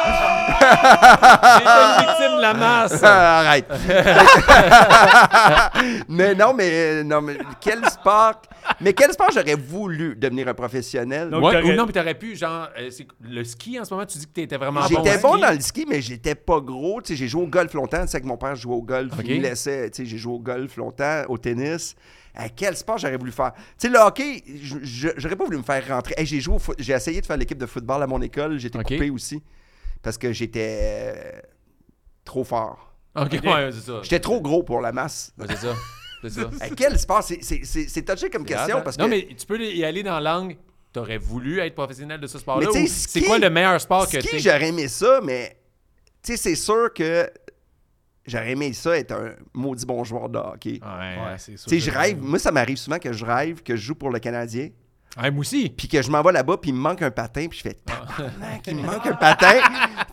[SPEAKER 1] Ah, *laughs* une victime de la masse.
[SPEAKER 3] Ah, *laughs* Arrête. mais non, mais non, mais quel sport. Mais quel sport j'aurais voulu devenir un professionnel?
[SPEAKER 2] Donc,
[SPEAKER 1] ouais,
[SPEAKER 2] t'aurais-
[SPEAKER 1] ou non, mais t'aurais pu, genre, euh, c'est- le ski en ce moment, tu dis que t'étais vraiment bon.
[SPEAKER 3] J'étais
[SPEAKER 1] au
[SPEAKER 3] bon
[SPEAKER 1] ski.
[SPEAKER 3] dans le ski, mais j'étais pas gros. Tu sais, j'ai joué au golf longtemps. Tu sais que mon père jouait au golf.
[SPEAKER 1] Ok.
[SPEAKER 3] Il me laissait. Tu sais, j'ai joué au golf longtemps, au tennis. À quel sport j'aurais voulu faire? Tu sais, le hockey, je- je- j'aurais pas voulu me faire rentrer. Hey, j'ai joué au foot- J'ai essayé de faire l'équipe de football à mon école. J'étais
[SPEAKER 1] Ok.
[SPEAKER 3] coupé aussi parce que j'étais euh, trop fort.
[SPEAKER 1] OK, ouais, c'est ça.
[SPEAKER 3] J'étais trop gros pour la masse.
[SPEAKER 1] Ouais, c'est ça. C'est ça.
[SPEAKER 3] À quel sport? C'est- C'est c'est- c'est touché comme question
[SPEAKER 1] Attends.
[SPEAKER 3] parce
[SPEAKER 1] hein. Non,
[SPEAKER 3] que.
[SPEAKER 1] mais tu peux y aller dans l'angle. T'aurais voulu être professionnel de ce sport-là?
[SPEAKER 3] Mais tu sais,
[SPEAKER 1] ou C'est
[SPEAKER 3] ski-
[SPEAKER 1] quoi le meilleur sport que
[SPEAKER 3] Ski,
[SPEAKER 1] t'es?
[SPEAKER 3] j'aurais aimé ça, mais tu sais, c'est sûr que j'aurais aimé ça être un maudit bon joueur de
[SPEAKER 1] Ouais.
[SPEAKER 3] hockey.
[SPEAKER 2] Ouais, c'est sûr.
[SPEAKER 3] Tu sais, je rêve. Moi, ça m'arrive souvent que je rêve que je joue pour le Canadien.
[SPEAKER 1] Ah, moi aussi.
[SPEAKER 3] puis que je m'en vais là-bas, puis il me manque un patin, puis je fais
[SPEAKER 2] Ah.
[SPEAKER 3] tabarnak, il me manque
[SPEAKER 2] *laughs*
[SPEAKER 3] un patin.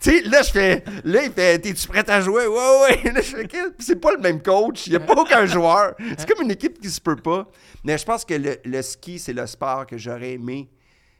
[SPEAKER 3] tu sais, là, je fais, là, il fait, t'es-tu prêt à jouer? Ouais, ouais. *laughs* Là, je fais, Qu'est- Puis c'est pas le même coach, il n'y a pas aucun joueur. C'est comme une équipe qui se peut pas. Mais je pense que le, le ski, c'est le sport que j'aurais aimé.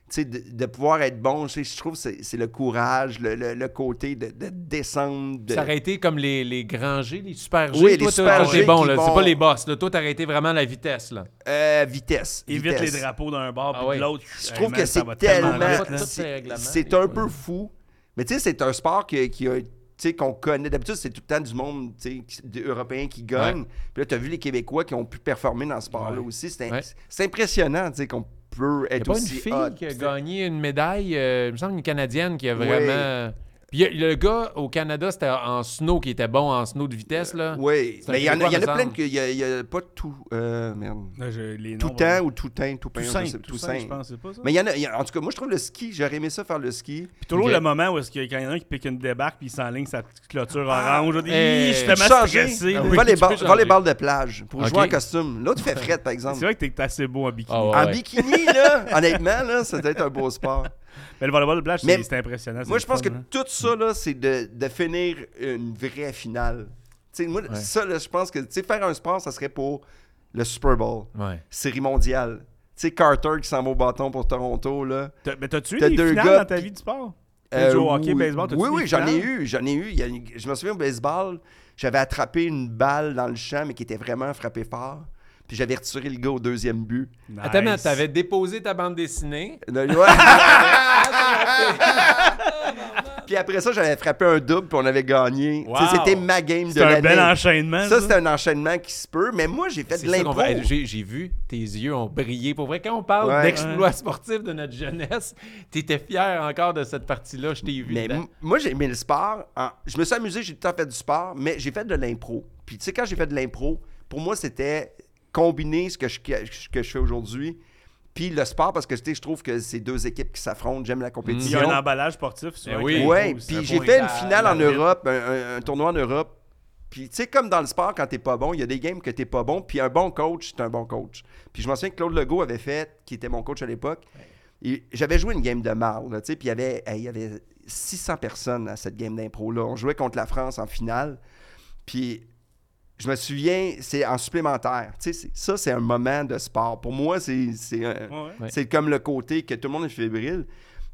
[SPEAKER 3] Tu sais, de, de pouvoir être bon, tu sais, je trouve que c'est c'est le courage, le, le- le côté de, de descendre. de-
[SPEAKER 1] Ça aurait été comme les, les grands G, les super G.
[SPEAKER 3] Oui,
[SPEAKER 1] toi,
[SPEAKER 3] les
[SPEAKER 1] t'as-
[SPEAKER 3] super
[SPEAKER 1] toi, t'es
[SPEAKER 3] G
[SPEAKER 1] bon,
[SPEAKER 3] qui
[SPEAKER 1] là. C'est
[SPEAKER 3] vont-
[SPEAKER 1] pas les boss, là. Toi, t'as arrêté vraiment la vitesse, là.
[SPEAKER 3] Euh, vitesse.
[SPEAKER 2] Évite les
[SPEAKER 3] vitesse.
[SPEAKER 2] drapeaux d'un bord
[SPEAKER 1] Ah
[SPEAKER 2] puis
[SPEAKER 1] ouais.
[SPEAKER 2] de l'autre.
[SPEAKER 3] Je
[SPEAKER 2] Hey,
[SPEAKER 3] trouve
[SPEAKER 2] man,
[SPEAKER 3] que
[SPEAKER 2] ça
[SPEAKER 3] c'est
[SPEAKER 2] va
[SPEAKER 3] tellement.
[SPEAKER 1] mal, là.
[SPEAKER 2] vite, là.
[SPEAKER 1] Tous les règlements,
[SPEAKER 3] C'est
[SPEAKER 1] les
[SPEAKER 3] un
[SPEAKER 1] codes.
[SPEAKER 3] peu fou. Mais tu sais, c'est un sport qui, qui a- tu sais, qu'on connaît. D'habitude, c'est tout le temps du monde tu sais, qui- des européen qui gagne. Puis là, tu as vu les Québécois qui ont pu performer dans ce sport-là
[SPEAKER 1] Ouais.
[SPEAKER 3] aussi. C'est, in-
[SPEAKER 1] Ouais.
[SPEAKER 3] c'est impressionnant tu sais, qu'on peut
[SPEAKER 1] Il
[SPEAKER 3] être
[SPEAKER 1] n'y a pas une
[SPEAKER 3] aussi
[SPEAKER 1] fille
[SPEAKER 3] hot.
[SPEAKER 1] qui a
[SPEAKER 3] Puis
[SPEAKER 1] gagné une médaille, euh, il me semble une Canadienne qui a
[SPEAKER 3] Oui.
[SPEAKER 1] vraiment. Puis il y a- le gars au Canada, c'était en snow qui était bon, en snow de vitesse, là.
[SPEAKER 3] Oui,
[SPEAKER 1] C'est un
[SPEAKER 3] mais il y en a,
[SPEAKER 1] Québécois,
[SPEAKER 3] il y en a
[SPEAKER 1] me
[SPEAKER 3] plein
[SPEAKER 1] semble.
[SPEAKER 3] que- il y a- il y a pas tout. euh, merde.
[SPEAKER 2] Là, je- les
[SPEAKER 3] Tout
[SPEAKER 2] noms,
[SPEAKER 3] temps
[SPEAKER 2] on-
[SPEAKER 3] ou tout teint, tout pain,
[SPEAKER 2] Toussaint,
[SPEAKER 3] je sais- tout
[SPEAKER 2] Toussaint, je
[SPEAKER 3] teint.
[SPEAKER 2] pense, c'est pas ça.
[SPEAKER 3] Mais il y en a, il y a- en tout cas, moi je trouve le ski, j'aurais aimé ça faire le ski.
[SPEAKER 2] Puis toujours
[SPEAKER 1] Ok.
[SPEAKER 2] le moment où est-ce qu'il y a quand il y en a un qui pique une débarque puis il s'enligne sa petite clôture
[SPEAKER 3] Ah,
[SPEAKER 2] orange. là,
[SPEAKER 1] Hey.
[SPEAKER 2] Hi, je suis tellement
[SPEAKER 3] Changer,
[SPEAKER 2] stressé.
[SPEAKER 1] Ah
[SPEAKER 2] là.
[SPEAKER 1] oui.
[SPEAKER 3] volley-
[SPEAKER 1] tu peux changer.
[SPEAKER 3] volleyball de plage pour
[SPEAKER 1] Ok.
[SPEAKER 3] jouer en costume. L'autre fait fret, par exemple.
[SPEAKER 2] C'est vrai que t'es assez beau en bikini.
[SPEAKER 1] Ah ouais.
[SPEAKER 3] En bikini, là,
[SPEAKER 2] *laughs*
[SPEAKER 3] honnêtement, là, ça doit être un beau sport.
[SPEAKER 2] Mais le volleyball de plage,
[SPEAKER 3] Mais-
[SPEAKER 2] c'est c'est impressionnant.
[SPEAKER 3] Moi,
[SPEAKER 2] c'est
[SPEAKER 3] je pense
[SPEAKER 2] le
[SPEAKER 3] que
[SPEAKER 2] fun, hein.
[SPEAKER 3] tout ça, là, c'est de, de finir une vraie finale. Tu sais, moi, ça, là, je pense que, tu sais, faire un sport, ça serait pour le Super Bowl,
[SPEAKER 1] Ouais.
[SPEAKER 3] série mondiale. Tu sais, Carter qui s'en va au bâton pour Toronto, là.
[SPEAKER 2] T'as- Mais t'as-tu eu
[SPEAKER 3] T'as
[SPEAKER 2] des
[SPEAKER 3] deux
[SPEAKER 2] finales
[SPEAKER 3] gars
[SPEAKER 2] dans ta
[SPEAKER 3] qui-
[SPEAKER 2] vie du sport?
[SPEAKER 3] Euh,
[SPEAKER 2] T'as joué au hockey,
[SPEAKER 3] oui,
[SPEAKER 2] baseball, t'as-tu
[SPEAKER 3] Oui,
[SPEAKER 2] des
[SPEAKER 3] oui, j'en ai
[SPEAKER 2] finales?
[SPEAKER 3] eu, j'en ai eu. Il y a une- Je me souviens au baseball, j'avais attrapé une balle dans le champ, mais qui était vraiment frappée fort. Puis j'avais retiré le gars au deuxième but.
[SPEAKER 1] Attends, mais
[SPEAKER 2] Nice.
[SPEAKER 1] t'avais déposé ta bande dessinée.
[SPEAKER 3] Là, ouais. puis après ça, j'avais frappé un double, puis on avait gagné. Tu sais,
[SPEAKER 1] Wow.
[SPEAKER 3] C'était ma game de
[SPEAKER 2] C'est un bel
[SPEAKER 3] l'année.
[SPEAKER 2] enchaînement.
[SPEAKER 3] Ça, c'est un enchaînement qui se peut, mais moi, j'ai fait
[SPEAKER 1] C'est
[SPEAKER 3] de
[SPEAKER 1] ça qu'on
[SPEAKER 3] l'impro.
[SPEAKER 1] veut- Hey, J'ai j'ai vu, tes yeux ont brillé. Pour vrai, quand on parle
[SPEAKER 3] Ouais.
[SPEAKER 1] d'exploits sportifs de notre jeunesse, t'étais fier encore de cette partie-là, je t'ai vu.
[SPEAKER 3] Mais
[SPEAKER 1] dedans.
[SPEAKER 3] m- moi, j'ai aimé le sport. En- Je me suis amusé, j'ai tout le temps fait du sport, mais j'ai fait de l'impro. Puis tu sais, quand j'ai fait de l'impro, pour moi, c'était combiner ce que je, ce que je fais aujourd'hui puis le sport, parce que tu sais, je trouve que c'est deux équipes qui s'affrontent. J'aime la
[SPEAKER 2] Il
[SPEAKER 3] compétition.
[SPEAKER 2] y a un emballage sportif. souvent,
[SPEAKER 1] Eh
[SPEAKER 2] avec
[SPEAKER 1] oui.
[SPEAKER 2] les
[SPEAKER 3] Ouais,
[SPEAKER 2] pros,
[SPEAKER 3] puis
[SPEAKER 2] c'est
[SPEAKER 3] j'ai
[SPEAKER 2] pas
[SPEAKER 3] fait
[SPEAKER 2] un-
[SPEAKER 3] une finale en
[SPEAKER 2] la-
[SPEAKER 3] Europe, un, un- un tournoi en Europe. Puis tu sais, comme dans le sport, quand t'es pas bon, il y a des games que t'es pas bon, puis un bon coach, c'est un bon coach. Puis je me souviens que Claude Legault avait fait, qui était mon coach à l'époque, et j'avais joué une game de marde, là, tu sais, puis il y avait, hey, il y avait 600 personnes à cette game d'impro-là. On jouait contre la France en finale, puis... Je me souviens, c'est en supplémentaire. Tu sais, c'est- ça, c'est un moment de sport. Pour moi, c'est c'est un-
[SPEAKER 2] Ouais, ouais.
[SPEAKER 1] Ouais.
[SPEAKER 3] c'est comme le côté que tout le monde est fébrile.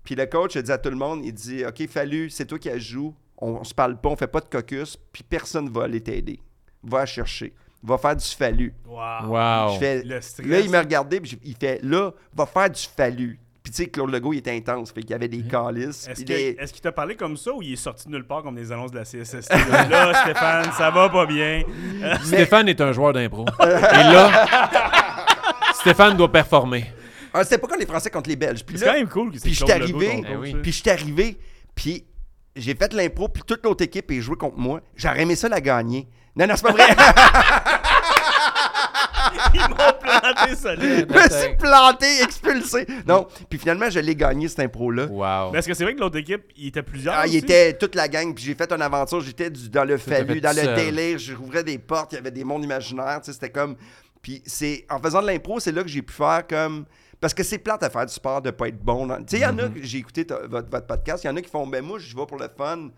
[SPEAKER 3] Puis le coach a dit à tout le monde, il dit OK, Fallu, c'est toi qui la joues. On, on se parle pas, on fait pas de caucus, puis personne va aller t'aider. Va la chercher. Va faire du Fallu.
[SPEAKER 2] Wow.
[SPEAKER 1] Wow.
[SPEAKER 3] Je fais-
[SPEAKER 2] Le stress.
[SPEAKER 3] là, il m'a regardé, puis je- il fait Là, va faire du Fallu. Puis tu sais, Claude Legault, il était intense. Fait qu'il y avait des calices.
[SPEAKER 2] Est-ce
[SPEAKER 3] puis
[SPEAKER 2] que-
[SPEAKER 3] des-
[SPEAKER 2] est-ce qu'il t'a parlé comme ça ou il est sorti de nulle part comme des annonces de la CSST? là, Là, *laughs* Stéphane, ça va pas bien.
[SPEAKER 1] Stéphane est un joueur
[SPEAKER 3] *laughs*
[SPEAKER 1] d'impro. Et là, Stéphane doit performer.
[SPEAKER 3] Ah, C'était pas quand les Français contre les Belges. Puis
[SPEAKER 2] C'est
[SPEAKER 3] là,
[SPEAKER 2] quand même cool que c'est
[SPEAKER 3] puis je
[SPEAKER 2] Claude
[SPEAKER 3] suis
[SPEAKER 2] Legault,
[SPEAKER 3] arrivé,
[SPEAKER 2] ton coach, hein.
[SPEAKER 1] Eh oui.
[SPEAKER 2] ça.
[SPEAKER 3] Puis je suis arrivé, puis j'ai fait l'impro, puis toute l'autre équipe est jouée contre moi. J'aurais aimé ça la gagner. Non, non, c'est
[SPEAKER 2] *laughs*
[SPEAKER 3] pas vrai.
[SPEAKER 2] *laughs* Ils m'ont planté solide.
[SPEAKER 3] Je me suis planté, expulsé. Non, puis finalement, je l'ai gagné, cette impro-là.
[SPEAKER 1] Wow.
[SPEAKER 2] Mais est-ce que c'est vrai que l'autre équipe, il était plusieurs?
[SPEAKER 3] Ah, il
[SPEAKER 2] aussi?
[SPEAKER 3] était toute la gang, puis j'ai fait une aventure. J'étais du- dans
[SPEAKER 1] t'as
[SPEAKER 3] le
[SPEAKER 1] fait
[SPEAKER 3] fallu, dans
[SPEAKER 1] tout
[SPEAKER 3] le
[SPEAKER 1] seul.
[SPEAKER 3] délire. Je rouvrais des portes, il y avait des mondes imaginaires. Tu sais, c'était comme. Puis c'est en faisant de l'impro, c'est là que j'ai pu faire comme. Parce que c'est plate à faire du sport de pas être bon. dans- Tu sais, il y en
[SPEAKER 1] Mm-hmm.
[SPEAKER 3] a, que- j'ai écouté ta- votre, votre podcast, il y en a qui font, ben moi, je vais pour le fun.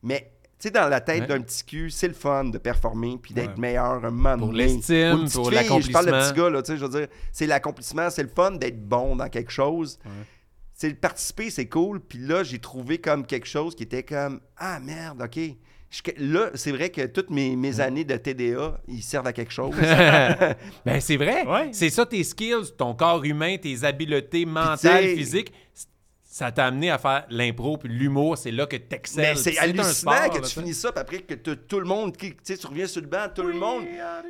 [SPEAKER 3] Mais, tu sais, dans la tête
[SPEAKER 1] Ouais.
[SPEAKER 3] d'un petit cul, c'est le fun de performer puis d'être
[SPEAKER 2] Ouais.
[SPEAKER 3] meilleur un moment
[SPEAKER 1] Pour
[SPEAKER 3] donné.
[SPEAKER 1] l'estime,
[SPEAKER 3] Ou une petite
[SPEAKER 1] pour
[SPEAKER 3] fille, Je parle de
[SPEAKER 1] l'accomplissement.
[SPEAKER 3] petit gars, là, tu sais, je veux dire, c'est l'accomplissement, c'est le fun d'être bon dans quelque chose c'est le participer, c'est cool. Puis là, j'ai trouvé comme quelque chose qui était comme Ah merde, OK. Je- là, c'est vrai que toutes mes, mes années de TDA, ils servent à quelque chose.
[SPEAKER 1] ben, c'est vrai.
[SPEAKER 2] Ouais.
[SPEAKER 1] C'est ça tes skills, ton corps humain, tes habiletés
[SPEAKER 3] tu sais-
[SPEAKER 1] mentales, physiques. C- Ça t'a amené à faire l'impro, puis l'humour, *laughs* c'est là que t'excelles.
[SPEAKER 3] Mais
[SPEAKER 1] Puis
[SPEAKER 3] c'est
[SPEAKER 1] un
[SPEAKER 3] hallucinant
[SPEAKER 1] sport,
[SPEAKER 3] que
[SPEAKER 1] là,
[SPEAKER 3] tu
[SPEAKER 1] ça.
[SPEAKER 3] finis ça, puis après que t'as tout le monde, qui, tu sais, tu reviens sur le banc, tout le monde.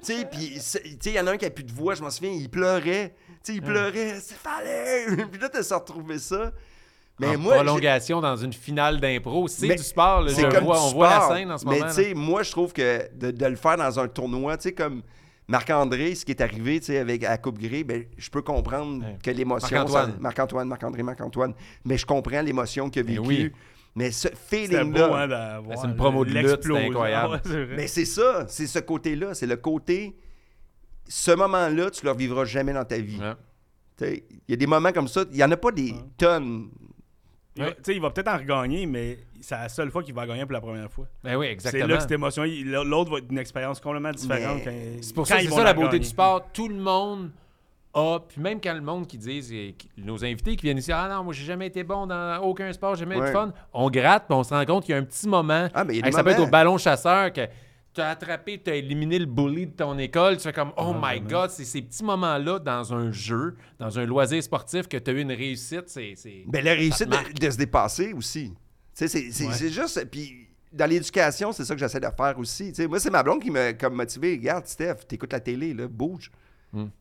[SPEAKER 3] Tu sais, puis c'est- tu sais, il y en a un qui a plus de voix, je m'en souviens, il pleurait. Tu sais, il pleurait, c'est fallait. *laughs* puis là, t'as ça retrouvé ça. Mais
[SPEAKER 1] en
[SPEAKER 3] moi, j'ai-
[SPEAKER 1] prolongation dans une finale d'impro, c'est
[SPEAKER 3] Mais
[SPEAKER 1] du sport. là,
[SPEAKER 3] C'est
[SPEAKER 1] je
[SPEAKER 3] comme
[SPEAKER 1] vois-
[SPEAKER 3] du
[SPEAKER 1] on voit la
[SPEAKER 3] sport.
[SPEAKER 1] scène en ce
[SPEAKER 3] Mais
[SPEAKER 1] moment.
[SPEAKER 3] tu sais, moi, je trouve que de, de le faire dans un tournoi, tu sais, comme Marc-André, ce qui est arrivé, tu sais, avec à Coupe Grey, ben, je peux comprendre
[SPEAKER 1] Ouais.
[SPEAKER 3] que l'émotion...
[SPEAKER 1] Marc-Antoine.
[SPEAKER 3] ça- Marc-Antoine, Marc-André, Marc-Antoine. Mais je comprends l'émotion qu'il a
[SPEAKER 1] Ben
[SPEAKER 3] vécue.
[SPEAKER 1] oui.
[SPEAKER 3] Mais ce
[SPEAKER 2] C'était beau, hein,
[SPEAKER 3] feeling-là...
[SPEAKER 2] d'avoir.
[SPEAKER 1] Ben, C'est une promo de lutte,
[SPEAKER 2] l'explosion.
[SPEAKER 1] c'était incroyable.
[SPEAKER 2] Ouais, c'est vrai.
[SPEAKER 3] mais c'est ça, c'est ce côté-là. C'est le côté... Ce moment-là, tu le revivras jamais dans ta vie.
[SPEAKER 1] Ouais.
[SPEAKER 3] Tu sais, Il y a des moments comme ça. Il n'y en a pas des
[SPEAKER 2] Ouais.
[SPEAKER 3] tonnes.
[SPEAKER 2] Il va-
[SPEAKER 1] Ouais.
[SPEAKER 2] tu sais, il va peut-être en regagner, mais c'est la seule fois qu'il va gagner pour la première fois.
[SPEAKER 1] Ben oui,
[SPEAKER 2] C'est
[SPEAKER 1] exactement.
[SPEAKER 2] là que cette émotion, il- l'autre va être une expérience complètement différente.
[SPEAKER 3] Mais
[SPEAKER 2] quand-
[SPEAKER 1] C'est pour
[SPEAKER 2] quand
[SPEAKER 1] ça
[SPEAKER 2] ils
[SPEAKER 1] c'est
[SPEAKER 2] vont
[SPEAKER 1] ça la beauté
[SPEAKER 2] gagner.
[SPEAKER 1] du sport. Tout le monde a, puis même quand le monde qui disent, et qui- nos invités qui viennent ici, ah non, moi j'ai jamais été bon dans aucun sport, j'ai jamais eu
[SPEAKER 3] Ouais.
[SPEAKER 1] de fun, on gratte, puis on se rend compte qu'il y a un petit moment.
[SPEAKER 3] Ah, mais il y a
[SPEAKER 1] Hey,
[SPEAKER 3] des
[SPEAKER 1] ça peut être
[SPEAKER 3] moments-
[SPEAKER 1] au ballon chasseur que tu as attrapé, tu as éliminé le bully de ton école, tu fais comme, oh my god, c'est ces petits moments-là dans un jeu, dans un loisir sportif que tu as eu une réussite, c'est. c'est-
[SPEAKER 3] Ben, la réussite
[SPEAKER 1] marque.
[SPEAKER 3] de, de se dépasser aussi. Tu sais, c'est- c'est
[SPEAKER 2] Ouais.
[SPEAKER 3] c'est juste. Puis dans l'éducation, c'est ça que j'essaie de faire aussi. Tu sais, moi, c'est ma blonde qui m'a comme motivé. Regarde, Steph, t'écoutes la télé, là, bouge.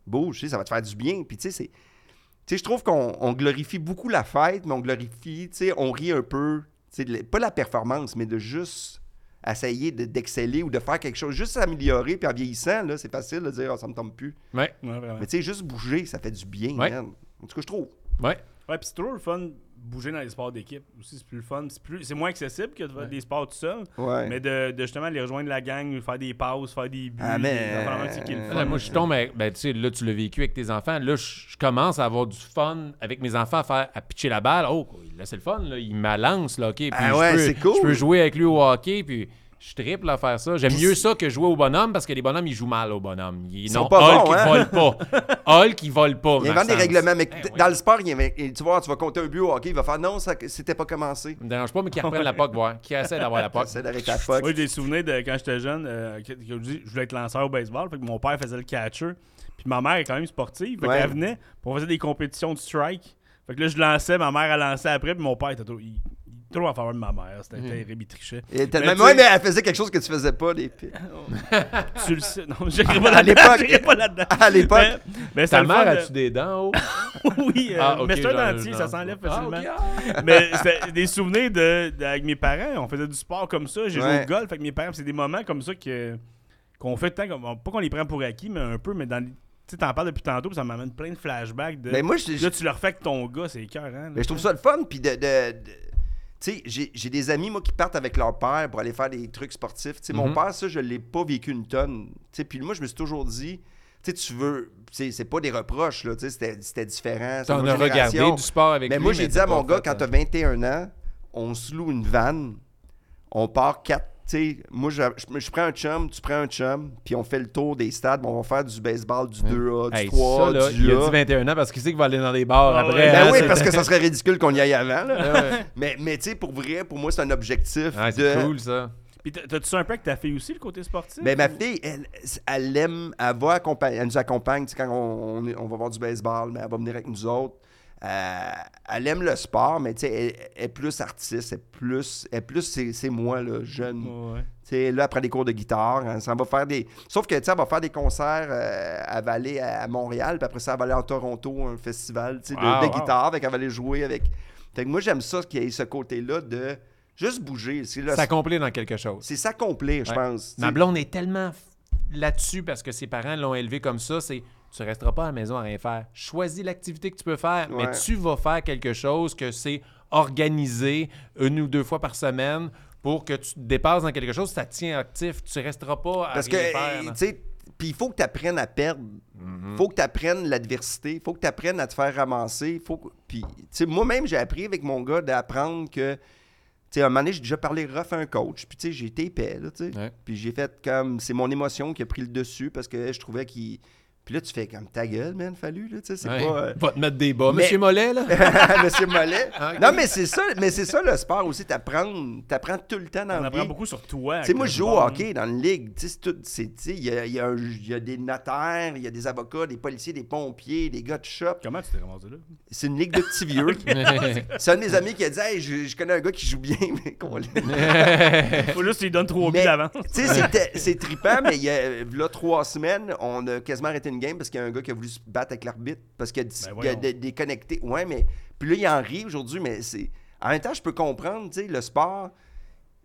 [SPEAKER 3] Bouge, tu sais, ça va te faire du bien. Puis tu sais, c'est. Tu sais, je trouve qu'on on glorifie beaucoup la fête, mais on glorifie, tu sais, on rit un peu. Tu sais, de la- pas la performance, mais de juste essayer de- d'exceller ou de faire quelque chose, juste s'améliorer. Puis en vieillissant, là, c'est facile de dire, Ah, ça me tombe plus.
[SPEAKER 1] Ouais,
[SPEAKER 2] Ouais, vraiment.
[SPEAKER 3] Mais tu sais, juste bouger, ça fait du bien,
[SPEAKER 1] Ouais.
[SPEAKER 3] man. En tout cas, je trouve.
[SPEAKER 1] ouais.
[SPEAKER 2] Ouais, puis c'est toujours le fun de bouger dans les sports d'équipe aussi, c'est plus le fun. C'est plus- C'est moins accessible que de faire des sports tout seul.
[SPEAKER 3] Ouais.
[SPEAKER 2] Mais de, de justement aller rejoindre la gang, faire des passes, faire des buts.
[SPEAKER 3] Ah, mais-
[SPEAKER 2] des affaires de même, c'est qui est le
[SPEAKER 3] Ah,
[SPEAKER 2] fun.
[SPEAKER 1] Là, moi, je tombe avec- ben, tu sais, là, tu l'as vécu avec tes enfants. Là, je je commence à avoir du fun avec mes enfants à, faire, à pitcher la balle. Oh, là, c'est le fun. Là. Il m'alance, là, OK. Puis
[SPEAKER 3] Ah
[SPEAKER 1] je
[SPEAKER 3] ouais,
[SPEAKER 1] peux-
[SPEAKER 3] c'est cool.
[SPEAKER 1] Je peux jouer avec lui au hockey, puis je triple à faire ça. J'aime mieux ça que jouer au bonhomme, parce que les bonhommes, ils jouent mal au bonhomme. Ils,
[SPEAKER 3] sont
[SPEAKER 1] non,
[SPEAKER 3] pas
[SPEAKER 1] Hulk,
[SPEAKER 3] bons,
[SPEAKER 1] ils
[SPEAKER 3] hein?
[SPEAKER 1] volent
[SPEAKER 3] *laughs*
[SPEAKER 1] pas. Hulk, ils volent pas,
[SPEAKER 3] Il invente des
[SPEAKER 1] Maxence.
[SPEAKER 3] règlements, mais
[SPEAKER 1] Eh
[SPEAKER 3] d-
[SPEAKER 1] oui.
[SPEAKER 3] dans le sport, il invente- et tu vois, tu vas compter un but au hockey, il va faire non, ça c'était pas commencé.
[SPEAKER 1] Ça me dérange pas, mais qui reprennent la POC, voir. Qui essaie d'avoir la POC.
[SPEAKER 3] Ah *laughs* C'est avec la fuck.
[SPEAKER 2] Moi, j'ai des souvenirs de quand j'étais jeune, euh, que- que je dis, je voulais être lanceur au baseball. Fait que mon père faisait le catcher. Puis ma mère est quand même sportive. Fait
[SPEAKER 3] Ouais.
[SPEAKER 2] qu'elle venait, puis on faisait des compétitions de strike. Fait que là, je lançais, ma mère a lancé après, puis mon père était trop, il, il était trop en faveur de ma mère. C'était
[SPEAKER 1] Mm.
[SPEAKER 2] terrible, il trichait.
[SPEAKER 3] Et t'as-
[SPEAKER 2] Mais
[SPEAKER 3] même
[SPEAKER 2] tu sais-
[SPEAKER 3] ouais, mais elle faisait quelque chose que tu faisais pas, les
[SPEAKER 1] *laughs*
[SPEAKER 3] filles.
[SPEAKER 2] Tu le sais. Non,
[SPEAKER 3] *laughs*
[SPEAKER 2] j'irai pas
[SPEAKER 3] À
[SPEAKER 2] là-dedans.
[SPEAKER 3] l'époque-
[SPEAKER 2] j'irai pas là-dedans.
[SPEAKER 3] à l'époque.
[SPEAKER 2] Mais- Mais c'était
[SPEAKER 1] Ta
[SPEAKER 2] le fun
[SPEAKER 1] mère,
[SPEAKER 2] de-
[SPEAKER 1] as-tu des dents, oh?
[SPEAKER 2] *laughs* oui, euh,
[SPEAKER 1] Ah, ok,
[SPEAKER 2] mais c'est
[SPEAKER 1] j'en-
[SPEAKER 2] un dentier,
[SPEAKER 1] j'en-
[SPEAKER 2] ça s'enlève
[SPEAKER 1] Ah,
[SPEAKER 2] facilement.
[SPEAKER 1] ok, ah.
[SPEAKER 2] *laughs* mais c'était des souvenirs de, de- avec mes parents. On faisait du sport comme ça. J'ai joué
[SPEAKER 3] Ouais.
[SPEAKER 2] au golf avec mes parents. C'est des moments comme ça que qu'on fait tant comme pas qu'on les prend pour acquis, mais un peu. Mais dans les- tu sais, t'en parles depuis tantôt, puis ça m'amène plein de flashbacks. De,
[SPEAKER 3] Mais Ben, moi, je, je- Ben,
[SPEAKER 2] là, tu le refais avec ton gars, c'est écœurant.
[SPEAKER 3] mais je trouve ça le fun. Puis de. de- de- tu sais, j'ai j'ai des amis, moi, qui partent avec leur père pour aller faire des trucs sportifs. Tu sais, Mon
[SPEAKER 1] Mhm.
[SPEAKER 3] père, ça, je l'ai pas vécu une tonne. Tu sais, Puis moi, je me suis toujours dit, tu sais, tu veux. C'est c'est pas des reproches, là. tu sais, C'était c'était différent. c'est
[SPEAKER 1] T'en
[SPEAKER 3] une
[SPEAKER 1] as
[SPEAKER 3] autre génération.
[SPEAKER 1] regardé du sport avec
[SPEAKER 3] mais
[SPEAKER 1] lui,
[SPEAKER 3] moi, j'ai dit à
[SPEAKER 1] t'as
[SPEAKER 3] mon
[SPEAKER 1] pas
[SPEAKER 3] gars,
[SPEAKER 1] fait, hein.
[SPEAKER 3] quand t'as 21 ans, on se loue une vanne, on part quatre. Tu sais, moi, je, je- je prends un chum, tu prends un chum, puis on fait le tour des stades, puis on va faire du baseball, du 2A, du
[SPEAKER 1] Hey,
[SPEAKER 3] 3A,
[SPEAKER 1] ça, là,
[SPEAKER 3] du
[SPEAKER 1] il a
[SPEAKER 3] A.
[SPEAKER 1] dit 21 ans parce qu'il sait qu'il va aller dans les bars
[SPEAKER 2] Ah
[SPEAKER 1] après.
[SPEAKER 2] ouais.
[SPEAKER 1] hein,
[SPEAKER 3] Ben oui,
[SPEAKER 1] c'est-
[SPEAKER 3] parce que ça serait ridicule qu'on y aille avant. là.
[SPEAKER 1] Ah *laughs* ouais.
[SPEAKER 3] Mais, mais tu sais, pour vrai, pour moi, c'est un objectif
[SPEAKER 1] Ah, c'est
[SPEAKER 3] de...
[SPEAKER 1] cool, ça.
[SPEAKER 2] Puis t'as- t'as-tu ça un peu avec ta fille aussi, le côté sportif?
[SPEAKER 3] Mais Ben, ma fille, elle, elle aime, elle va accompagner, elle nous accompagne, tu sais, quand on, on est- on va voir du baseball, mais elle va venir avec nous autres. Euh, elle aime le sport, mais tu sais, elle, elle est plus artiste, elle est plus, elle est plus c'est, c'est moi, là, jeune.
[SPEAKER 2] Ouais.
[SPEAKER 3] Tu sais, là, après des cours de guitare, hein, ça va faire des... Sauf que, tu sais, elle va faire des concerts euh, à Vallée, à à Montréal, puis après ça, elle va aller à Toronto, un festival, tu sais, de,
[SPEAKER 1] Ah,
[SPEAKER 3] de
[SPEAKER 1] wow.
[SPEAKER 3] guitare, fait qu'elle va aller jouer avec... Fait que moi, j'aime ça, qu'il y ait ce côté-là de juste bouger. C'est, le-
[SPEAKER 1] S'accomplir dans quelque chose.
[SPEAKER 3] c'est s'accomplir, je
[SPEAKER 1] Ouais.
[SPEAKER 3] pense. tu
[SPEAKER 1] Ma
[SPEAKER 3] sais.
[SPEAKER 1] blonde est tellement f- là-dessus parce que ses parents l'ont élevée comme ça, c'est tu resteras pas à la maison à rien faire. Choisis l'activité que tu peux faire, mais
[SPEAKER 3] Ouais.
[SPEAKER 1] tu vas faire quelque chose que c'est organisé une ou deux fois par semaine pour que tu te dépasses dans quelque chose, ça te tient actif. Tu resteras pas à
[SPEAKER 3] Parce que,
[SPEAKER 1] rien faire. Mm-hmm.
[SPEAKER 3] euh, tu sais, puis il faut que tu apprennes à perdre. faut que tu apprennes l'adversité. faut que tu apprennes à te faire ramasser. Faut que- Puis, tu sais, moi-même, j'ai appris avec mon gars d'apprendre que, tu sais, à un moment donné, j'ai déjà parlé rough à un coach. Puis, tu sais, j'ai été épais, là, tu sais.
[SPEAKER 1] Ouais.
[SPEAKER 3] Puis, j'ai fait comme, c'est mon émotion qui a pris le dessus parce que je trouvais qu'il. Puis là, tu fais comme ta gueule, man, fallu, là, tu sais, c'est
[SPEAKER 1] Ouais.
[SPEAKER 3] pas. euh, *laughs*
[SPEAKER 1] Va te mettre des bas.
[SPEAKER 3] Mais-
[SPEAKER 1] Monsieur Mollet, là.
[SPEAKER 3] Monsieur Mollet.
[SPEAKER 1] Ah, Ok.
[SPEAKER 3] Non, mais c'est ça, mais c'est ça le sport aussi, t'apprends, t'apprends tout le temps dans
[SPEAKER 2] On
[SPEAKER 3] la
[SPEAKER 2] apprend
[SPEAKER 3] vie.
[SPEAKER 2] beaucoup sur toi.
[SPEAKER 3] Tu sais,
[SPEAKER 2] avec
[SPEAKER 3] moi,
[SPEAKER 2] le
[SPEAKER 3] je joue au
[SPEAKER 2] sport,
[SPEAKER 3] hockey dans une ligue. Tu sais, c'est tout- c'est- tu sais, il y a, il y a un- il y a des notaires, il y a des avocats, des policiers, des pompiers, des gars de shop.
[SPEAKER 2] Comment tu t'es ramassé là?
[SPEAKER 3] *laughs* C'est une ligue de petits vieux. C'est un de mes amis qui a dit Hey, je, je connais un gars qui joue bien, *laughs* mais qu'on l'a.
[SPEAKER 2] Faut juste lui donne trois buts
[SPEAKER 3] Mais-
[SPEAKER 2] d'avance.
[SPEAKER 3] Tu sais, c'était- c'est trippant, mais il y a là, trois semaines, on a quasiment arrêté une game parce qu'il y a un gars qui a voulu se battre avec l'arbitre parce qu'il a, dis-
[SPEAKER 2] Ben
[SPEAKER 3] il a
[SPEAKER 2] voyons.
[SPEAKER 3] dé- déconnecté. Ouais, mais. Puis là, il en rit aujourd'hui, mais c'est. En même temps, je peux comprendre, tu sais, le sport,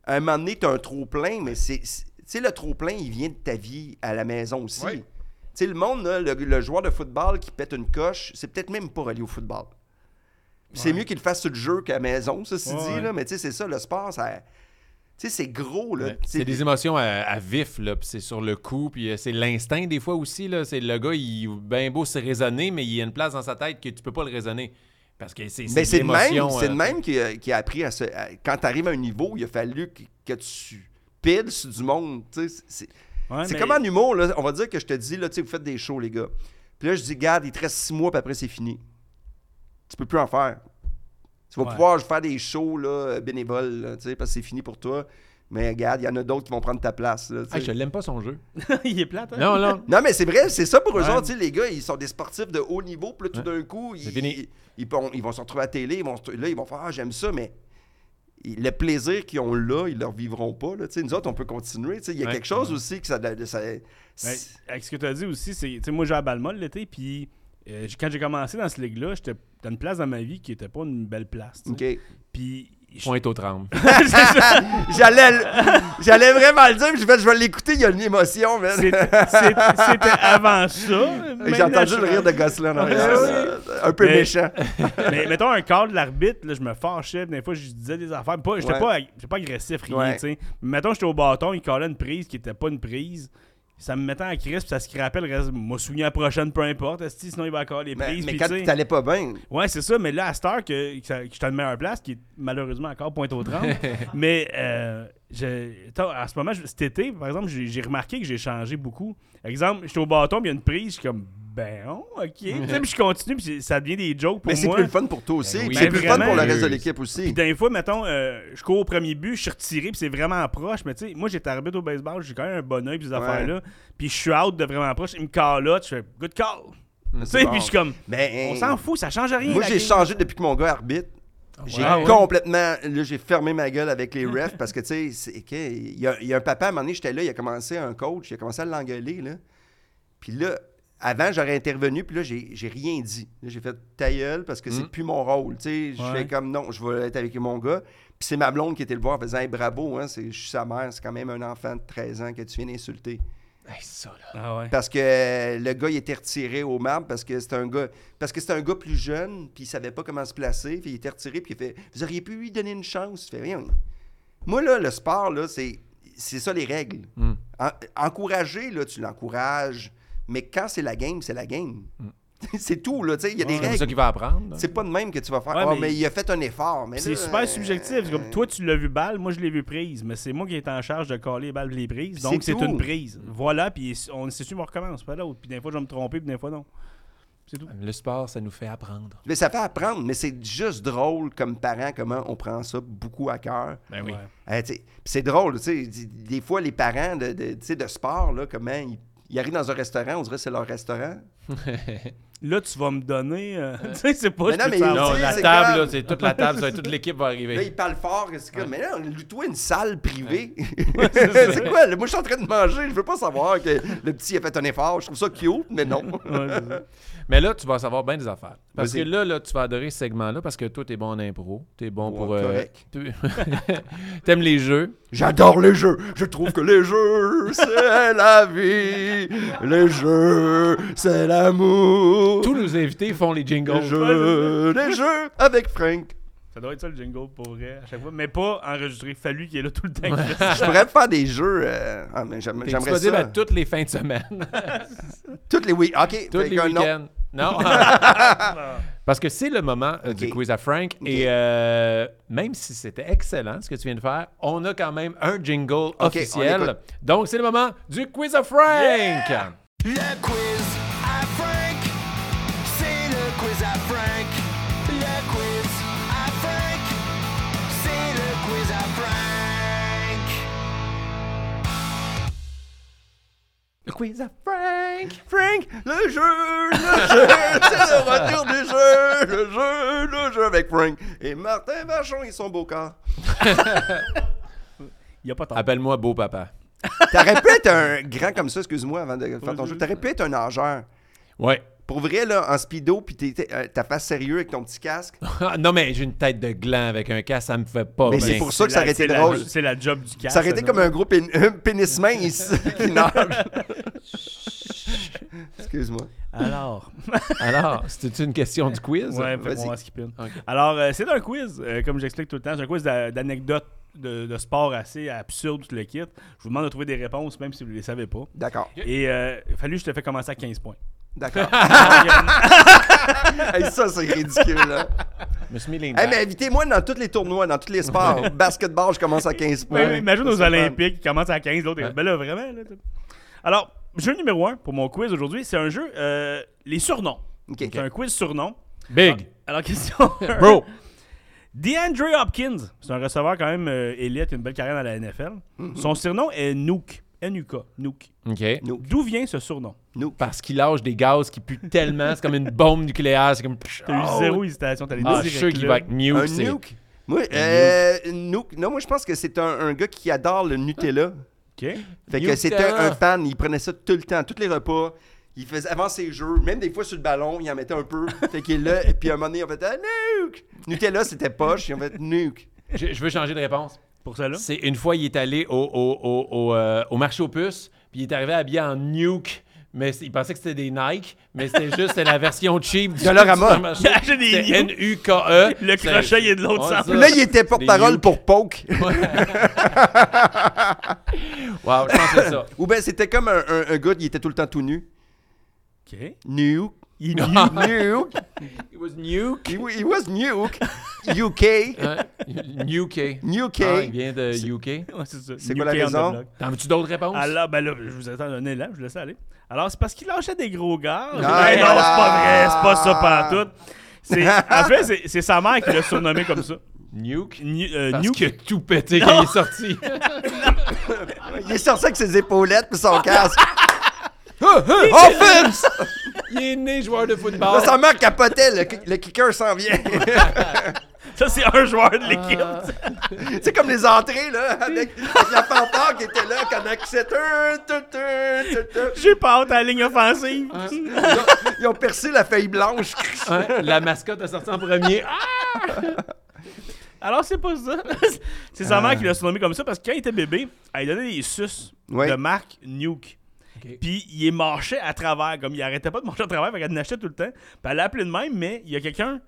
[SPEAKER 3] à un moment donné, t'as un trop-plein, mais c'est. c'est- Tu sais, le trop-plein, il vient de ta vie à la maison aussi.
[SPEAKER 1] Ouais.
[SPEAKER 3] Tu sais, le monde, là, le, le joueur de football qui pète une coche, c'est peut-être même pas relié au football. Puis C'est mieux qu'il le fasse sur le jeu qu'à la maison, ceci
[SPEAKER 2] Ouais,
[SPEAKER 3] dit,
[SPEAKER 2] ouais.
[SPEAKER 3] là, mais tu sais, c'est ça, le sport, ça. Tu sais, c'est gros, là.
[SPEAKER 1] Ouais.
[SPEAKER 3] Tu sais,
[SPEAKER 1] C'est des émotions à, à vif, là, puis c'est sur le coup, puis euh, c'est l'instinct des fois aussi, là. C'est le gars, il bien beau se raisonner, mais il y a une place dans sa tête que tu peux pas le raisonner. Parce que c'est
[SPEAKER 3] Mais Ben, c'est le même,
[SPEAKER 1] l'émotion,
[SPEAKER 3] c'est
[SPEAKER 1] euh,
[SPEAKER 3] le même qui, a- qui a appris à se. à- quand tu arrives à un niveau, il a fallu que, que tu piles sur du monde. tu sais, c'est- C'est
[SPEAKER 2] Ouais,
[SPEAKER 3] c'est
[SPEAKER 2] mais-
[SPEAKER 3] comme en humour, là, on va dire que je te dis, là, tu sais, vous faites des shows, les gars. Puis là, je dis, garde, il te reste six mois, puis après, c'est fini. Tu peux plus en faire. Tu vas
[SPEAKER 2] Ouais.
[SPEAKER 3] pouvoir faire des shows là, euh, bénévoles, là, tu sais, parce que c'est fini pour toi. Mais regarde, il y en a d'autres qui vont prendre ta place. là, tu sais.
[SPEAKER 1] Ah, je l'aime pas son jeu.
[SPEAKER 3] *laughs*
[SPEAKER 2] *laughs* il est plate. hein?
[SPEAKER 1] Non, non.
[SPEAKER 3] Non, mais c'est vrai, c'est ça pour eux
[SPEAKER 2] Ouais.
[SPEAKER 3] autres. tu sais, Les gars, ils sont des sportifs de haut niveau. Puis là, tout d'un coup, ils,
[SPEAKER 1] fini.
[SPEAKER 3] Ils, ils vont, ils vont se retrouver à la télé. Ils vont, se- là, ils vont faire Ah, j'aime ça, mais ils- le plaisir qu'ils ont là, ils ne leur vivront pas. Là, Tu sais, nous autres, on peut continuer. tu sais. Il y a
[SPEAKER 1] Ouais.
[SPEAKER 3] quelque chose aussi que ça. de- ça-
[SPEAKER 2] Ben,
[SPEAKER 3] c'est-
[SPEAKER 2] avec ce que tu as dit aussi, c'est. Tu sais, moi, j'ai à Balmol l'été, puis euh, j- quand j'ai commencé dans ce ligue-là, j'étais dans une place dans ma vie qui était pas une belle place. tu sais.
[SPEAKER 3] OK.
[SPEAKER 2] Puis. je- *laughs*
[SPEAKER 1] Pointe aux
[SPEAKER 3] *laughs*
[SPEAKER 1] trembles.
[SPEAKER 2] C'est ça.
[SPEAKER 3] J'allais le- *laughs* j'allais vraiment le dire, mais je vais, je vais l'écouter, il y a une émotion. man.
[SPEAKER 2] C'était c'était avant ça.
[SPEAKER 3] J'ai entendu le rire de Gosselin en arrière, là. Un peu
[SPEAKER 2] Mais-
[SPEAKER 3] méchant.
[SPEAKER 2] *laughs* Mais mettons un cadre de l'arbitre, là, je me fâchais, puis des fois je disais des affaires. Pas, j'étais
[SPEAKER 3] Ouais.
[SPEAKER 2] pas, ag- j'étais pas agressif, rien,
[SPEAKER 3] Ouais.
[SPEAKER 2] tu sais. Mais mettons j'étais au bâton, il collait une prise qui était pas une prise. Ça me mettait en crise, puis ça se crappait le reste. Moi, souviens la prochaine, peu importe. esti, sinon, il va encore les
[SPEAKER 3] Mais,
[SPEAKER 2] prises.
[SPEAKER 3] mais
[SPEAKER 2] puis
[SPEAKER 3] quand
[SPEAKER 2] tu sais.
[SPEAKER 3] tu n'allais pas bien,
[SPEAKER 2] Ouais, c'est ça, mais là, à cette heure que, que, ça- que je suis à une meilleure place, qui est malheureusement encore pointe au
[SPEAKER 3] *laughs*
[SPEAKER 2] 30, mais euh, je, attends, à ce moment, je- cet été, par exemple, j'ai j'ai remarqué que j'ai changé beaucoup. Exemple, j'étais au bâton, puis il y a une prise, je suis comme, ben, oh, ok. Tu sais, puis je continue, puis c'est- ça devient des jokes pour
[SPEAKER 3] mais c'est
[SPEAKER 2] moi.
[SPEAKER 3] plus le fun pour toi aussi.
[SPEAKER 1] Ben oui.
[SPEAKER 3] puis c'est
[SPEAKER 2] Ben
[SPEAKER 3] plus le fun pour le
[SPEAKER 2] vraiment.
[SPEAKER 3] reste de l'équipe aussi.
[SPEAKER 2] Puis des fois, mettons, euh, je cours au premier but, je suis retiré, puis c'est vraiment proche. Mais tu sais, moi, j'étais arbitre au baseball, j'ai quand même un bon oeil, puis ces affaires-là. Puis je suis out de vraiment proche, il me calotte, je fais good call. Tu sais,
[SPEAKER 3] bon. Ben,
[SPEAKER 2] puis je suis comme,
[SPEAKER 3] Mais-
[SPEAKER 2] on s'en fout, ça change rien.
[SPEAKER 3] Moi,
[SPEAKER 2] la
[SPEAKER 3] j'ai
[SPEAKER 2] game.
[SPEAKER 3] changé depuis que mon gars arbitre. J'ai
[SPEAKER 2] Ah ouais?
[SPEAKER 3] complètement. Là, j'ai fermé ma gueule avec les refs parce que, tu sais, c'est que- il y, a- il y a un papa, à un moment donné, j'étais là, il a commencé un coach, il a commencé à l'engueuler, là. Puis là, avant, j'aurais intervenu, puis là, j'ai j'ai rien dit. Là, j'ai fait ta gueule parce que c'est plus mon rôle. Tu sais, je
[SPEAKER 2] Hmm. Ouais.
[SPEAKER 3] fais comme non, je vais être avec mon gars. Puis c'est ma blonde qui était le voir en faisant Hey, bravo, hein, c'est- je suis sa mère, c'est quand même un enfant de 13 ans que tu viens d'insulter.
[SPEAKER 1] Hey, ça, là.
[SPEAKER 2] Ah ouais.
[SPEAKER 3] Parce que euh, le gars, il était retiré au marbre parce que c'était un gars parce que c'était un gars plus jeune, puis il savait pas comment se placer, puis il était retiré, puis il fait Vous auriez pu lui donner une chance. Je fais rien. Moi, là, le sport, là, c'est, c'est ça les règles.
[SPEAKER 2] Hmm.
[SPEAKER 3] En- encourager, là, tu l'encourages, mais quand c'est la game, c'est la game.
[SPEAKER 2] Hmm.
[SPEAKER 3] *laughs* c'est tout, là, tu sais, il y a des
[SPEAKER 1] C'est comme ça
[SPEAKER 3] règles.
[SPEAKER 1] qu'il va apprendre. là.
[SPEAKER 3] C'est pas de même que tu vas faire.
[SPEAKER 2] Ouais,
[SPEAKER 3] Ah,
[SPEAKER 2] mais-
[SPEAKER 3] mais... il a fait un effort. Mais
[SPEAKER 2] Puis C'est
[SPEAKER 3] là,
[SPEAKER 2] super
[SPEAKER 3] euh,
[SPEAKER 2] subjectif. C'est comme toi, tu l'as vu balle, moi je l'ai vu prise, mais c'est moi qui est en charge de coller les balles et les prises.
[SPEAKER 3] Puis
[SPEAKER 2] Donc c'est
[SPEAKER 3] c'est
[SPEAKER 2] une
[SPEAKER 3] tout.
[SPEAKER 2] prise. Voilà, puis on c'est sûr on recommence, pas l'autre. Puis des fois je vais me tromper, puis des fois non. C'est tout.
[SPEAKER 1] Le sport, ça nous fait apprendre.
[SPEAKER 3] Mais ça fait apprendre, mais c'est juste drôle comme parent comment on prend ça beaucoup à cœur.
[SPEAKER 1] Ben oui.
[SPEAKER 2] Ouais.
[SPEAKER 3] Euh, t'sais, pis c'est drôle, tu sais, d- des fois, les parents de, de, t'sais, de sport, là, comment ils, ils arrivent dans un restaurant, on dirait que c'est leur restaurant.
[SPEAKER 2] Là, tu vas me donner. euh, *laughs* tu sais, c'est pas.
[SPEAKER 3] Mais
[SPEAKER 2] je
[SPEAKER 3] non,
[SPEAKER 2] peux te
[SPEAKER 3] mais il-
[SPEAKER 2] savoir.
[SPEAKER 1] Non,
[SPEAKER 3] sais,
[SPEAKER 1] la
[SPEAKER 3] c'est
[SPEAKER 1] table,
[SPEAKER 3] comme-
[SPEAKER 1] là, c'est toute la table, ça, toute l'équipe va
[SPEAKER 3] Là,
[SPEAKER 1] arriver.
[SPEAKER 3] ils parlent fort, c'est comme, mais là, loue-toi une salle privée. *laughs*
[SPEAKER 2] c'est ça.
[SPEAKER 3] c'est quoi? là, Moi, je suis en train de manger, je veux pas savoir que le petit a fait un effort, je trouve ça cute, mais non.
[SPEAKER 2] *laughs* Ouais, c'est ça.
[SPEAKER 1] Mais là, tu vas savoir bien des affaires. Parce que
[SPEAKER 3] Vas-y.
[SPEAKER 1] là, là, tu vas adorer ce segment-là parce que toi, t'es bon en impro. T'es bon
[SPEAKER 3] Ouais,
[SPEAKER 1] pour. euh,
[SPEAKER 3] correct.
[SPEAKER 1] tu- *laughs* T'aimes les jeux.
[SPEAKER 3] J'adore les jeux, je trouve que les jeux, c'est la vie. Les jeux, c'est l'amour.
[SPEAKER 1] Tous nos invités font les jingles.
[SPEAKER 3] les jeux, les jeux avec Frank.
[SPEAKER 2] Ça doit être ça le jingle pour vrai à chaque fois. Mais pas enregistré. Fallu qu'il est là tout le temps.
[SPEAKER 3] Je pourrais faire des jeux. euh, ah, mais j'aime-
[SPEAKER 1] T'es
[SPEAKER 3] j'aimerais
[SPEAKER 1] disponible
[SPEAKER 3] ça.
[SPEAKER 1] à toutes les fins de semaine, *laughs*
[SPEAKER 3] Toutes les oui, ok. ben,
[SPEAKER 1] tous
[SPEAKER 3] fait
[SPEAKER 1] les
[SPEAKER 3] que non.
[SPEAKER 1] week-ends.
[SPEAKER 3] *laughs*
[SPEAKER 1] Non. *laughs* Parce que c'est le moment euh, du
[SPEAKER 3] Ok.
[SPEAKER 1] quiz à Frank. Et euh, même si c'était excellent ce que tu viens de faire, on a quand même un jingle
[SPEAKER 3] on
[SPEAKER 1] officiel.
[SPEAKER 3] écoute.
[SPEAKER 1] Donc, c'est le moment du quiz à Frank.
[SPEAKER 4] Le quiz à Frank. C'est le quiz à Frank. Le quiz à Frank. C'est le quiz à Frank.
[SPEAKER 1] Le quiz à Frank.
[SPEAKER 3] Frank, le jeu, le jeu, c'est le retour du jeu, le jeu, le jeu avec Frank et Martin Vachon et son beau corps.
[SPEAKER 2] Il n'y a pas de
[SPEAKER 3] Ah,
[SPEAKER 2] temps.
[SPEAKER 1] Appelle-moi beau papa.
[SPEAKER 3] T'aurais pu être un grand comme ça, excuse-moi, avant de faire ton jeu. T'aurais pu être un nageur.
[SPEAKER 1] Ouais. *laughs*
[SPEAKER 3] Pour vrai, là, en speedo, puis t'es- t'es- euh, ta face sérieux avec ton petit casque.
[SPEAKER 1] Ah, non, mais j'ai une tête de gland avec un casque, ça me fait pas
[SPEAKER 3] Mais
[SPEAKER 1] bien.
[SPEAKER 3] c'est pour ça que ça
[SPEAKER 2] la-
[SPEAKER 3] aurait été
[SPEAKER 2] c'est la-
[SPEAKER 3] drôle.
[SPEAKER 2] C'est la job du casque.
[SPEAKER 3] Ça aurait *laughs* été comme un gros pén- un pénis mince qui nage. Excuse-moi.
[SPEAKER 2] Alors.
[SPEAKER 1] Alors, c'était une question du quiz?
[SPEAKER 2] Ouais, fait qu'on
[SPEAKER 3] vas-y.
[SPEAKER 2] va skipper. une.
[SPEAKER 1] Ok.
[SPEAKER 2] Alors, euh, c'est un quiz, euh, comme j'explique tout le temps, c'est un quiz d'a- d'anecdotes de, de sport assez absurdes, tout le kit. Je vous demande de trouver des réponses, même si vous ne les savez pas.
[SPEAKER 3] D'accord.
[SPEAKER 2] Et euh, fallu, je te fais commencer à 15 points.
[SPEAKER 3] D'accord.
[SPEAKER 2] *laughs* Donc, euh,
[SPEAKER 3] Hey, ça, c'est ridicule, là.
[SPEAKER 1] Je me suis mis les
[SPEAKER 3] Hey,
[SPEAKER 1] nerfs.
[SPEAKER 3] mais invitez-moi dans tous les tournois, dans tous les sports. Basketball, je commence à 15
[SPEAKER 2] Ouais,
[SPEAKER 3] points.
[SPEAKER 2] imagine
[SPEAKER 3] Ça,
[SPEAKER 2] aux
[SPEAKER 3] c'est le fun.
[SPEAKER 2] Olympiques, qui commence à 15, l'autre est- Ben là, vraiment. là, t'as- Alors, jeu numéro 1 pour mon quiz aujourd'hui, c'est un jeu, euh, les surnoms.
[SPEAKER 3] Ok.
[SPEAKER 2] C'est un quiz surnom.
[SPEAKER 1] Big. *laughs*
[SPEAKER 2] Alors, question. un.
[SPEAKER 1] Bro.
[SPEAKER 2] DeAndre Hopkins, c'est un receveur quand même euh, élite, une belle carrière dans la NFL.
[SPEAKER 1] Mm-hmm.
[SPEAKER 2] Son surnom est Nuke. N-U-K. Nuke.
[SPEAKER 1] OK.
[SPEAKER 3] Nous,
[SPEAKER 2] D'où vient ce surnom?
[SPEAKER 3] nous.
[SPEAKER 1] Parce qu'il lâche des gaz qui puent tellement. C'est comme une bombe nucléaire. C'est comme.
[SPEAKER 2] T'as eu zéro hésitation, t'as les
[SPEAKER 1] Ah, je suis sûr qu'il va être
[SPEAKER 3] Un
[SPEAKER 1] nuke. c'est-
[SPEAKER 3] nuke. Moi, euh, nuke. Non, moi, je pense que c'est un, un gars qui adore le Nutella. Fait que
[SPEAKER 1] Nutella.
[SPEAKER 3] c'était un fan, il prenait ça tout le temps, tous les repas. Il faisait avant ses jeux, même des fois sur le ballon, il en mettait un peu.
[SPEAKER 1] *laughs*
[SPEAKER 3] Fait qu'il est là, et puis à un moment donné, on fait ah, nuke. Nutella, c'était poche, et on
[SPEAKER 1] *laughs*
[SPEAKER 3] fait nuke.
[SPEAKER 1] Je, je veux changer de réponse.
[SPEAKER 2] Pour ça, là. *laughs*
[SPEAKER 1] C'est une fois, il est allé au, au, au, au, euh, au marché aux puces, puis il est arrivé habillé en nuke. Mais c'est- il pensait que c'était des Nike, mais
[SPEAKER 2] *laughs*
[SPEAKER 1] c'était juste c'était la version cheap du
[SPEAKER 3] Dollarama.
[SPEAKER 1] supermarché.
[SPEAKER 2] Il a acheté des *laughs*
[SPEAKER 1] C'était
[SPEAKER 2] Nuke.
[SPEAKER 1] N-U-K-E.
[SPEAKER 2] Le
[SPEAKER 1] E. C'est-
[SPEAKER 2] crochet, il est de l'autre
[SPEAKER 1] Ouais,
[SPEAKER 2] sens.
[SPEAKER 1] ça.
[SPEAKER 3] Puis là, il était porte-parole
[SPEAKER 1] Nuke.
[SPEAKER 3] pour Poke.
[SPEAKER 1] Wow, je pense que
[SPEAKER 2] *laughs*
[SPEAKER 1] c'est ça.
[SPEAKER 3] *laughs* Ou bien c'était comme un, un- un gars, il était tout le temps tout nu.
[SPEAKER 2] OK.
[SPEAKER 3] Nuke.
[SPEAKER 2] Il
[SPEAKER 1] *laughs*
[SPEAKER 3] Nuke.
[SPEAKER 1] It was nuke.
[SPEAKER 3] He, wa- he was nuke. UK.
[SPEAKER 1] Hein? Nuke.
[SPEAKER 3] Nuke.
[SPEAKER 1] Ah, il vient de UK.
[SPEAKER 2] Ouais, c'est ça.
[SPEAKER 3] C'est quoi la
[SPEAKER 2] Nuke on the
[SPEAKER 3] raison?
[SPEAKER 2] block.
[SPEAKER 1] T'en veux-tu d'autres réponses?
[SPEAKER 2] Alors, ben là, je vous attends un élan, je vous laisse aller. Alors, c'est parce qu'il lâchait des gros gars. Non, non,
[SPEAKER 3] Ah,
[SPEAKER 2] c'est pas vrai,
[SPEAKER 3] voilà.
[SPEAKER 2] c'est pas ça pantoute. C'est, en fait, c'est, c'est sa mère qui l'a surnommé comme ça.
[SPEAKER 1] Nuke.
[SPEAKER 2] Nu- euh,
[SPEAKER 1] Parce
[SPEAKER 2] Nuke.
[SPEAKER 1] qu'il a tout pété quand il est sorti.
[SPEAKER 2] *laughs*
[SPEAKER 3] Il est sorti avec ses épaulettes puis
[SPEAKER 1] *laughs*
[SPEAKER 3] son casque. Offense!
[SPEAKER 1] Ah. il est né joueur de
[SPEAKER 3] Là,
[SPEAKER 1] football.
[SPEAKER 3] sa mère capotait, le, ki- le kicker s'en
[SPEAKER 1] *laughs*
[SPEAKER 3] vient.
[SPEAKER 2] Ça, c'est un joueur de l'équipe.
[SPEAKER 1] Ah.
[SPEAKER 2] ça.
[SPEAKER 3] C'est comme les entrées, là, avec, avec la fanfare qui était là, quand accès. Ils
[SPEAKER 2] *laughs* J'ai pas hâte à la ligne offensive.
[SPEAKER 3] ont, ils ont percé la feuille blanche.
[SPEAKER 1] Hein? La mascotte a sorti en premier. Ah!
[SPEAKER 2] Alors, c'est pas ça. *laughs* c'est sa
[SPEAKER 3] Euh.
[SPEAKER 2] mère qui l'a surnommé comme ça parce que quand il était bébé, elle lui donnait des suces
[SPEAKER 3] Ouais.
[SPEAKER 2] de marque Nuke.
[SPEAKER 1] Ok.
[SPEAKER 2] Puis il marchait à travers, comme il arrêtait pas de marcher à travers, fait qu'elle en achetait tout le temps. Puis elle l'a appelé de même, mais il y a quelqu'un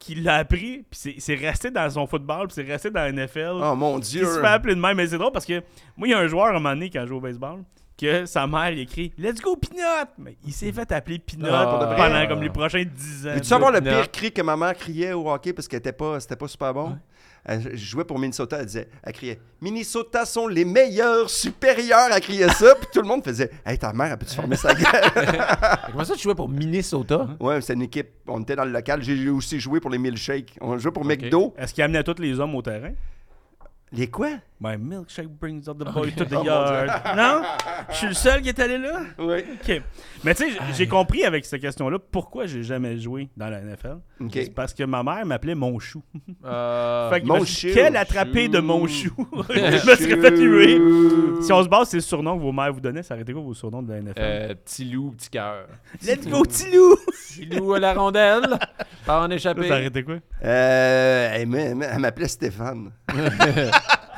[SPEAKER 2] qui l'a appris, puis c'est- c'est resté dans son football, puis c'est resté dans la NFL.
[SPEAKER 3] Oh mon
[SPEAKER 2] Il
[SPEAKER 3] dieu.
[SPEAKER 2] se fait appeler de même. Mais c'est drôle parce que moi, il y a un joueur à un moment donné quand je joue au baseball que sa mère il écrit Let's go, Peanut! Mais il s'est fait appeler Peanut
[SPEAKER 1] Ah,
[SPEAKER 2] pendant
[SPEAKER 1] pour de vrai?
[SPEAKER 2] comme les prochains 10 ans.
[SPEAKER 3] Veux-tu savoir le
[SPEAKER 1] Non.
[SPEAKER 3] pire cri que ma mère criait au hockey parce qu'elle était pas, c'était pas super bon? Elle- je jouais pour Minnesota, elle disait, elle criait Minnesota sont les meilleurs supérieurs, elle criait ça, puis tout le monde faisait Hey, ta mère, elle peut-tu fermer sa gueule?
[SPEAKER 1] Comment ça, tu jouais pour Minnesota?
[SPEAKER 3] ouais, c'est une équipe, on était dans le local, j'ai aussi joué pour les milkshakes, on jouait pour McDo.
[SPEAKER 2] Est-ce qu'il amenait tous les hommes au terrain?
[SPEAKER 3] Les quoi?
[SPEAKER 2] My milkshake brings out the boy to
[SPEAKER 3] Oh,
[SPEAKER 2] the
[SPEAKER 3] mon
[SPEAKER 2] yard. non? Je suis le seul qui est allé là?
[SPEAKER 3] Oui.
[SPEAKER 2] OK. Mais tu sais, j- j'ai compris avec cette question-là pourquoi j'ai jamais joué dans la NFL.
[SPEAKER 3] OK.
[SPEAKER 2] C'est parce que ma mère m'appelait mon chou.
[SPEAKER 1] Euh,
[SPEAKER 2] Fait que
[SPEAKER 3] mon
[SPEAKER 2] je me suis dit,
[SPEAKER 3] chou,
[SPEAKER 2] Quel attrapé de mon
[SPEAKER 1] chou. *laughs*
[SPEAKER 2] chou! *laughs* je me serais fait huer. Si on se base, c'est le surnom que vos mères vous donnaient. Ça arrêtait quoi vos surnoms de la NFL?
[SPEAKER 1] euh, petit loup, petit cœur.
[SPEAKER 2] Let's go,
[SPEAKER 1] *laughs*
[SPEAKER 2] Tilou!
[SPEAKER 1] Petit loup à la rondelle. Pas en
[SPEAKER 2] Ça
[SPEAKER 1] échappé.
[SPEAKER 2] arrêtait quoi?
[SPEAKER 3] Euh, elle m'a- elle m'a- elle m'appelait Stéphane.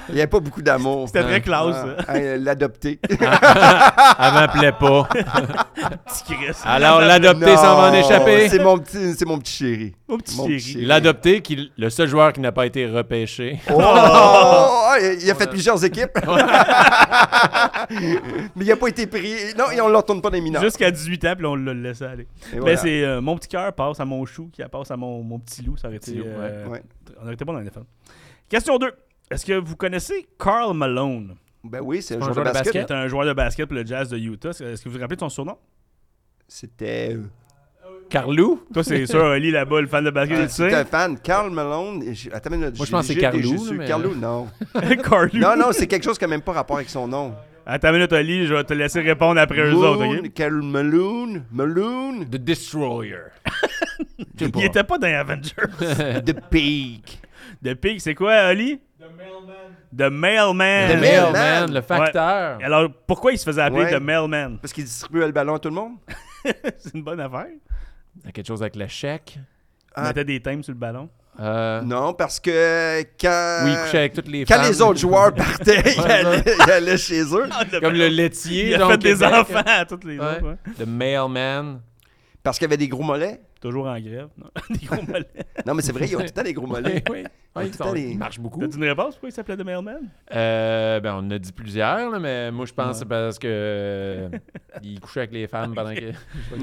[SPEAKER 3] Il n'y avait pas beaucoup d'amour.
[SPEAKER 2] C'était très classe,
[SPEAKER 3] Ah, elle L'adopter.
[SPEAKER 2] *laughs*
[SPEAKER 1] Elle m'appelait pas.
[SPEAKER 2] Petit Chris.
[SPEAKER 1] Alors, l'adopté s'en va en
[SPEAKER 3] Ah, Non,
[SPEAKER 1] échapper.
[SPEAKER 3] C'est mon petit, c'est mon petit chéri.
[SPEAKER 2] Mon petit
[SPEAKER 3] Mon
[SPEAKER 2] chéri.
[SPEAKER 3] petit chéri.
[SPEAKER 1] L'adopté, qui, le seul joueur qui n'a pas été repêché.
[SPEAKER 3] Oh, ah, il il a fait
[SPEAKER 1] On a-
[SPEAKER 2] *laughs*
[SPEAKER 3] plusieurs équipes. Mais il n'a pas été pris. Non, et on ne l'entend pas des
[SPEAKER 2] *laughs*
[SPEAKER 3] mineurs.
[SPEAKER 2] Jusqu'à 18 ans, puis là, on l'a laissé aller.
[SPEAKER 3] Et
[SPEAKER 2] Mais
[SPEAKER 3] voilà.
[SPEAKER 2] c'est euh, mon petit cœur passe à mon chou, qui passe à mon, mon petit loup. Ça aurait été.
[SPEAKER 1] Petit loup,
[SPEAKER 2] euh,
[SPEAKER 3] ouais.
[SPEAKER 2] On aurait été bon dans la NFL. Question 2. Est-ce que vous connaissez Carl Malone?
[SPEAKER 3] Ben oui, c'est un
[SPEAKER 1] pas
[SPEAKER 3] joueur de basket.
[SPEAKER 2] Qui est un joueur de basket pour le Jazz de Utah. Est-ce que vous vous rappelez de son surnom?
[SPEAKER 3] C'était. euh,
[SPEAKER 1] Carlou?
[SPEAKER 2] Toi,
[SPEAKER 3] *laughs*
[SPEAKER 2] c'est sûr, Oli là-bas, le fan de basket, tu
[SPEAKER 3] ah, C'était
[SPEAKER 2] sais.
[SPEAKER 3] un fan. Carl Malone. et j'ai- Attends, Moi,
[SPEAKER 1] je pense que c'est Carlou, là, mais-
[SPEAKER 3] Carlou,
[SPEAKER 2] *laughs*
[SPEAKER 3] non.
[SPEAKER 2] Carl Lou.
[SPEAKER 3] non, non, c'est quelque chose qui n'a même pas rapport avec son nom.
[SPEAKER 2] Attends une minute, Oli, je vais te laisser répondre après eux autres. ok?
[SPEAKER 3] Moon, Carl Malone. Malone.
[SPEAKER 1] The Destroyer. Je sais pas.
[SPEAKER 2] Il était pas dans Avengers. *laughs*
[SPEAKER 3] The Pig.
[SPEAKER 2] The Pig, c'est quoi, Oli? The Mailman.
[SPEAKER 1] The
[SPEAKER 3] The mailman.
[SPEAKER 1] mailman, le facteur.
[SPEAKER 2] Alors, pourquoi il se faisait appeler
[SPEAKER 3] Ouais.
[SPEAKER 2] The Mailman? *laughs*
[SPEAKER 3] Parce qu'il distribuait le ballon à tout le monde.
[SPEAKER 2] c'est une bonne affaire.
[SPEAKER 1] Il y a quelque chose avec le chèque.
[SPEAKER 2] Il
[SPEAKER 3] Ah.
[SPEAKER 2] mettait des thèmes sur le ballon.
[SPEAKER 1] Euh,
[SPEAKER 3] Non, parce que quand,
[SPEAKER 1] où il couchait avec toutes les
[SPEAKER 3] quand
[SPEAKER 1] femmes.
[SPEAKER 3] les autres joueurs partaient, ils
[SPEAKER 1] Ouais,
[SPEAKER 3] allaient, ils allaient chez eux.
[SPEAKER 1] Comme le laitier.
[SPEAKER 2] Il a
[SPEAKER 1] donc,
[SPEAKER 2] fait des
[SPEAKER 1] Québec.
[SPEAKER 2] enfants à toutes les
[SPEAKER 1] Ouais.
[SPEAKER 2] autres. ouais.
[SPEAKER 1] The mailman.
[SPEAKER 3] Parce qu'il y avait des gros mollets.
[SPEAKER 2] Toujours en grève. non? *laughs* Des gros mollets.
[SPEAKER 3] Non, mais c'est vrai, ils ont tout le temps des
[SPEAKER 2] *laughs*
[SPEAKER 3] gros mollets.
[SPEAKER 1] Oui, oui. *laughs* Ouais, ils,
[SPEAKER 3] Ah, tout
[SPEAKER 1] sont-
[SPEAKER 3] le temps les-
[SPEAKER 1] ils marchent beaucoup.
[SPEAKER 2] T'as-tu une réponse pourquoi il s'appelait The Mailman?
[SPEAKER 1] Euh, ben, on en a dit plusieurs, là, mais moi, je pense que c'est
[SPEAKER 2] Ouais.
[SPEAKER 1] parce que euh, il couchait avec les femmes pendant
[SPEAKER 2] *laughs*
[SPEAKER 1] que.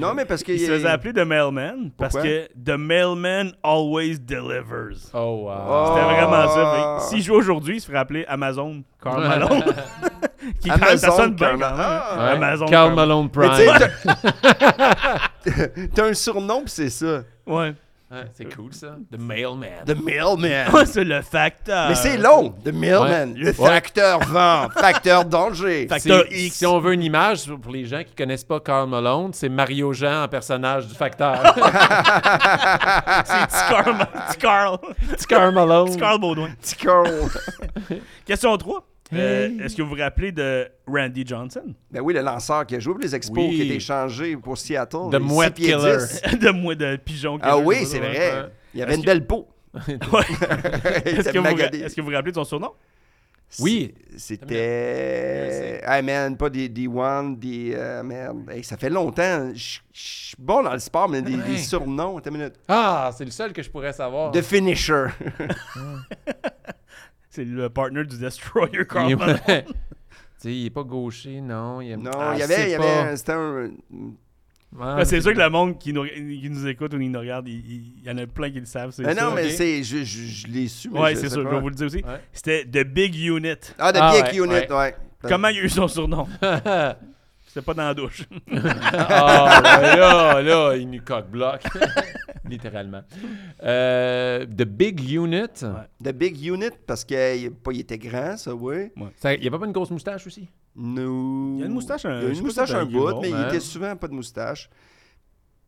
[SPEAKER 3] Non, mais parce que.
[SPEAKER 2] Il se faisait appeler The Mailman parce
[SPEAKER 3] Pourquoi?
[SPEAKER 2] que The Mailman always delivers.
[SPEAKER 1] Oh, wow.
[SPEAKER 3] Oh.
[SPEAKER 2] C'était vraiment ça.
[SPEAKER 3] Ah.
[SPEAKER 2] mais S'il joue aujourd'hui, il se ferait appeler Amazon Carl Malone.
[SPEAKER 1] *laughs*
[SPEAKER 2] *laughs* Qui, quand-
[SPEAKER 3] Amazon
[SPEAKER 2] ça sonne bien
[SPEAKER 3] Carl-
[SPEAKER 2] quand même, hein?
[SPEAKER 1] Ouais.
[SPEAKER 3] Ah.
[SPEAKER 2] Amazon
[SPEAKER 1] Karl
[SPEAKER 2] Prime.
[SPEAKER 1] Malone
[SPEAKER 3] Mais
[SPEAKER 1] Prime.
[SPEAKER 3] tu sais, t'as- t'as un surnom, pis c'est ça.
[SPEAKER 2] Ouais. *laughs*
[SPEAKER 1] Ouais, c'est cool, ça. The mailman.
[SPEAKER 3] The Mailman.
[SPEAKER 2] Ah, c'est le facteur.
[SPEAKER 3] *laughs* Mais c'est long, The Mailman.
[SPEAKER 1] Ouais.
[SPEAKER 3] Le
[SPEAKER 1] Ouais.
[SPEAKER 3] facteur vent, facteur danger.
[SPEAKER 1] C'est-
[SPEAKER 2] Facteur X.
[SPEAKER 1] Si on veut une image pour les gens qui connaissent pas Carl Malone, c'est Mario Jean en personnage du
[SPEAKER 2] *laughs*
[SPEAKER 1] facteur.
[SPEAKER 2] *laughs* C'est petit Carl. Petit Carl.
[SPEAKER 1] Petit *laughs* Carl Malone.
[SPEAKER 2] Petit Carl Baudouin.
[SPEAKER 3] Petit con.
[SPEAKER 2] Question 3.
[SPEAKER 1] Hey.
[SPEAKER 2] Est-ce que vous vous rappelez de Randy Johnson?
[SPEAKER 3] *laughs*
[SPEAKER 2] *laughs*
[SPEAKER 3] Ben oui, le lanceur qui a joué pour les Expos,
[SPEAKER 1] Oui.
[SPEAKER 3] qui a été échangé pour Seattle.
[SPEAKER 1] The
[SPEAKER 3] les
[SPEAKER 1] Mouette
[SPEAKER 3] six pieds
[SPEAKER 1] Killer.
[SPEAKER 3] dix.
[SPEAKER 2] de moi, de pigeon.
[SPEAKER 3] Ah
[SPEAKER 2] quelque
[SPEAKER 3] oui,
[SPEAKER 2] chose,
[SPEAKER 3] c'est
[SPEAKER 2] ouais.
[SPEAKER 3] vrai. *laughs*
[SPEAKER 2] *laughs*
[SPEAKER 1] ouais.
[SPEAKER 3] Il avait
[SPEAKER 2] Est-ce
[SPEAKER 3] une
[SPEAKER 2] que-
[SPEAKER 3] belle peau. *laughs*
[SPEAKER 2] Ouais.
[SPEAKER 3] Il
[SPEAKER 2] Est-ce
[SPEAKER 3] était
[SPEAKER 2] que, vous,
[SPEAKER 3] magadé.
[SPEAKER 2] est-ce que vous vous rappelez de son surnom?
[SPEAKER 1] Oui.
[SPEAKER 3] C'était. Ah, man, pas des D1, des. euh, merde. Hey, ça fait longtemps. Je je suis bon dans le sport, mais des, des
[SPEAKER 1] Ouais.
[SPEAKER 3] surnoms. Attends une minute.
[SPEAKER 1] Ah, c'est le seul que je pourrais savoir.
[SPEAKER 3] The Finisher. *laughs*
[SPEAKER 2] C'est le partner du Destroyer Carl
[SPEAKER 1] Il est- *laughs*
[SPEAKER 2] Malone.
[SPEAKER 1] Tu sais, il est pas gaucher, non. Il est-
[SPEAKER 3] non,
[SPEAKER 1] Ah,
[SPEAKER 3] il y
[SPEAKER 1] je
[SPEAKER 3] avait.
[SPEAKER 1] sais
[SPEAKER 3] il y
[SPEAKER 1] pas.
[SPEAKER 3] avait un- C'était un.
[SPEAKER 1] Ouais,
[SPEAKER 2] Ouais, Ah, c'est sûr que le monde qui nous, qui nous écoute ou qui nous regarde, il, il- il y en a plein qui le savent. C'est
[SPEAKER 3] Ah non,
[SPEAKER 2] sûr.
[SPEAKER 3] mais
[SPEAKER 1] ok.
[SPEAKER 3] c'est. Je, je, je l'ai su, mais
[SPEAKER 2] Ouais,
[SPEAKER 3] je
[SPEAKER 2] c'est
[SPEAKER 3] sais
[SPEAKER 2] sûr,
[SPEAKER 3] pas.
[SPEAKER 2] je vais vous le dire aussi.
[SPEAKER 1] Ouais.
[SPEAKER 2] C'était The Big Unit.
[SPEAKER 3] Ah, The
[SPEAKER 1] Ah,
[SPEAKER 3] Big
[SPEAKER 1] ouais,
[SPEAKER 3] Unit,
[SPEAKER 1] ouais.
[SPEAKER 3] ouais.
[SPEAKER 2] Comment il a eu son surnom?
[SPEAKER 3] *laughs*
[SPEAKER 1] ah,
[SPEAKER 2] C'était pas dans la douche.
[SPEAKER 1] ben là, là, il nous coque bloc. *laughs* Littéralement. Euh, the Big Unit.
[SPEAKER 3] The Big Unit, parce qu'il était grand, ça, oui.
[SPEAKER 1] Ça- Il n'y avait pas une grosse moustache aussi?
[SPEAKER 3] No.
[SPEAKER 2] Il y a une moustache, un-
[SPEAKER 3] Il y a
[SPEAKER 2] je
[SPEAKER 3] une
[SPEAKER 2] sais
[SPEAKER 3] moustache,
[SPEAKER 2] pas si
[SPEAKER 3] un
[SPEAKER 2] c'est un
[SPEAKER 3] bout, mais il
[SPEAKER 1] humour, hein.
[SPEAKER 3] était souvent pas de moustache.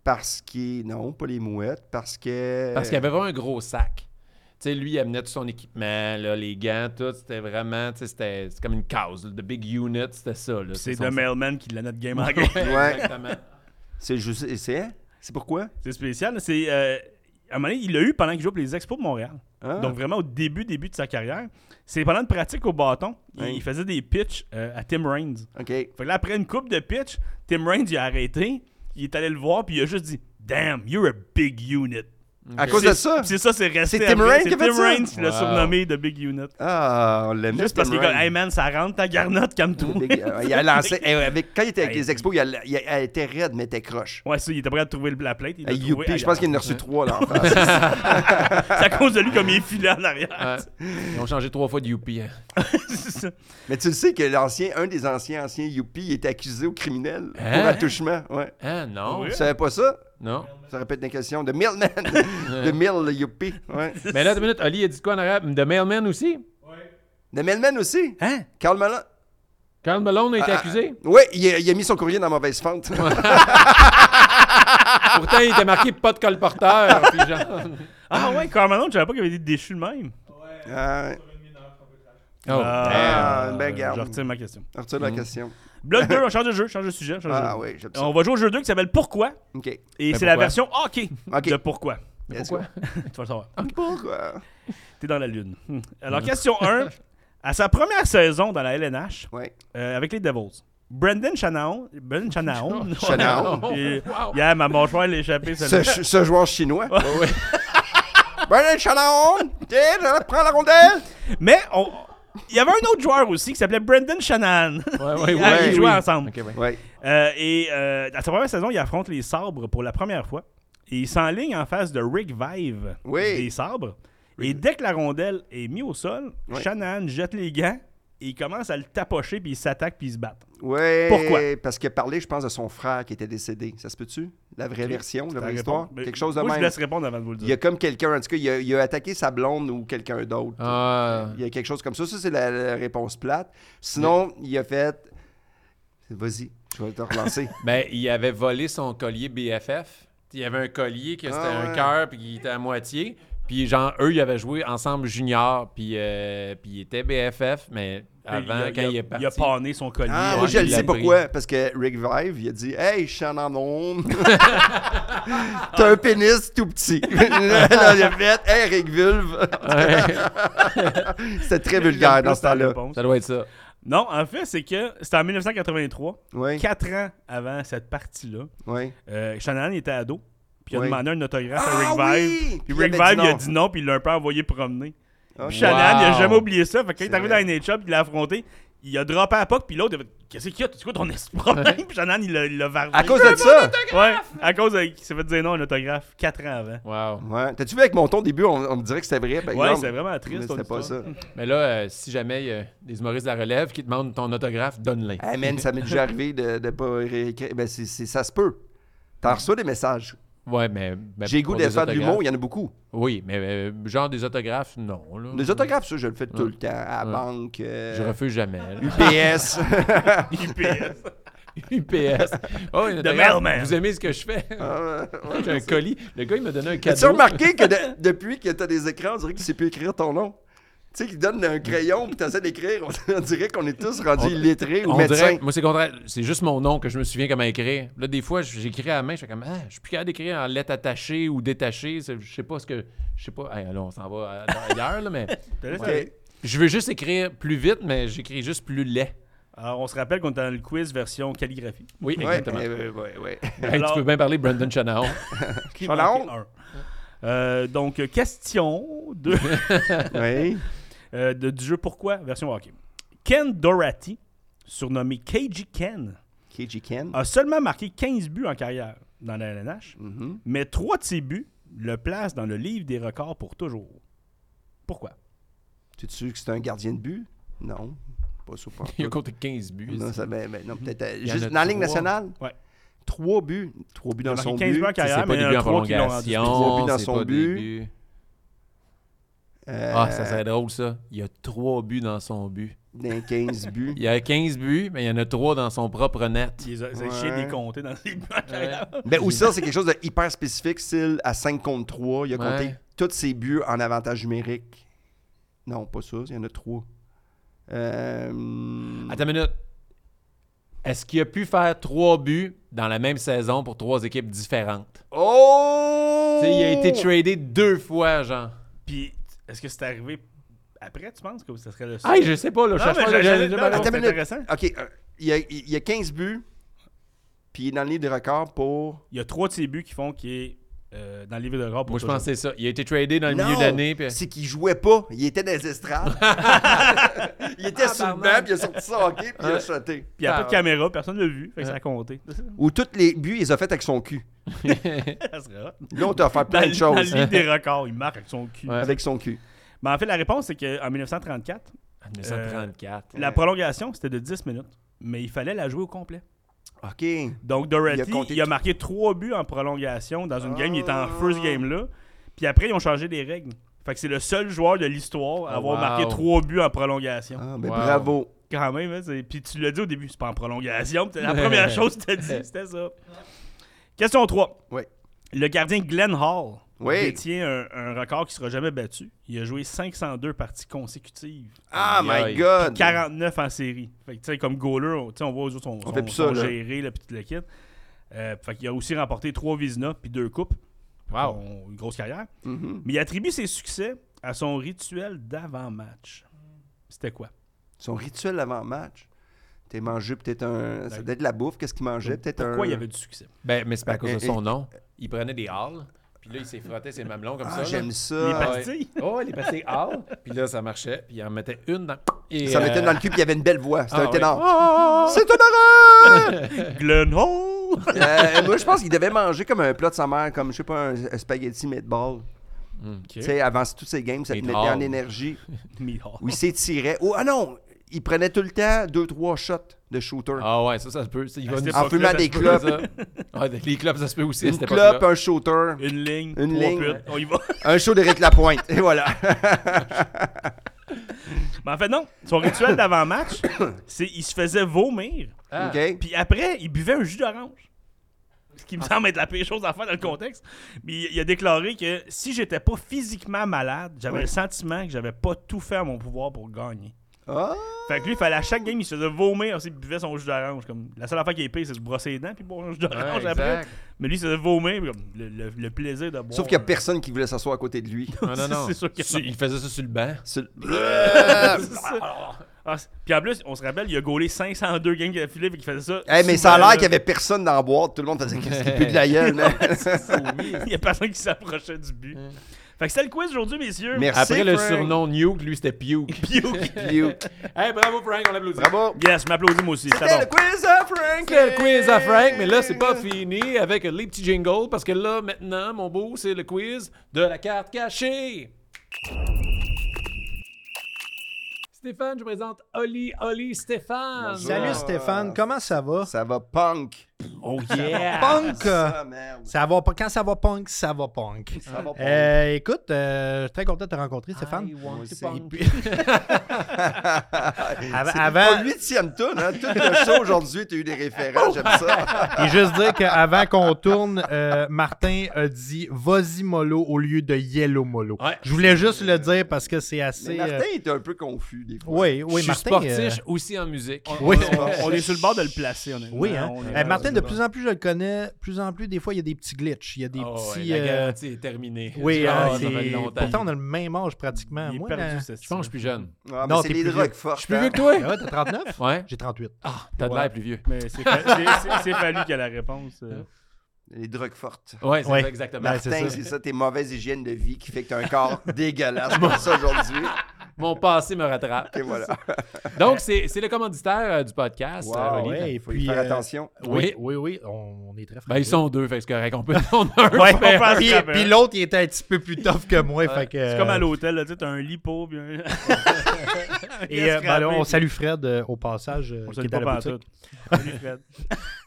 [SPEAKER 3] Parce qu'il. Non, pas les mouettes. Parce que.
[SPEAKER 1] Parce qu'il avait vraiment un gros sac. Tu sais, lui, il amenait tout son équipement, là, les gants, tout. C'était vraiment, tu sais, c'était c'est comme une cause. là. The Big Unit, c'était ça. là.
[SPEAKER 2] C'est
[SPEAKER 1] son
[SPEAKER 2] The
[SPEAKER 1] sac.
[SPEAKER 2] Mailman qui l'a notre game en game.
[SPEAKER 1] Ouais,
[SPEAKER 3] Ouais.
[SPEAKER 1] Exactement.
[SPEAKER 3] C'est juste. C'est hein? c'est pourquoi?
[SPEAKER 2] C'est spécial. là. C'est, euh, à un moment donné, il l'a eu pendant qu'il jouait pour les Expos de Montréal.
[SPEAKER 3] Hein?
[SPEAKER 2] Donc vraiment au début, début de sa carrière. C'est pendant une pratique au bâton. Il,
[SPEAKER 3] Oui.
[SPEAKER 2] il faisait des pitchs euh, à Tim Raines.
[SPEAKER 3] OK.
[SPEAKER 2] Fait que là, après une coupe de pitch, Tim Raines, il a arrêté. Il est allé le voir, puis il a juste dit « Damn, you're a big unit ».
[SPEAKER 3] À cause de ça?
[SPEAKER 2] Puis C'est ça, c'est resté.
[SPEAKER 3] C'est Tim
[SPEAKER 2] après.
[SPEAKER 3] Raines
[SPEAKER 2] C'est
[SPEAKER 3] qui a fait
[SPEAKER 2] Tim
[SPEAKER 3] ça?
[SPEAKER 2] Raines qui l'a
[SPEAKER 1] Wow.
[SPEAKER 2] surnommé The Big Unit.
[SPEAKER 3] Ah, on l'aimait.
[SPEAKER 2] Juste parce
[SPEAKER 3] Tim
[SPEAKER 2] qu'il est comme,
[SPEAKER 3] Ryan.
[SPEAKER 2] hey man, ça rentre ta garnotte, calme-toi.
[SPEAKER 3] Le Big- euh, il
[SPEAKER 2] *laughs*
[SPEAKER 3] a lancé. eh, avec, quand il était avec
[SPEAKER 2] Hey.
[SPEAKER 3] les expos, il, a- il a- elle était raide, mais elle était croche.
[SPEAKER 2] Ouais, ça, il était prêt à trouver le- la plate. il l'a
[SPEAKER 3] Hey,
[SPEAKER 2] trouvé
[SPEAKER 3] youpi, je
[SPEAKER 2] ailleurs.
[SPEAKER 3] pense qu'il en a reçu
[SPEAKER 2] *laughs*
[SPEAKER 3] trois là en face.
[SPEAKER 2] C'est à cause de lui comme il est filé en arrière.
[SPEAKER 1] Ouais. Ils ont changé trois fois de Youpi. hein.
[SPEAKER 2] *laughs* C'est ça.
[SPEAKER 3] mais tu le sais que l'ancien, un des anciens anciens Youpi, il était accusé au criminel
[SPEAKER 1] Hein?
[SPEAKER 3] pour attouchement. Ouais.
[SPEAKER 1] Ah non,
[SPEAKER 2] Oui.
[SPEAKER 3] Tu savais pas ça?
[SPEAKER 1] non.
[SPEAKER 3] Ça répète une question de
[SPEAKER 2] *laughs*
[SPEAKER 3] Millman, de Mill, le Youpi. Ouais.
[SPEAKER 1] Mais là, deux minutes, Oli a dit quoi en arabe? The Mailman aussi?
[SPEAKER 3] De Millman aussi.
[SPEAKER 2] Hein?
[SPEAKER 3] Carl Malone.
[SPEAKER 1] Carl Malone a
[SPEAKER 2] Ah.
[SPEAKER 1] été accusé?
[SPEAKER 3] Oui, il, a- il a mis son courrier dans la mauvaise fente.
[SPEAKER 1] Pourtant, il était marqué pas de colporteur. puis genre-
[SPEAKER 2] Ah ouais, Carmelo, je savais pas qu'il avait été déchu de même.
[SPEAKER 3] Ah,
[SPEAKER 1] Oh,
[SPEAKER 2] Ah,
[SPEAKER 3] damn. ben, garde.
[SPEAKER 2] Je retire Mm. ma question.
[SPEAKER 3] retire la question.
[SPEAKER 2] Bloc
[SPEAKER 3] *laughs*
[SPEAKER 2] 2, on change de jeu, change de sujet. change de
[SPEAKER 3] Ah
[SPEAKER 2] jeu.
[SPEAKER 3] oui, j'aime ça.
[SPEAKER 2] On va jouer au jeu 2 qui s'appelle Pourquoi
[SPEAKER 3] OK.
[SPEAKER 2] et
[SPEAKER 1] Ben,
[SPEAKER 2] c'est la
[SPEAKER 1] pourquoi?
[SPEAKER 2] version hockey
[SPEAKER 3] Ok.
[SPEAKER 2] de Pourquoi.
[SPEAKER 3] Let's
[SPEAKER 1] pourquoi?
[SPEAKER 2] tu vas le savoir.
[SPEAKER 3] Pourquoi?
[SPEAKER 2] T'es dans la lune. Hmm. Alors, question 1. À sa première saison dans la LNH,
[SPEAKER 3] Ouais.
[SPEAKER 2] euh, avec les Devils, Brendan Shanahan. Brendan Shanahan.
[SPEAKER 3] *laughs*
[SPEAKER 2] Ouais.
[SPEAKER 3] Shanahan.
[SPEAKER 2] Et-
[SPEAKER 1] Wow.
[SPEAKER 2] Yeah, ma mâchoire l'a échappé.
[SPEAKER 3] Ce,
[SPEAKER 2] celle-là.
[SPEAKER 3] ch- ce joueur chinois. *laughs* Ben, Brennan Shannon, tiens, je prends la rondelle.
[SPEAKER 2] Mais on- il y avait un autre joueur aussi qui s'appelait Brendan Shanahan. *laughs*
[SPEAKER 1] Ouais, ouais,
[SPEAKER 2] Ils-
[SPEAKER 1] ouais,
[SPEAKER 2] ils jouaient
[SPEAKER 1] oui.
[SPEAKER 2] ensemble.
[SPEAKER 1] Ok, ouais.
[SPEAKER 3] Ouais.
[SPEAKER 2] Euh, et euh, à sa première saison, il affronte les Sabres pour la première fois. Et il s'enligne en face de Rick Vive
[SPEAKER 3] Oui.
[SPEAKER 2] des Sabres. Et dès que la rondelle est mise au sol,
[SPEAKER 3] Ouais.
[SPEAKER 2] Shanahan jette les gants et il commence à le tapocher, puis il s'attaque, puis il se bat.
[SPEAKER 3] Ouais.
[SPEAKER 2] Pourquoi?
[SPEAKER 3] Parce qu'il a parlé, je pense, de son frère qui était décédé. Ça se peut-tu? La vraie version, la vraie histoire? Quelque chose de
[SPEAKER 2] Moi, je
[SPEAKER 3] même.
[SPEAKER 2] laisse répondre avant de vous le
[SPEAKER 3] Il y
[SPEAKER 2] dire.
[SPEAKER 3] a comme quelqu'un, en tout cas, il a, il a attaqué sa blonde ou quelqu'un d'autre.
[SPEAKER 1] Ah.
[SPEAKER 3] Il y a quelque chose comme ça. Ça, c'est la, la réponse plate. Sinon, il a fait. Vas-y, je vais te relancer.
[SPEAKER 1] Ben, il avait volé son collier BFF. Il y avait un collier qui c'était
[SPEAKER 3] Ah,
[SPEAKER 1] un
[SPEAKER 3] ouais.
[SPEAKER 1] cœur puis qui était à moitié. Puis genre, eux, ils avaient joué ensemble junior, puis, euh, puis ils étaient BFF, mais avant,
[SPEAKER 2] il a,
[SPEAKER 1] quand
[SPEAKER 2] il a-
[SPEAKER 1] il est parti...
[SPEAKER 2] il a pané son collier.
[SPEAKER 3] Ah,
[SPEAKER 1] Ouais,
[SPEAKER 3] moi, je
[SPEAKER 1] il
[SPEAKER 3] le
[SPEAKER 1] l'a
[SPEAKER 3] sais
[SPEAKER 1] pris.
[SPEAKER 3] pourquoi. Parce que Rick Vive, il a dit Hey, je suis en
[SPEAKER 1] *laughs*
[SPEAKER 3] onde. *laughs* T'as un pénis tout petit. *laughs* Là, il a fait Hey, Rick *laughs* Vulve.
[SPEAKER 1] *laughs* Ouais,
[SPEAKER 3] C'était très
[SPEAKER 2] J'aime
[SPEAKER 3] vulgaire dans
[SPEAKER 2] plus
[SPEAKER 3] ce
[SPEAKER 2] ta
[SPEAKER 3] temps-là.
[SPEAKER 2] réponse.
[SPEAKER 1] ça doit être ça.
[SPEAKER 2] Non, en fait, c'est que c'était en 1983,
[SPEAKER 3] Oui,
[SPEAKER 2] 4 ans avant cette partie-là.
[SPEAKER 3] oui.
[SPEAKER 2] Euh, Shannon était ado, puis il a
[SPEAKER 3] Oui.
[SPEAKER 2] demandé un autographe
[SPEAKER 3] Ah
[SPEAKER 2] à Rick Vive.
[SPEAKER 3] oui!
[SPEAKER 2] Puis
[SPEAKER 3] il
[SPEAKER 2] Rick Vive,
[SPEAKER 3] avait
[SPEAKER 2] il a
[SPEAKER 3] non.
[SPEAKER 2] dit non, puis il l'a un peu envoyé promener.
[SPEAKER 3] Ah,
[SPEAKER 2] Puis Shannon, il a
[SPEAKER 1] Wow.
[SPEAKER 2] jamais oublié ça. Fait que quand il est
[SPEAKER 3] C'est
[SPEAKER 2] arrivé dans
[SPEAKER 3] vrai.
[SPEAKER 2] NHL, puis il l'a affronté, il a droppé à POC, puis l'autre, il a fait Qu'est-ce qu'il y a C'est quoi ton esti de problème Puis Shannon, il l'a- il l'a varvé.
[SPEAKER 3] À cause de ça.
[SPEAKER 2] Ouais, à cause de. Il s'est fait dire non, un autographe, 4 ans avant.
[SPEAKER 1] Wow.
[SPEAKER 3] Ouais. T'as-tu vu avec mon ton au début, on, on me dirait que c'était vrai. par
[SPEAKER 2] Ouais,
[SPEAKER 3] exemple.
[SPEAKER 2] c'est vraiment
[SPEAKER 3] Mais
[SPEAKER 2] triste. ton
[SPEAKER 3] C'était pas
[SPEAKER 2] histoire.
[SPEAKER 3] ça.
[SPEAKER 1] Mais là, euh, si jamais il y a des humoristes de la relève qui demandent ton autographe, donne-les.
[SPEAKER 3] Ah, man, ça m'est déjà arrivé de, de pas réécrire. Ben, c'est- c'est- ça se peut. T'en reçois des messages.
[SPEAKER 1] *laughs* Ouais, mais... mais
[SPEAKER 3] J'ai goût
[SPEAKER 1] Ben, pour
[SPEAKER 3] de
[SPEAKER 1] des
[SPEAKER 3] faire de l'humour,
[SPEAKER 1] autographes-
[SPEAKER 3] il y en a beaucoup.
[SPEAKER 1] Oui, mais euh, genre des autographes, non. Là.
[SPEAKER 3] Les autographes, ça, je le fais tout le temps. À la
[SPEAKER 1] Mhm. Ouais.
[SPEAKER 3] banque,
[SPEAKER 1] Je
[SPEAKER 3] euh,
[SPEAKER 1] refuse jamais. là.
[SPEAKER 3] UPS.
[SPEAKER 2] *laughs* UPS.
[SPEAKER 1] *laughs* UPS. Oh, un autographe.
[SPEAKER 2] mailman.
[SPEAKER 1] Vous aimez ce que je
[SPEAKER 2] *laughs*
[SPEAKER 1] fais?
[SPEAKER 3] *laughs* Ah, ouais.
[SPEAKER 1] J'ai un colis. Le gars, il m'a donné un cadeau.
[SPEAKER 3] As-tu remarqué que de- depuis que t'as des écrans, on dirait que tu sais plus écrire ton nom? Tu sais, qu'ils donnent un crayon puis t'essaies d'écrire, on, on dirait qu'on est tous rendus illettrés ou
[SPEAKER 1] On
[SPEAKER 3] médecins.
[SPEAKER 1] dirait- moi, c'est le contraire. C'est juste mon nom que je me souviens comment écrire. Là, des fois, j'écris à la main, je fais comme, ah, je suis plus capable d'écrire en lettres attachées ou détachées. C'est- Je sais pas ce que. Je sais pas. Hey, là, on s'en va euh, à- ailleurs, là,
[SPEAKER 2] *laughs*
[SPEAKER 1] mais.
[SPEAKER 2] T'as laissé
[SPEAKER 3] Ok.
[SPEAKER 2] aller.
[SPEAKER 1] Je veux juste écrire plus vite, mais j'écris juste plus laid.
[SPEAKER 2] Alors, on se rappelle qu'on était dans le quiz version calligraphie.
[SPEAKER 1] Oui,
[SPEAKER 3] Ouais,
[SPEAKER 1] exactement.
[SPEAKER 3] ouais, ouais, ouais.
[SPEAKER 1] Hey,
[SPEAKER 2] Alors-
[SPEAKER 1] tu peux bien parler de Brandon Chanaon.
[SPEAKER 2] Qui
[SPEAKER 3] J'en ai
[SPEAKER 2] manquait
[SPEAKER 3] honte.
[SPEAKER 2] un. Euh, donc, euh, question
[SPEAKER 1] *laughs*
[SPEAKER 2] de,
[SPEAKER 3] Oui.
[SPEAKER 2] euh, de- du jeu Pourquoi, version hockey. Ken Doherty, surnommé KG Ken,
[SPEAKER 3] *laughs* KG Ken.
[SPEAKER 2] a seulement marqué 15 buts en carrière dans la LNH,
[SPEAKER 3] Mhm.
[SPEAKER 2] mais trois de ses buts le placent dans le livre des records pour toujours. Pourquoi?
[SPEAKER 3] T'es-tu sûr que c'est un gardien de but? Non. Pas sûr. pas en
[SPEAKER 1] Il a
[SPEAKER 3] tout.
[SPEAKER 1] compté 15 buts.
[SPEAKER 3] Non, ça, ben, ben, non, peut-être. euh,
[SPEAKER 1] Hmm. Il y en
[SPEAKER 3] juste
[SPEAKER 1] a
[SPEAKER 3] dans la Ligue
[SPEAKER 1] trois.
[SPEAKER 3] nationale?
[SPEAKER 2] Ouais.
[SPEAKER 3] Trois buts. Trois buts
[SPEAKER 2] Il a
[SPEAKER 3] dans
[SPEAKER 2] marqué
[SPEAKER 3] son
[SPEAKER 2] 15 buts en
[SPEAKER 3] but.
[SPEAKER 1] Tu sais,
[SPEAKER 2] carrière,
[SPEAKER 1] c'est pas
[SPEAKER 2] Ah, mais il y
[SPEAKER 1] des
[SPEAKER 2] en a
[SPEAKER 1] buts en
[SPEAKER 2] trois qui l'ont rendu.
[SPEAKER 3] Trois buts
[SPEAKER 1] prolongation.
[SPEAKER 3] dans
[SPEAKER 1] c'est
[SPEAKER 3] son
[SPEAKER 1] pas des
[SPEAKER 3] but.
[SPEAKER 1] buts.
[SPEAKER 3] Euh,
[SPEAKER 1] Ah, ça serait drôle, ça. Il y a trois buts dans son but.
[SPEAKER 3] dans 15 buts.
[SPEAKER 1] Il y a 15 buts, mais il y en a trois dans son propre net. Euh,
[SPEAKER 2] Il les a- ça a
[SPEAKER 3] Ouais.
[SPEAKER 2] chié des compter dans ses buts en carrière.
[SPEAKER 3] Ben, ou ça, c'est quelque chose de hyper spécifique, style à 5 contre 3. Il a
[SPEAKER 1] Ouais.
[SPEAKER 3] compté tous ses buts en avantage numérique. Non, pas ça, il y en a Euh, 3.
[SPEAKER 1] Attends une minute. Est-ce qu'il a pu faire trois buts dans la même saison pour trois équipes différentes?
[SPEAKER 3] Oh!
[SPEAKER 1] Tu sais, il a été tradé deux fois, genre.
[SPEAKER 2] Puis, est-ce que c'est arrivé après, tu penses, que ça serait le seul?
[SPEAKER 1] Ah, je sais pas, là.
[SPEAKER 2] Non,
[SPEAKER 1] je cherche
[SPEAKER 2] mais
[SPEAKER 1] pas,
[SPEAKER 2] j'ai-
[SPEAKER 1] là,
[SPEAKER 2] j'ai-
[SPEAKER 1] j'ai-
[SPEAKER 2] non,
[SPEAKER 3] Attends
[SPEAKER 2] c'est
[SPEAKER 3] une minute.
[SPEAKER 2] intéressant.
[SPEAKER 3] Ok, euh, il y a, il y a 15 buts, puis il est dans le livre des records pour.
[SPEAKER 2] Il y a trois de ses buts qui font qu'il est euh, dans le livre de records pour
[SPEAKER 1] Moi, je
[SPEAKER 2] toujours.
[SPEAKER 1] pense que c'est ça. Il a été tradé dans le milieu
[SPEAKER 3] Non,
[SPEAKER 1] de l'année. puis-
[SPEAKER 3] C'est qu'il jouait pas, il était dans les
[SPEAKER 1] *laughs*
[SPEAKER 3] estrades. il était sur le banc, puis il a sorti ça hockey, puis il a
[SPEAKER 1] Ouais.
[SPEAKER 3] sauté.
[SPEAKER 2] Puis il n'y a
[SPEAKER 1] Ah,
[SPEAKER 2] pas de
[SPEAKER 1] ouais.
[SPEAKER 2] caméra, personne ne l'a vu. Fait que *laughs* ça a compté.
[SPEAKER 3] Ou tous les buts, ils ont fait avec son cul.
[SPEAKER 2] ça serait hot.
[SPEAKER 3] Là, on t'a offert
[SPEAKER 2] Dans,
[SPEAKER 3] plein de
[SPEAKER 2] dans le
[SPEAKER 3] choses
[SPEAKER 2] livre
[SPEAKER 3] *laughs*
[SPEAKER 2] des records, il marque avec son cul.
[SPEAKER 1] Ouais.
[SPEAKER 3] avec son cul.
[SPEAKER 2] Mais en fait, la réponse, c'est qu'en 1934,
[SPEAKER 1] Ah, 1934.
[SPEAKER 2] la prolongation, c'était de 10 minutes. Mais il fallait la jouer au complet.
[SPEAKER 3] Ok.
[SPEAKER 2] Donc, Doherty,
[SPEAKER 3] Il
[SPEAKER 2] il
[SPEAKER 3] a
[SPEAKER 2] a,
[SPEAKER 3] compté tout.
[SPEAKER 2] marqué trois buts en prolongation dans une game. Il était en
[SPEAKER 3] Ah.
[SPEAKER 2] first game là. Puis après, ils ont changé les règles. Fait que c'est le seul joueur de l'histoire à
[SPEAKER 1] Oh,
[SPEAKER 2] avoir
[SPEAKER 1] wow.
[SPEAKER 2] marqué trois buts en prolongation.
[SPEAKER 3] Ah, ben
[SPEAKER 1] Wow.
[SPEAKER 3] bravo.
[SPEAKER 2] Quand même, hein, c'est- puis tu l'as dit au début, c'est pas en prolongation. puis La première chose que tu as dit, c'était ça. Question 3.
[SPEAKER 3] Oui.
[SPEAKER 2] Le gardien Glenn Hall
[SPEAKER 3] Oui.
[SPEAKER 2] détient un, un record qui sera jamais battu. Il a joué 502 parties consécutives,
[SPEAKER 3] Ah,
[SPEAKER 1] Aïe,
[SPEAKER 3] my
[SPEAKER 1] aïe.
[SPEAKER 3] God!
[SPEAKER 2] 49 en série. Fait que, tu sais, comme goaler, on, tu sais, on voit aux autres, on,
[SPEAKER 3] On fait plus ça, là.
[SPEAKER 2] gérés, là, puis tout le kit. Euh, fait qu'il a aussi remporté 3 Vizna, puis 2 Coupes.
[SPEAKER 3] Euh,
[SPEAKER 1] Wow.
[SPEAKER 2] On- une grosse carrière.
[SPEAKER 3] Mhm.
[SPEAKER 2] Mais il attribue ses succès à son rituel d'avant-match. C'était quoi?
[SPEAKER 3] Son rituel avant-match. T'es mangé peut-être un. Ça
[SPEAKER 2] Ben,
[SPEAKER 3] devait être de la bouffe, qu'est-ce qu'il mangeait? Peut-être un.
[SPEAKER 2] Pourquoi il y avait du succès?
[SPEAKER 1] Ben, mais c'est pas à cause de
[SPEAKER 3] Et-
[SPEAKER 1] son nom. Il prenait des halls, puis là, il s'est frotté ses mamelons comme
[SPEAKER 3] Ah,
[SPEAKER 1] ça. là.
[SPEAKER 3] j'aime
[SPEAKER 2] Les
[SPEAKER 3] ça.
[SPEAKER 1] Ah, ouais.
[SPEAKER 2] pastilles?
[SPEAKER 1] Oh, il est passé halls, puis là, ça marchait, puis il en mettait une dans. Et,
[SPEAKER 3] Ça mettait
[SPEAKER 1] euh,
[SPEAKER 3] dans le cul, puis il y avait une belle voix. C'était
[SPEAKER 1] ah,
[SPEAKER 3] un
[SPEAKER 1] ouais.
[SPEAKER 3] ténor.
[SPEAKER 1] Ah!
[SPEAKER 3] C'est un horreur!
[SPEAKER 2] Glenn Hall!
[SPEAKER 3] *laughs*
[SPEAKER 2] *laughs*
[SPEAKER 3] Euh, moi, je pense qu'il devait manger comme un plat de sa mère, comme, je sais pas, un, un spaghetti meatball. Tu sais, avant toutes ces games, ça te mettait
[SPEAKER 1] Meatball.
[SPEAKER 3] en énergie.
[SPEAKER 2] Mihal.
[SPEAKER 3] Ou il s'étirait. Oh, ah non! Il prenait tout le temps deux, trois shots de shooter.
[SPEAKER 1] Ah ouais, ça, ça se peut. Il va
[SPEAKER 2] Ah,
[SPEAKER 1] nous
[SPEAKER 2] c'était
[SPEAKER 3] en
[SPEAKER 2] pas
[SPEAKER 3] fumant
[SPEAKER 2] vrai,
[SPEAKER 3] des
[SPEAKER 2] ça se
[SPEAKER 1] Ouais,
[SPEAKER 3] clopes.
[SPEAKER 1] ça. Ah, les clubs, ça se peut aussi.
[SPEAKER 3] Une
[SPEAKER 1] c'était
[SPEAKER 3] clope, un shooter,
[SPEAKER 2] Une ligne,
[SPEAKER 3] Une
[SPEAKER 2] trois
[SPEAKER 3] ligne.
[SPEAKER 2] putes, on y va. *laughs*
[SPEAKER 3] un show d'Éric Lapointe. Et voilà.
[SPEAKER 2] Mais en fait, non. Son rituel
[SPEAKER 3] *coughs*
[SPEAKER 2] d'avant-match, c'est il se faisait vomir,
[SPEAKER 1] Ah.
[SPEAKER 3] OK?
[SPEAKER 2] puis après, il buvait un jus d'orange. Ce
[SPEAKER 3] Ah.
[SPEAKER 2] qui me semble être la pire chose à faire dans le contexte. Mais il a déclaré que si j'étais pas physiquement malade, j'avais
[SPEAKER 3] Ouais.
[SPEAKER 2] le sentiment que j'avais pas tout fait à mon pouvoir pour gagner.
[SPEAKER 3] Ah!
[SPEAKER 2] Fait que lui, il fallait à chaque game, il se faisait vomir aussi, il buvait son jus d'orange. Comme, la seule affaire qui est pire, c'est de se brosser les dents puis boire un jus d'orange
[SPEAKER 1] Ouais,
[SPEAKER 2] après.
[SPEAKER 1] exact.
[SPEAKER 2] Mais lui, il se faisait vomir, puis comme, le, le- le plaisir de boire.
[SPEAKER 3] Sauf qu'il n'y a personne qui voulait s'asseoir à côté
[SPEAKER 1] *laughs*
[SPEAKER 3] de lui.
[SPEAKER 1] Non, non, non.
[SPEAKER 2] C'est sûr que
[SPEAKER 1] Su-
[SPEAKER 2] non.
[SPEAKER 1] Il faisait ça sur le banc.
[SPEAKER 3] C'est- Euh,
[SPEAKER 2] *laughs* C'est ça. Ah, c'est- Puis en plus, on se rappelle, il a gaulé 502 games qu'il a filé, puis qu'il faisait ça.
[SPEAKER 3] *laughs* Hey, mais
[SPEAKER 2] souvent,
[SPEAKER 3] ça a l'air
[SPEAKER 2] là. *laughs*
[SPEAKER 3] qu'il n'y avait personne dans la boîte. Tout le monde faisait qu'est-ce qu'il pue de la gueule. man?
[SPEAKER 1] *laughs*
[SPEAKER 2] Il n'y a personne qui s'approchait du but.
[SPEAKER 5] Mm.
[SPEAKER 2] Fait que c'était le quiz aujourd'hui, messieurs.
[SPEAKER 3] Merci.
[SPEAKER 1] Après le
[SPEAKER 3] Frank.
[SPEAKER 1] surnom Nuke, lui, c'était Puke.
[SPEAKER 2] *laughs* Puke.
[SPEAKER 3] Puke.
[SPEAKER 1] hey, bravo, Frank, on l'applaudit.
[SPEAKER 3] euh, Bravo.
[SPEAKER 2] Yes, je m'applaudis moi aussi.
[SPEAKER 3] C'était
[SPEAKER 2] C'était
[SPEAKER 3] le
[SPEAKER 2] bon.
[SPEAKER 3] quiz à Frank.
[SPEAKER 1] C'est le quiz à Frank, mais là, c'est pas fini avec les petits jingles, parce que là, maintenant, mon beau, c'est le quiz de la carte cachée. Stéphane, je présente Oli, Oli, Stéphane. Ah.
[SPEAKER 3] Bonjour.
[SPEAKER 5] Salut Stéphane, comment ça va?
[SPEAKER 3] Ça va punk.
[SPEAKER 2] Oh
[SPEAKER 1] Yeah.
[SPEAKER 5] Punk!
[SPEAKER 3] Ça, merde.
[SPEAKER 5] Ça va pas. Quand ça va punk, ça va punk.
[SPEAKER 3] Ça va punk.
[SPEAKER 5] Euh, écoute, euh, je suis très content de te rencontrer, Stéphane.
[SPEAKER 1] I want
[SPEAKER 3] Moi
[SPEAKER 1] to
[SPEAKER 3] aussi.
[SPEAKER 1] punk.
[SPEAKER 5] Av-
[SPEAKER 3] C'est
[SPEAKER 5] avant,
[SPEAKER 3] ton huitième tune, hein? Tout le show aujourd'hui, t'as eu des références, j'aime
[SPEAKER 1] *laughs*
[SPEAKER 3] ça.
[SPEAKER 5] et juste dire qu'avant qu'on tourne, euh, Martin a dit vas-y mollo au lieu de yellow mollo.
[SPEAKER 1] Ouais.
[SPEAKER 5] Je voulais juste le dire parce que c'est
[SPEAKER 3] Mais
[SPEAKER 5] assez.
[SPEAKER 3] Martin
[SPEAKER 5] euh,
[SPEAKER 3] était un peu confus des fois.
[SPEAKER 5] Oui,
[SPEAKER 1] je
[SPEAKER 5] oui,
[SPEAKER 1] suis
[SPEAKER 5] Martin.
[SPEAKER 1] sportif,
[SPEAKER 5] euh,
[SPEAKER 1] aussi en musique.
[SPEAKER 5] oui.
[SPEAKER 2] On on est sur le bord de le placer, honnêtement.
[SPEAKER 5] Oui,
[SPEAKER 1] Ben,
[SPEAKER 5] hein.
[SPEAKER 2] On
[SPEAKER 5] Eh,
[SPEAKER 2] est-
[SPEAKER 5] Martin, de plus en plus, je le connais. Plus en plus, des fois, il y a des petits glitches. Il y a des
[SPEAKER 1] Oh, ouais,
[SPEAKER 5] petits.
[SPEAKER 1] la
[SPEAKER 5] euh,
[SPEAKER 1] garantie est terminée.
[SPEAKER 5] Oui,
[SPEAKER 1] Ah,
[SPEAKER 5] hein,
[SPEAKER 1] ça fait
[SPEAKER 5] c'est-
[SPEAKER 1] longtemps.
[SPEAKER 5] pourtant, on a le même âge pratiquement.
[SPEAKER 2] Il est
[SPEAKER 5] Moi, là-
[SPEAKER 2] perdu, ce
[SPEAKER 1] Je pense que je suis plus jeune.
[SPEAKER 3] Ah, mais
[SPEAKER 5] Non,
[SPEAKER 3] c'est
[SPEAKER 5] t'es
[SPEAKER 3] les
[SPEAKER 5] plus vieux.
[SPEAKER 3] drogues fortes.
[SPEAKER 1] Je suis plus
[SPEAKER 3] hein.
[SPEAKER 1] vieux que toi.
[SPEAKER 5] Ah ouais, t'as 39?
[SPEAKER 1] Ouais.
[SPEAKER 5] J'ai 38.
[SPEAKER 1] Ah, t'as de
[SPEAKER 5] Ouais.
[SPEAKER 1] l'air plus vieux.
[SPEAKER 2] Mais c'est
[SPEAKER 5] *laughs*
[SPEAKER 2] fa- c'est- c'est- c'est Fallu qu'il y a la réponse. euh.
[SPEAKER 3] Les drogues fortes.
[SPEAKER 1] Ouais, c'est
[SPEAKER 5] Ouais.
[SPEAKER 1] ça, exactement.
[SPEAKER 5] Ben, c'est
[SPEAKER 3] Martin,
[SPEAKER 5] ça.
[SPEAKER 3] c'est ça, tes mauvaises hygiènes de vie qui fait que t'as un
[SPEAKER 5] *laughs*
[SPEAKER 3] corps dégueulasse comme ça aujourd'hui.
[SPEAKER 1] Mon passé me rattrape.
[SPEAKER 3] Et voilà.
[SPEAKER 1] Donc, c'est c'est le commanditaire euh, du podcast.
[SPEAKER 3] Wow,
[SPEAKER 1] euh, Oli.
[SPEAKER 5] ouais.
[SPEAKER 3] Il
[SPEAKER 5] Et
[SPEAKER 3] faut y
[SPEAKER 5] puis,
[SPEAKER 3] faire
[SPEAKER 5] euh,
[SPEAKER 3] attention.
[SPEAKER 1] Oui.
[SPEAKER 5] Oui, oui, oui, on, on est très
[SPEAKER 1] Ben, ils
[SPEAKER 5] frappés.
[SPEAKER 1] sont deux, fait que c'est correct. On peut on a un
[SPEAKER 2] Ouais,
[SPEAKER 1] faire.
[SPEAKER 2] on passe
[SPEAKER 5] Puis,
[SPEAKER 2] la-
[SPEAKER 5] puis euh, l'autre, il était un petit peu plus tough que moi. fait que,
[SPEAKER 2] C'est comme à l'hôtel, là, tu sais, t'as un lit pauvre. puis un- *laughs*
[SPEAKER 5] Et euh, ben là, on
[SPEAKER 2] puis-
[SPEAKER 5] salue Fred euh, au passage. euh,
[SPEAKER 2] On
[SPEAKER 5] qui
[SPEAKER 2] salue
[SPEAKER 5] est à
[SPEAKER 2] pas
[SPEAKER 5] la
[SPEAKER 2] par
[SPEAKER 5] boutique.
[SPEAKER 2] tout. Salut, Fred.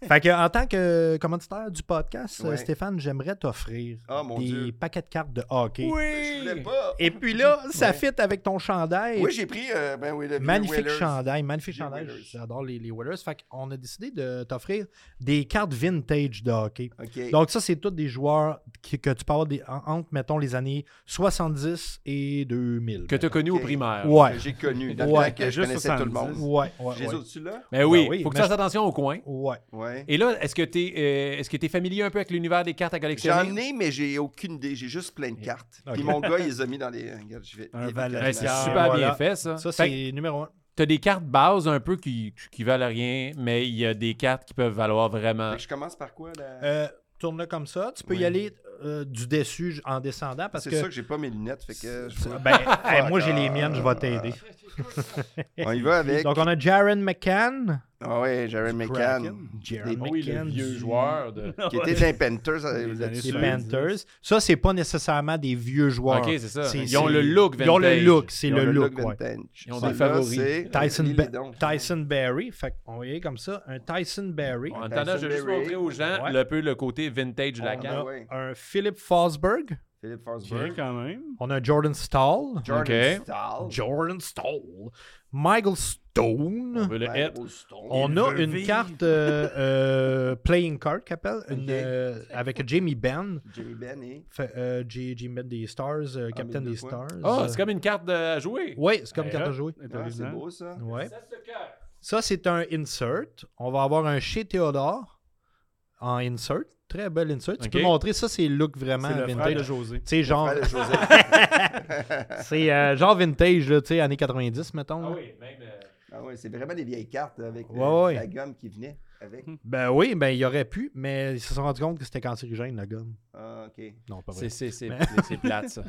[SPEAKER 5] Fait que, en tant que commanditaire du podcast, euh,
[SPEAKER 3] Ouais.
[SPEAKER 5] Stéphane, j'aimerais t'offrir
[SPEAKER 3] Ah, mon
[SPEAKER 5] des
[SPEAKER 3] Dieu.
[SPEAKER 5] paquets de cartes de hockey.
[SPEAKER 3] Je voulais pas.
[SPEAKER 5] Et puis là, ça fit avec ton chandail.
[SPEAKER 3] Oui, j'ai pris euh, ben oui, le vieux
[SPEAKER 5] Magnifique
[SPEAKER 3] Whalers.
[SPEAKER 5] chandail, magnifique
[SPEAKER 3] J'ai
[SPEAKER 5] chandail.
[SPEAKER 3] Whalers.
[SPEAKER 5] J'adore les, les Whalers. Fait qu'on a décidé de t'offrir des cartes vintage de hockey.
[SPEAKER 3] OK.
[SPEAKER 5] Donc, ça, c'est tous des joueurs qui- que tu peux avoir des- en- entre, mettons, les années 70 et 2000.
[SPEAKER 1] Que tu as connu au
[SPEAKER 3] Ok.
[SPEAKER 1] primaire.
[SPEAKER 5] Ouais.
[SPEAKER 3] que j'ai connu. Dans
[SPEAKER 5] Ouais,
[SPEAKER 3] le temps que je
[SPEAKER 2] juste
[SPEAKER 3] connaissais tout le monde.
[SPEAKER 2] 70.
[SPEAKER 5] Ouais, ouais,
[SPEAKER 3] J'ai les
[SPEAKER 5] ouais.
[SPEAKER 3] autres là?
[SPEAKER 1] Mais oui,
[SPEAKER 5] Ben oui,
[SPEAKER 1] faut que tu
[SPEAKER 5] mais
[SPEAKER 1] fasses attention au coin.
[SPEAKER 5] Ouais.
[SPEAKER 3] Ouais.
[SPEAKER 1] Et là, est-ce que tu es, est-ce que t'es familier un peu avec l'univers des cartes à
[SPEAKER 3] J'en
[SPEAKER 1] collectionner?
[SPEAKER 3] ai, mais j'ai aucune idée. J'ai juste plein de cartes.
[SPEAKER 5] Ok.
[SPEAKER 3] Puis mon gars, il les a mis dans les. Regarde, je vais.
[SPEAKER 2] Un
[SPEAKER 3] les
[SPEAKER 2] valet.
[SPEAKER 1] Ben,
[SPEAKER 3] vacances.
[SPEAKER 1] c'est
[SPEAKER 5] Ah,
[SPEAKER 1] super
[SPEAKER 5] voilà.
[SPEAKER 1] bien fait, ça.
[SPEAKER 5] Ça,
[SPEAKER 1] Fait que
[SPEAKER 5] c'est numéro un.
[SPEAKER 1] t'as des cartes bases un peu qui, qui valent rien, mais il y a des cartes qui peuvent valoir
[SPEAKER 3] Fait
[SPEAKER 1] vraiment.
[SPEAKER 3] que Je commence par quoi là?
[SPEAKER 5] Euh, Tourne-le comme ça. Tu peux
[SPEAKER 3] Oui.
[SPEAKER 5] y aller euh, du dessus j- en descendant parce
[SPEAKER 3] C'est
[SPEAKER 5] que.
[SPEAKER 3] sûr que j'ai pas mes lunettes. Fait que je vois-
[SPEAKER 5] Ben, hey, moi, j'ai les miennes, je
[SPEAKER 1] euh,
[SPEAKER 5] vais t'aider.
[SPEAKER 3] On y va avec.
[SPEAKER 5] *laughs* Donc, on a Jaron McCann.
[SPEAKER 3] Ah ouais, Jared McCann.
[SPEAKER 5] Jaron
[SPEAKER 3] Des-
[SPEAKER 5] Oui, le McCann vieux du- joueur *laughs*
[SPEAKER 1] de.
[SPEAKER 3] Qui était dans les Panthers euh, là-dessus.
[SPEAKER 5] Les
[SPEAKER 2] Sûr.
[SPEAKER 5] Panthers. Ça, c'est pas nécessairement des vieux joueurs.
[SPEAKER 1] Ok, c'est ça.
[SPEAKER 5] C'est-
[SPEAKER 1] Ils
[SPEAKER 5] c'est-
[SPEAKER 1] ont le look
[SPEAKER 5] Ils ont le
[SPEAKER 1] vintage.
[SPEAKER 5] look, c'est
[SPEAKER 3] Ils ont
[SPEAKER 5] le look. ouais.
[SPEAKER 3] vintage.
[SPEAKER 1] Ils ont
[SPEAKER 3] Ça,
[SPEAKER 1] des
[SPEAKER 3] là,
[SPEAKER 1] favoris.
[SPEAKER 3] c'est-
[SPEAKER 5] Tyson,
[SPEAKER 3] Lis-les
[SPEAKER 5] Ba-
[SPEAKER 3] donc.
[SPEAKER 5] Tyson Berry. Fait qu'on voyait comme ça, un Tyson Berry.
[SPEAKER 1] En attendant, je vais juste
[SPEAKER 3] Berry.
[SPEAKER 1] montrer aux gens
[SPEAKER 5] Ouais.
[SPEAKER 1] le peu le côté vintage de la
[SPEAKER 3] On
[SPEAKER 1] carte.
[SPEAKER 3] a- Ah, ben ouais.
[SPEAKER 5] Un Philip Fosberg.
[SPEAKER 3] Philip
[SPEAKER 2] Bien,
[SPEAKER 3] Forsberg.
[SPEAKER 2] quand même.
[SPEAKER 5] On a Jordan Stahl.
[SPEAKER 3] Jordan
[SPEAKER 1] Ok.
[SPEAKER 3] Stahl.
[SPEAKER 5] Jordan Stahl. Michael
[SPEAKER 1] On
[SPEAKER 5] Stone.
[SPEAKER 1] veut le hit.
[SPEAKER 3] Michael Stone.
[SPEAKER 5] On
[SPEAKER 2] Ah, ben, Il
[SPEAKER 5] a
[SPEAKER 2] veut
[SPEAKER 5] une
[SPEAKER 2] vivre.
[SPEAKER 5] carte
[SPEAKER 2] *laughs*
[SPEAKER 5] euh, euh, playing card qu'elle appelle, une,
[SPEAKER 3] Ok.
[SPEAKER 5] euh, avec Jamie Benn.
[SPEAKER 3] Jimmy Benn et-
[SPEAKER 5] Fait, euh, J- Jamie Benn des Stars, euh, Captain
[SPEAKER 3] mais deux
[SPEAKER 5] des
[SPEAKER 3] fois.
[SPEAKER 5] Stars.
[SPEAKER 1] Ah, c'est comme une carte de- à jouer.
[SPEAKER 5] Oui, c'est comme
[SPEAKER 2] Hey,
[SPEAKER 5] carte à
[SPEAKER 2] hop.
[SPEAKER 5] jouer.
[SPEAKER 3] Ah, C'est
[SPEAKER 2] Intéressant.
[SPEAKER 3] beau ça.
[SPEAKER 5] Ouais.
[SPEAKER 1] Ça, c'est le cœur.
[SPEAKER 5] Ça, c'est un insert. On va avoir un chez Théodore en insert. Très bel insert. Tu
[SPEAKER 1] Ok.
[SPEAKER 5] peux montrer, ça, c'est look vraiment
[SPEAKER 2] C'est le frère de
[SPEAKER 5] vintage. Tu
[SPEAKER 2] José.
[SPEAKER 5] sais, genre,
[SPEAKER 3] Frère de José.
[SPEAKER 5] c'est euh, genre vintage, là, tu sais, années 90, mettons.
[SPEAKER 1] Ah
[SPEAKER 5] là.
[SPEAKER 1] oui, même. euh,
[SPEAKER 3] Ah ouais, c'est vraiment des vieilles cartes avec euh,
[SPEAKER 5] Ouais, ouais.
[SPEAKER 3] la gomme qui venait avec.
[SPEAKER 5] Ben oui, ben il y aurait pu, mais ils se sont rendus compte que c'était cancérigène, la gomme.
[SPEAKER 3] Ah, ok.
[SPEAKER 5] Non, pas
[SPEAKER 1] C'est,
[SPEAKER 5] vrai.
[SPEAKER 1] c'est,
[SPEAKER 5] *laughs*
[SPEAKER 1] c'est, c'est plate, ça.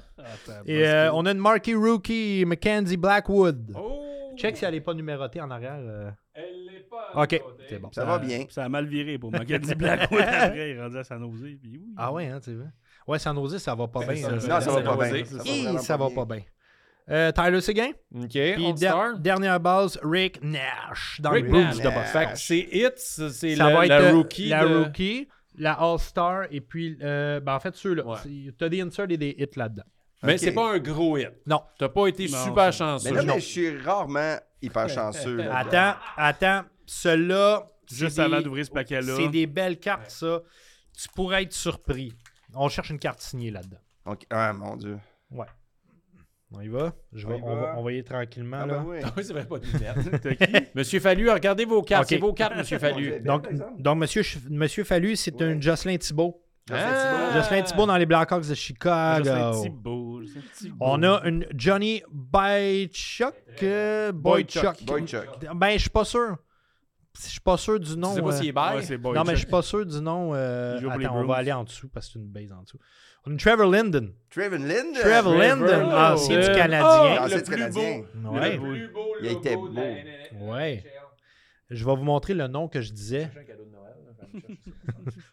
[SPEAKER 5] Et euh, on a une marquee rookie, Mackenzie Blackwood.
[SPEAKER 1] Oh!
[SPEAKER 5] Check si elle n'est pas numérotée en arrière. euh.
[SPEAKER 1] Elle n'est pas.
[SPEAKER 5] Ok, c'est bon.
[SPEAKER 3] Ça, va bien.
[SPEAKER 2] Ça a mal viré pour Mackenzie
[SPEAKER 3] *laughs*
[SPEAKER 2] Blackwood après, il est rendu à San Jose. Puis oui.
[SPEAKER 5] Ah ouais, hein, tu vois. Ouais, San Jose, ça va pas bien.
[SPEAKER 1] ça,
[SPEAKER 5] hein.
[SPEAKER 3] Non,
[SPEAKER 1] Ben, ça
[SPEAKER 3] ça va pas
[SPEAKER 1] José.
[SPEAKER 3] bien.
[SPEAKER 1] Ça
[SPEAKER 5] Hi,
[SPEAKER 3] vraiment
[SPEAKER 5] ça va pas
[SPEAKER 3] bien.
[SPEAKER 5] bien. Euh, Tyler Seguin.
[SPEAKER 1] OK,
[SPEAKER 5] Puis
[SPEAKER 1] All
[SPEAKER 5] der-
[SPEAKER 1] Star.
[SPEAKER 5] dernière base, Rick Nash dans
[SPEAKER 1] Rick
[SPEAKER 5] le Blues
[SPEAKER 1] Nash.
[SPEAKER 5] de Boston.
[SPEAKER 1] Fait que c'est Hits, c'est
[SPEAKER 5] Ça
[SPEAKER 1] la,
[SPEAKER 5] va être
[SPEAKER 1] la
[SPEAKER 5] euh,
[SPEAKER 1] rookie.
[SPEAKER 5] la
[SPEAKER 1] de-
[SPEAKER 5] rookie, la All-Star et puis, euh, ben en fait, ceux-là.
[SPEAKER 1] Ouais.
[SPEAKER 5] C'est- T'as des inserts et des hits là-dedans.
[SPEAKER 1] Mais
[SPEAKER 3] Ok.
[SPEAKER 1] c'est pas un gros hit.
[SPEAKER 5] Non.
[SPEAKER 1] T'as pas été
[SPEAKER 2] Non,
[SPEAKER 1] super
[SPEAKER 2] c'est-
[SPEAKER 1] chanceux.
[SPEAKER 3] Mais là,
[SPEAKER 1] Non.
[SPEAKER 3] mais je suis rarement hyper chanceux. là.
[SPEAKER 5] Attends, attends. Ceux-là. c'est
[SPEAKER 2] Juste
[SPEAKER 5] des-
[SPEAKER 2] avant d'ouvrir ce paquet-là.
[SPEAKER 5] C'est des belles cartes, ça. Tu pourrais être surpris. On cherche une carte signée là-dedans.
[SPEAKER 3] Ok. Ah, mon Dieu.
[SPEAKER 5] On y va? Je
[SPEAKER 3] On
[SPEAKER 5] vais-
[SPEAKER 3] y
[SPEAKER 5] on,
[SPEAKER 3] va.
[SPEAKER 5] va, on va y aller tranquillement.
[SPEAKER 3] Ah,
[SPEAKER 1] *laughs*
[SPEAKER 5] là.
[SPEAKER 3] ben oui.
[SPEAKER 1] *laughs* Ah oui, c'est vrai, pas de lunettes.
[SPEAKER 3] *laughs*
[SPEAKER 2] T'as qui?
[SPEAKER 1] Monsieur Fallu, regardez vos cartes.
[SPEAKER 5] Ok.
[SPEAKER 1] C'est vos cartes, Monsieur Fallu.
[SPEAKER 5] Donc, donc monsieur, Ch- monsieur Fallu, c'est
[SPEAKER 3] Ouais.
[SPEAKER 5] un Jocelyn Thibault.
[SPEAKER 1] Ah!
[SPEAKER 5] Jocelyn Thibault dans les Blackhawks de
[SPEAKER 2] Jocelyn
[SPEAKER 5] Chicago.
[SPEAKER 2] Thibault, Jocelyn Thibault.
[SPEAKER 5] On a une Johnny Boychuk. euh, Boychuk.
[SPEAKER 3] Boychuk.
[SPEAKER 5] Ben, je suis pas sûr. Je suis pas sûr du
[SPEAKER 1] Je
[SPEAKER 5] nom.
[SPEAKER 1] sais pas
[SPEAKER 5] euh,
[SPEAKER 1] s'il est bail.
[SPEAKER 2] Ouais, c'est bon.
[SPEAKER 5] non, mais je suis pas sûr du nom. euh,
[SPEAKER 2] Il joue pour les
[SPEAKER 5] Attends, on
[SPEAKER 2] Bruins.
[SPEAKER 5] va aller en dessous parce que c'est une base en dessous. On a une Trevor Linden.
[SPEAKER 3] Trevor Linden.
[SPEAKER 1] euh,
[SPEAKER 5] Trevor Linden,
[SPEAKER 1] Linden.
[SPEAKER 5] ancien du
[SPEAKER 1] Oh.
[SPEAKER 5] Canadien.
[SPEAKER 3] Ah, c'est
[SPEAKER 2] Le plus
[SPEAKER 3] canadien.
[SPEAKER 2] beau.
[SPEAKER 5] Ouais.
[SPEAKER 2] Le plus
[SPEAKER 1] beau
[SPEAKER 3] Il logo était de la beau.
[SPEAKER 5] Ouais. Je vais vous montrer le nom que je disais.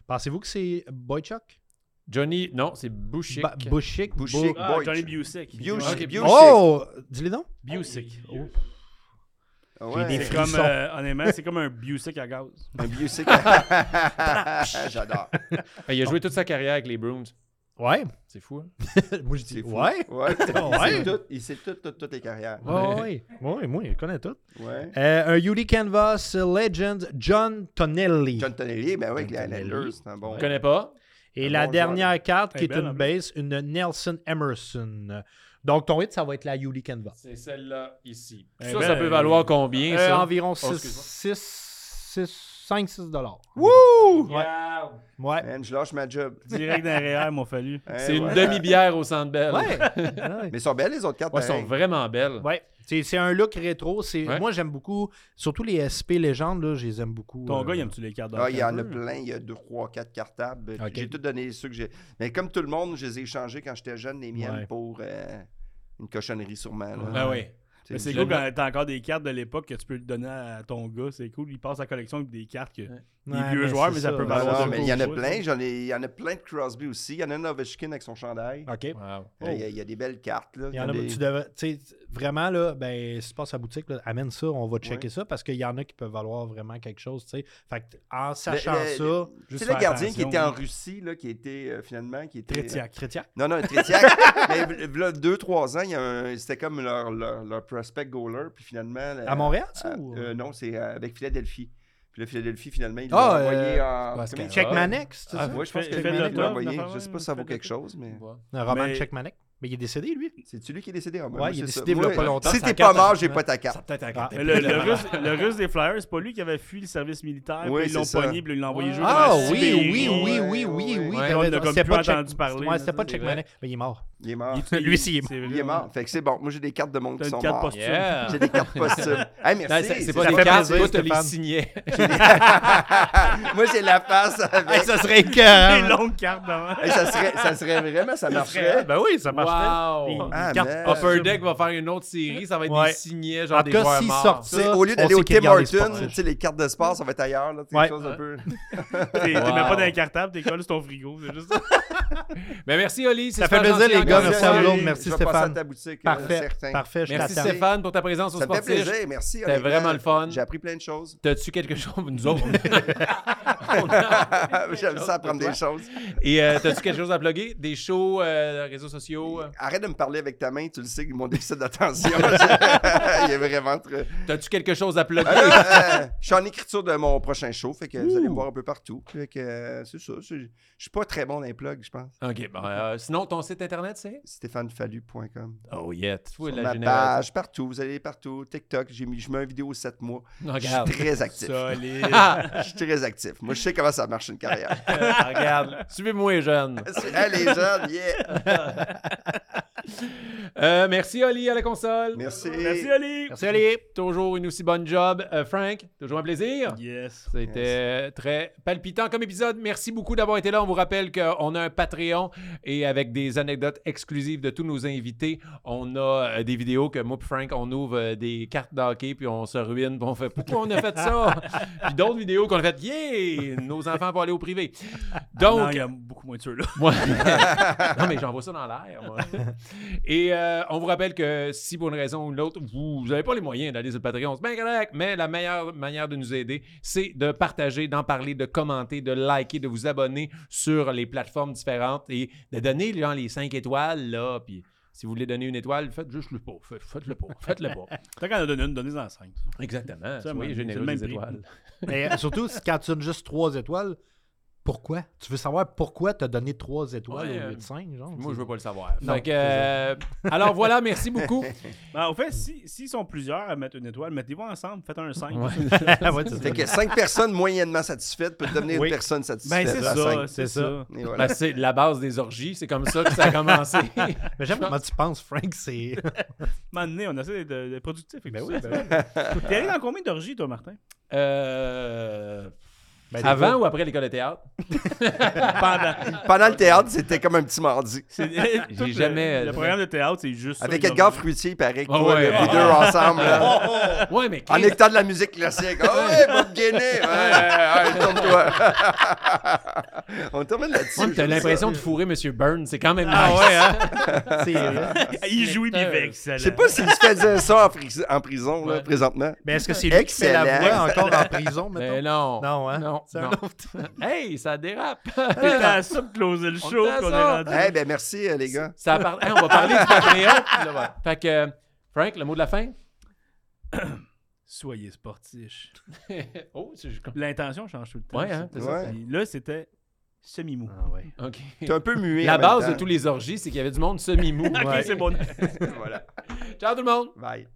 [SPEAKER 5] Pensez-vous que c'est Boychuk?
[SPEAKER 1] Johnny, non, c'est Bouchic.
[SPEAKER 5] Ba- Bushik?
[SPEAKER 3] Bushik.
[SPEAKER 5] Bo-
[SPEAKER 2] Ah,
[SPEAKER 3] Boy.
[SPEAKER 2] Johnny Busick.
[SPEAKER 3] Busick.
[SPEAKER 2] Ok,
[SPEAKER 3] Busick.
[SPEAKER 5] Oh! Dis-les donc.
[SPEAKER 2] Busick. Oh.
[SPEAKER 3] Ah
[SPEAKER 5] J'ai
[SPEAKER 3] Ouais.
[SPEAKER 5] des
[SPEAKER 2] C'est comme,
[SPEAKER 5] frissons.
[SPEAKER 2] euh, honnêtement, c'est comme un Busick à gaz.
[SPEAKER 3] Un Busick. *laughs* J'adore.
[SPEAKER 1] Ah, il a joué toute sa carrière avec les Bruins.
[SPEAKER 5] Ouais.
[SPEAKER 1] C'est fou. hein?
[SPEAKER 5] *laughs* Moi, je
[SPEAKER 3] C'est
[SPEAKER 5] dis
[SPEAKER 3] fou.
[SPEAKER 5] ouais.
[SPEAKER 3] Ouais.
[SPEAKER 5] Ouais.
[SPEAKER 3] Il sait tout, il sait tout, tout, toutes les carrières.
[SPEAKER 5] Ouais, ouais. Ouais, moi, il connaît tout.
[SPEAKER 3] Ouais.
[SPEAKER 5] Euh, un Yuli Canvas Legend, John Tonelli.
[SPEAKER 3] John Tonelli, ben oui, avec les
[SPEAKER 5] John Tonelli.
[SPEAKER 3] Islanders, c'est un bon.
[SPEAKER 1] Je connais pas.
[SPEAKER 5] Et
[SPEAKER 3] Un
[SPEAKER 5] la
[SPEAKER 3] bon
[SPEAKER 5] dernière carte qui
[SPEAKER 2] Elle
[SPEAKER 5] est
[SPEAKER 2] est belle,
[SPEAKER 5] une
[SPEAKER 2] en plus.
[SPEAKER 5] base, une Nelson Emerson. Donc, ton hit, ça va être la Yuli Canvas.
[SPEAKER 1] C'est celle-là ici.
[SPEAKER 2] Eh
[SPEAKER 1] ça,
[SPEAKER 2] ben,
[SPEAKER 1] ça peut valoir combien,
[SPEAKER 5] Euh,
[SPEAKER 1] ça?
[SPEAKER 2] Oh,
[SPEAKER 5] environ
[SPEAKER 1] excuse-moi.
[SPEAKER 5] 5-6 dollars.
[SPEAKER 3] Wouh!
[SPEAKER 1] Regarde.
[SPEAKER 5] Ouais.
[SPEAKER 3] Man, je lâche ma job.
[SPEAKER 2] Direct derrière, mon fallu.
[SPEAKER 3] Hein,
[SPEAKER 1] C'est une
[SPEAKER 3] ouais.
[SPEAKER 1] demi-bière au Centre Bell.
[SPEAKER 5] Ouais.
[SPEAKER 1] Ouais,
[SPEAKER 5] ouais.
[SPEAKER 3] Mais ils sont belles, les autres cartes.
[SPEAKER 1] elles sont
[SPEAKER 3] pareil.
[SPEAKER 1] vraiment belles.
[SPEAKER 5] Ouais. C'est c'est un look rétro. c'est-
[SPEAKER 1] Ouais.
[SPEAKER 5] Moi, j'aime beaucoup. Surtout les SP légendes, là, je les aime beaucoup.
[SPEAKER 2] Ton
[SPEAKER 5] euh,
[SPEAKER 2] gars, il aime-tu les cartes
[SPEAKER 3] Ah, il y en a
[SPEAKER 2] d'enfer?
[SPEAKER 3] plein, il y a deux, trois, quatre cartables.
[SPEAKER 5] Ok.
[SPEAKER 3] J'ai tout donné ceux que j'ai. Mais comme tout le monde, je les ai échangés quand j'étais jeune, les miennes,
[SPEAKER 5] Ouais.
[SPEAKER 3] pour euh, une cochonnerie sûrement. Là.
[SPEAKER 1] Ah oui.
[SPEAKER 3] Tu
[SPEAKER 2] Mais
[SPEAKER 3] sais,
[SPEAKER 2] c'est
[SPEAKER 3] je-
[SPEAKER 2] cool quand t'as encore des cartes de l'époque que tu peux donner à ton gars. C'est cool. Il passe la collection avec des cartes que. Les
[SPEAKER 5] ouais,
[SPEAKER 2] vieux
[SPEAKER 5] mais
[SPEAKER 2] joueurs,
[SPEAKER 5] c'est
[SPEAKER 2] mais ça peut
[SPEAKER 3] Non,
[SPEAKER 2] valoir
[SPEAKER 3] Ah, non,
[SPEAKER 2] de
[SPEAKER 3] mais
[SPEAKER 2] gros
[SPEAKER 3] il y en a
[SPEAKER 2] choix,
[SPEAKER 3] plein.
[SPEAKER 2] ça.
[SPEAKER 3] J'en ai, il y en a plein de Crosby aussi. Il y en a un Ovechkin avec son chandail.
[SPEAKER 5] OK.
[SPEAKER 1] Wow.
[SPEAKER 5] Oh.
[SPEAKER 3] Euh, Il y, a- il y a des belles cartes. Là.
[SPEAKER 5] Il y en a,
[SPEAKER 3] des-
[SPEAKER 5] tu devais, tu sais, vraiment, là, ben, si tu passes à la boutique, là, amène ça, on va checker ça parce qu'il y en a qui peuvent valoir vraiment quelque chose, tu sais. Fait que, en sachant
[SPEAKER 3] le-
[SPEAKER 5] ça,
[SPEAKER 3] C'est
[SPEAKER 2] Juste
[SPEAKER 3] le
[SPEAKER 2] faire
[SPEAKER 3] gardien qui
[SPEAKER 2] attention,
[SPEAKER 3] était en
[SPEAKER 2] là.
[SPEAKER 3] Russie, là, qui était euh, finalement. qui était,
[SPEAKER 2] Tretiak.
[SPEAKER 5] Chrétien.
[SPEAKER 3] Non, non, Tretiak.
[SPEAKER 5] *laughs*
[SPEAKER 3] mais v- v'là deux, trois ans, il y a un- c'était comme leur, leur, leur prospect goaler. Puis finalement. la-
[SPEAKER 5] À Montréal, ça
[SPEAKER 3] à-
[SPEAKER 5] ou-
[SPEAKER 3] euh, Non, c'est euh, avec Philadelphie. Puis là, Philadelphie, finalement, ils l'ont
[SPEAKER 5] Ah,
[SPEAKER 3] envoyé
[SPEAKER 5] euh,
[SPEAKER 3] en.
[SPEAKER 1] parce
[SPEAKER 3] comment il-
[SPEAKER 1] que-
[SPEAKER 5] Check
[SPEAKER 1] Ah.
[SPEAKER 5] Manek, c'est
[SPEAKER 1] Ah,
[SPEAKER 5] ça?
[SPEAKER 3] Ouais, je pense
[SPEAKER 2] Fait-
[SPEAKER 3] que
[SPEAKER 2] fait
[SPEAKER 3] Manek
[SPEAKER 2] de
[SPEAKER 3] l'a
[SPEAKER 2] la
[SPEAKER 3] envoyé.
[SPEAKER 2] table,
[SPEAKER 3] Je sais pas si ça vaut quelque chose, mais.
[SPEAKER 5] Un roman de
[SPEAKER 2] Mais-
[SPEAKER 5] Check Manek. Mais il est décédé, lui.
[SPEAKER 3] C'est-tu lui qui est décédé Ah, en
[SPEAKER 5] Ouais, il est décédé il y a pas longtemps,
[SPEAKER 3] Si
[SPEAKER 1] sa
[SPEAKER 3] t'es pas
[SPEAKER 1] carte,
[SPEAKER 3] mort, j'ai
[SPEAKER 1] hein.
[SPEAKER 3] pas ta
[SPEAKER 1] Ça
[SPEAKER 3] carte.
[SPEAKER 1] peut-être un
[SPEAKER 5] Ah.
[SPEAKER 2] Mais Le, le russe, le russe des Flyers, c'est pas lui qui avait fui le service militaire,
[SPEAKER 3] Oui,
[SPEAKER 2] puis ils l'ont
[SPEAKER 3] c'est ça.
[SPEAKER 2] pogné, puis ils l'ont envoyé jouer.
[SPEAKER 5] Ah
[SPEAKER 2] dans la
[SPEAKER 5] oui,
[SPEAKER 2] Sibérie.
[SPEAKER 5] oui, oui,
[SPEAKER 3] Ouais,
[SPEAKER 5] oui, oui,
[SPEAKER 3] ouais.
[SPEAKER 5] oui.
[SPEAKER 1] Ouais,
[SPEAKER 5] t'as
[SPEAKER 2] on
[SPEAKER 5] raison.
[SPEAKER 2] a comme
[SPEAKER 5] C'était
[SPEAKER 2] plus
[SPEAKER 5] pas
[SPEAKER 2] entendu
[SPEAKER 5] Check-
[SPEAKER 2] parler,
[SPEAKER 5] Ouais,
[SPEAKER 2] là,
[SPEAKER 5] c'était pas
[SPEAKER 2] ça,
[SPEAKER 5] Check
[SPEAKER 1] c'est vrai.
[SPEAKER 5] Manek, mais il est mort.
[SPEAKER 3] Il est mort.
[SPEAKER 2] Il-
[SPEAKER 5] Lui, s'il est mort.
[SPEAKER 2] c'est
[SPEAKER 3] Il est
[SPEAKER 2] vraiment-
[SPEAKER 3] mort. Fait que c'est bon. Moi, j'ai des cartes de monde
[SPEAKER 2] T'as une
[SPEAKER 3] qui sont
[SPEAKER 2] carte
[SPEAKER 3] morts.
[SPEAKER 2] posthume.
[SPEAKER 1] Yeah.
[SPEAKER 3] J'ai des cartes posthumes. Hey,
[SPEAKER 1] Non,
[SPEAKER 3] merci.
[SPEAKER 1] c'est- c'est
[SPEAKER 3] c'est
[SPEAKER 1] pas
[SPEAKER 5] ça
[SPEAKER 1] des
[SPEAKER 5] fait
[SPEAKER 1] cartes,
[SPEAKER 5] plaisir,
[SPEAKER 1] toi, tu les
[SPEAKER 5] Stéphane.
[SPEAKER 1] signais.
[SPEAKER 3] *laughs* Moi, j'ai la face avec.
[SPEAKER 5] Ça serait *laughs*
[SPEAKER 2] Des
[SPEAKER 5] écœurant.
[SPEAKER 2] longues cartes d'avant.
[SPEAKER 3] Hey, ça, serait, ça serait vraiment,
[SPEAKER 2] *laughs*
[SPEAKER 3] ça marcherait.
[SPEAKER 5] Ben oui, ça marcherait.
[SPEAKER 1] Wow.
[SPEAKER 5] Des-
[SPEAKER 3] Ah,
[SPEAKER 5] des cartes
[SPEAKER 3] man.
[SPEAKER 1] Upper Deck va faire une autre série, ça va être
[SPEAKER 5] Ouais.
[SPEAKER 1] des signés, genre
[SPEAKER 5] En
[SPEAKER 1] des
[SPEAKER 5] tout
[SPEAKER 1] joueurs
[SPEAKER 5] cas, s'il
[SPEAKER 1] morts.
[SPEAKER 5] sort
[SPEAKER 3] Tu sais,
[SPEAKER 5] ça,
[SPEAKER 3] au lieu
[SPEAKER 5] on
[SPEAKER 3] d'aller
[SPEAKER 5] sait
[SPEAKER 3] au
[SPEAKER 5] qu'il
[SPEAKER 3] Tim
[SPEAKER 5] regarde les
[SPEAKER 3] Hortons,
[SPEAKER 5] sportifs.
[SPEAKER 3] tu sais, les cartes de sport, ça va être ailleurs. Là, tu sais,
[SPEAKER 5] Ouais.
[SPEAKER 3] quelque chose un peu.
[SPEAKER 2] T'es t'es
[SPEAKER 1] Wow.
[SPEAKER 2] même pas dans les cartables, t'es collé sur ton frigo. C'est juste ça.
[SPEAKER 1] Mais merci, Oli. c'est
[SPEAKER 5] Ça fait
[SPEAKER 1] super
[SPEAKER 5] plaisir,
[SPEAKER 1] gentil
[SPEAKER 5] les gars,
[SPEAKER 1] encore.
[SPEAKER 5] merci à vous
[SPEAKER 2] Salut.
[SPEAKER 5] autres, merci
[SPEAKER 3] Je vais passer à
[SPEAKER 5] Stéphane.
[SPEAKER 3] ta boutique. euh,
[SPEAKER 5] Parfait,
[SPEAKER 3] certain.
[SPEAKER 5] parfait, je
[SPEAKER 1] Merci
[SPEAKER 5] t'attends.
[SPEAKER 1] Stéphane pour ta présence au
[SPEAKER 3] Ça me fait
[SPEAKER 1] sportif.
[SPEAKER 3] plaisir. Merci.
[SPEAKER 1] C'était
[SPEAKER 3] honnêtement.
[SPEAKER 1] vraiment le fun.
[SPEAKER 3] J'ai appris plein
[SPEAKER 1] *laughs*
[SPEAKER 3] de choses. *laughs*
[SPEAKER 1] T'as-tu quelque chose nous
[SPEAKER 5] *laughs*
[SPEAKER 1] autres?
[SPEAKER 3] J'aime ça apprendre des choses.
[SPEAKER 1] Et euh, t'as-tu quelque chose à plugger? Des shows, euh, réseaux sociaux? euh?
[SPEAKER 3] Arrête de me parler avec ta main, tu le sais, mon déficit d'attention. *laughs* Il est vraiment très.
[SPEAKER 1] T'as-tu quelque chose à plugger?
[SPEAKER 3] Alors, euh, je suis en écriture de mon prochain show, fait que vous allez me voir un peu partout. Fait que euh, c'est ça. c'est- Je suis pas très bon dans les plugs, je pense.
[SPEAKER 1] OK, bon, euh, sinon, ton site internet, c'est?
[SPEAKER 3] StéphaneFallu.com.
[SPEAKER 1] Oh, yeah. Tu vois,
[SPEAKER 3] Sur
[SPEAKER 1] la
[SPEAKER 3] ma
[SPEAKER 1] générale.
[SPEAKER 3] page, partout, vous allez partout. TikTok, j'ai mis, je mets une vidéo 7 mois. *laughs* Je suis
[SPEAKER 1] Regarde.
[SPEAKER 3] très actif.
[SPEAKER 2] Solide.
[SPEAKER 3] *laughs* Je suis très actif. Moi, je sais comment ça marche
[SPEAKER 2] *laughs*
[SPEAKER 3] une carrière.
[SPEAKER 1] Regarde. Suivez-moi, jeune.
[SPEAKER 3] Allez, les jeunes, yeah!
[SPEAKER 1] Euh, merci, Oli, à la console.
[SPEAKER 3] Merci.
[SPEAKER 2] Merci, Ali.
[SPEAKER 1] Merci, Oli. Toujours une aussi bonne job. Euh, Frank, toujours un plaisir.
[SPEAKER 2] Yes.
[SPEAKER 1] C'était très palpitant comme épisode. Merci beaucoup d'avoir été là. On vous rappelle qu'on a un Patreon et avec des anecdotes exclusives de tous nos invités. On a euh, des vidéos que moi et Frank, on ouvre euh, des cartes d'hockey puis on se ruine puis on fait « Pourquoi on a fait
[SPEAKER 2] *laughs*
[SPEAKER 1] ça? » Puis d'autres vidéos qu'on a fait « Yeah! Nos enfants vont aller au privé. »
[SPEAKER 2] Non,
[SPEAKER 1] Donc,
[SPEAKER 2] il y a beaucoup moins de ceux là.
[SPEAKER 1] moi- *laughs* non, mais j'envoie ça dans l'air, moi. Et euh, on vous rappelle que si pour une raison ou l'autre, vous n'avez pas les moyens d'aller sur le Patreon, c'est bien correct, mais la meilleure manière de nous aider, c'est de partager, d'en parler, de commenter, de liker, de vous abonner sur les plateformes différentes et de donner genre, les 5 étoiles, là, puis... Si vous voulez donner une étoile, faites juste le pas. Faites- Faites-le pas. Faites-le
[SPEAKER 2] *laughs*
[SPEAKER 1] pas.
[SPEAKER 2] Tant qu'on en a donné une, donnez-en cinq.
[SPEAKER 1] Exactement. Ah,
[SPEAKER 2] Ça,
[SPEAKER 1] Soyez
[SPEAKER 2] moi, c'est
[SPEAKER 1] généreux
[SPEAKER 2] *laughs* le même
[SPEAKER 1] des
[SPEAKER 2] prix.
[SPEAKER 5] euh,
[SPEAKER 1] étoiles.
[SPEAKER 5] Mais surtout, si- quand tu donnes juste trois étoiles, Pourquoi? Tu veux savoir pourquoi t'as donné 3 étoiles
[SPEAKER 1] Ouais,
[SPEAKER 5] au
[SPEAKER 1] euh,
[SPEAKER 5] lieu de 5, genre?
[SPEAKER 1] Moi,
[SPEAKER 5] c'est- *laughs*
[SPEAKER 1] je veux pas le savoir.
[SPEAKER 5] Non,
[SPEAKER 1] Fait que, euh, alors voilà, merci
[SPEAKER 2] *laughs*
[SPEAKER 1] beaucoup.
[SPEAKER 2] Ben, au fait, si- s'ils sont plusieurs à mettre une étoile, mettez-vous ensemble, faites un 5.
[SPEAKER 5] Ouais, c'est
[SPEAKER 3] Fait
[SPEAKER 5] ça.
[SPEAKER 3] que cinq personnes moyennement satisfaites peuvent devenir
[SPEAKER 5] Oui.
[SPEAKER 3] une personne
[SPEAKER 2] Ben,
[SPEAKER 3] satisfaite.
[SPEAKER 2] c'est
[SPEAKER 3] à
[SPEAKER 2] ça,
[SPEAKER 3] cinq.
[SPEAKER 2] c'est
[SPEAKER 5] c'est
[SPEAKER 2] ça.
[SPEAKER 3] Et voilà.
[SPEAKER 1] Ben, c'est la base des orgies, c'est comme ça que ça a commencé.
[SPEAKER 5] Mais j'aime comment tu penses, Frank, c'est...
[SPEAKER 2] À un moment donné, on essaie d'être euh, d'être productif. avec
[SPEAKER 5] Ben
[SPEAKER 2] tout
[SPEAKER 5] oui,
[SPEAKER 2] ça. *laughs* T'es allé dans combien d'orgies, toi, Martin?
[SPEAKER 1] Euh,
[SPEAKER 5] *laughs* Ben,
[SPEAKER 1] avant ou après l'école de théâtre?
[SPEAKER 2] Pendant.
[SPEAKER 3] Pendant le théâtre, c'était comme un petit mardi.
[SPEAKER 2] Ben, C'est- tout le-
[SPEAKER 1] jamais,
[SPEAKER 2] Le,
[SPEAKER 1] euh,
[SPEAKER 2] programme de théâtre, c'est juste.
[SPEAKER 3] Avec
[SPEAKER 2] ça,
[SPEAKER 3] Edgar
[SPEAKER 2] les orgies.
[SPEAKER 3] Fruitier, il paraît que
[SPEAKER 1] Ah
[SPEAKER 3] toi,
[SPEAKER 1] ouais.
[SPEAKER 3] les deux ensemble, là,
[SPEAKER 2] *laughs*
[SPEAKER 1] Ouais, mais
[SPEAKER 3] en
[SPEAKER 1] Chris,
[SPEAKER 3] écoutant de la musique classique. Ah ouais, Bob Guéné! Ouais, ouais, ouais, tourne-toi. On termine là-dessus.
[SPEAKER 1] ouais, mais t'as
[SPEAKER 3] j'aime ça.
[SPEAKER 1] l'impression de fourrer M. Burns, c'est quand même
[SPEAKER 2] Ah
[SPEAKER 1] nice.
[SPEAKER 2] ouais, hein?
[SPEAKER 5] c'est vrai.
[SPEAKER 2] *laughs* Il jouait bien
[SPEAKER 1] Spectre.
[SPEAKER 2] excellent.
[SPEAKER 3] Je sais pas s'il se faisait ça en, fris- en prison, là,
[SPEAKER 1] Ouais.
[SPEAKER 3] présentement.
[SPEAKER 5] Mais est-ce que c'est lui qui fait la
[SPEAKER 3] Excellent.
[SPEAKER 5] voix encore en prison,
[SPEAKER 1] Mais
[SPEAKER 5] mettons?
[SPEAKER 1] non.
[SPEAKER 5] Non, hein?
[SPEAKER 1] Non.
[SPEAKER 5] C'est un
[SPEAKER 1] non. hey, ça dérape. *laughs*
[SPEAKER 2] C'était à ça de closer le show
[SPEAKER 1] était à
[SPEAKER 2] qu'on est
[SPEAKER 1] ça.
[SPEAKER 3] Eh
[SPEAKER 2] rendu.
[SPEAKER 3] ben merci, euh, les gars.
[SPEAKER 1] ça par- Hey, on va parler du Patreon. Puis là, ouais. Fait que, euh, Frank, le mot de la fin? *laughs*
[SPEAKER 2] Soyez sportifs.
[SPEAKER 1] oh, c'est juste comme.
[SPEAKER 2] L'intention change tout le temps.
[SPEAKER 1] Ouais, hein,
[SPEAKER 2] ça.
[SPEAKER 1] c'est ça.
[SPEAKER 3] Ouais.
[SPEAKER 2] Puis Là, c'était semi-mou.
[SPEAKER 5] Ah ouais.
[SPEAKER 1] OK.
[SPEAKER 3] T'es un peu muet.
[SPEAKER 1] La
[SPEAKER 3] en même
[SPEAKER 1] base *laughs*
[SPEAKER 3] temps.
[SPEAKER 1] de tous les orgies, c'est qu'il y avait du monde semi-mou.
[SPEAKER 2] Ok,
[SPEAKER 1] Ouais.
[SPEAKER 2] c'est bon.
[SPEAKER 3] voilà.
[SPEAKER 1] Ciao tout le monde!
[SPEAKER 3] Bye.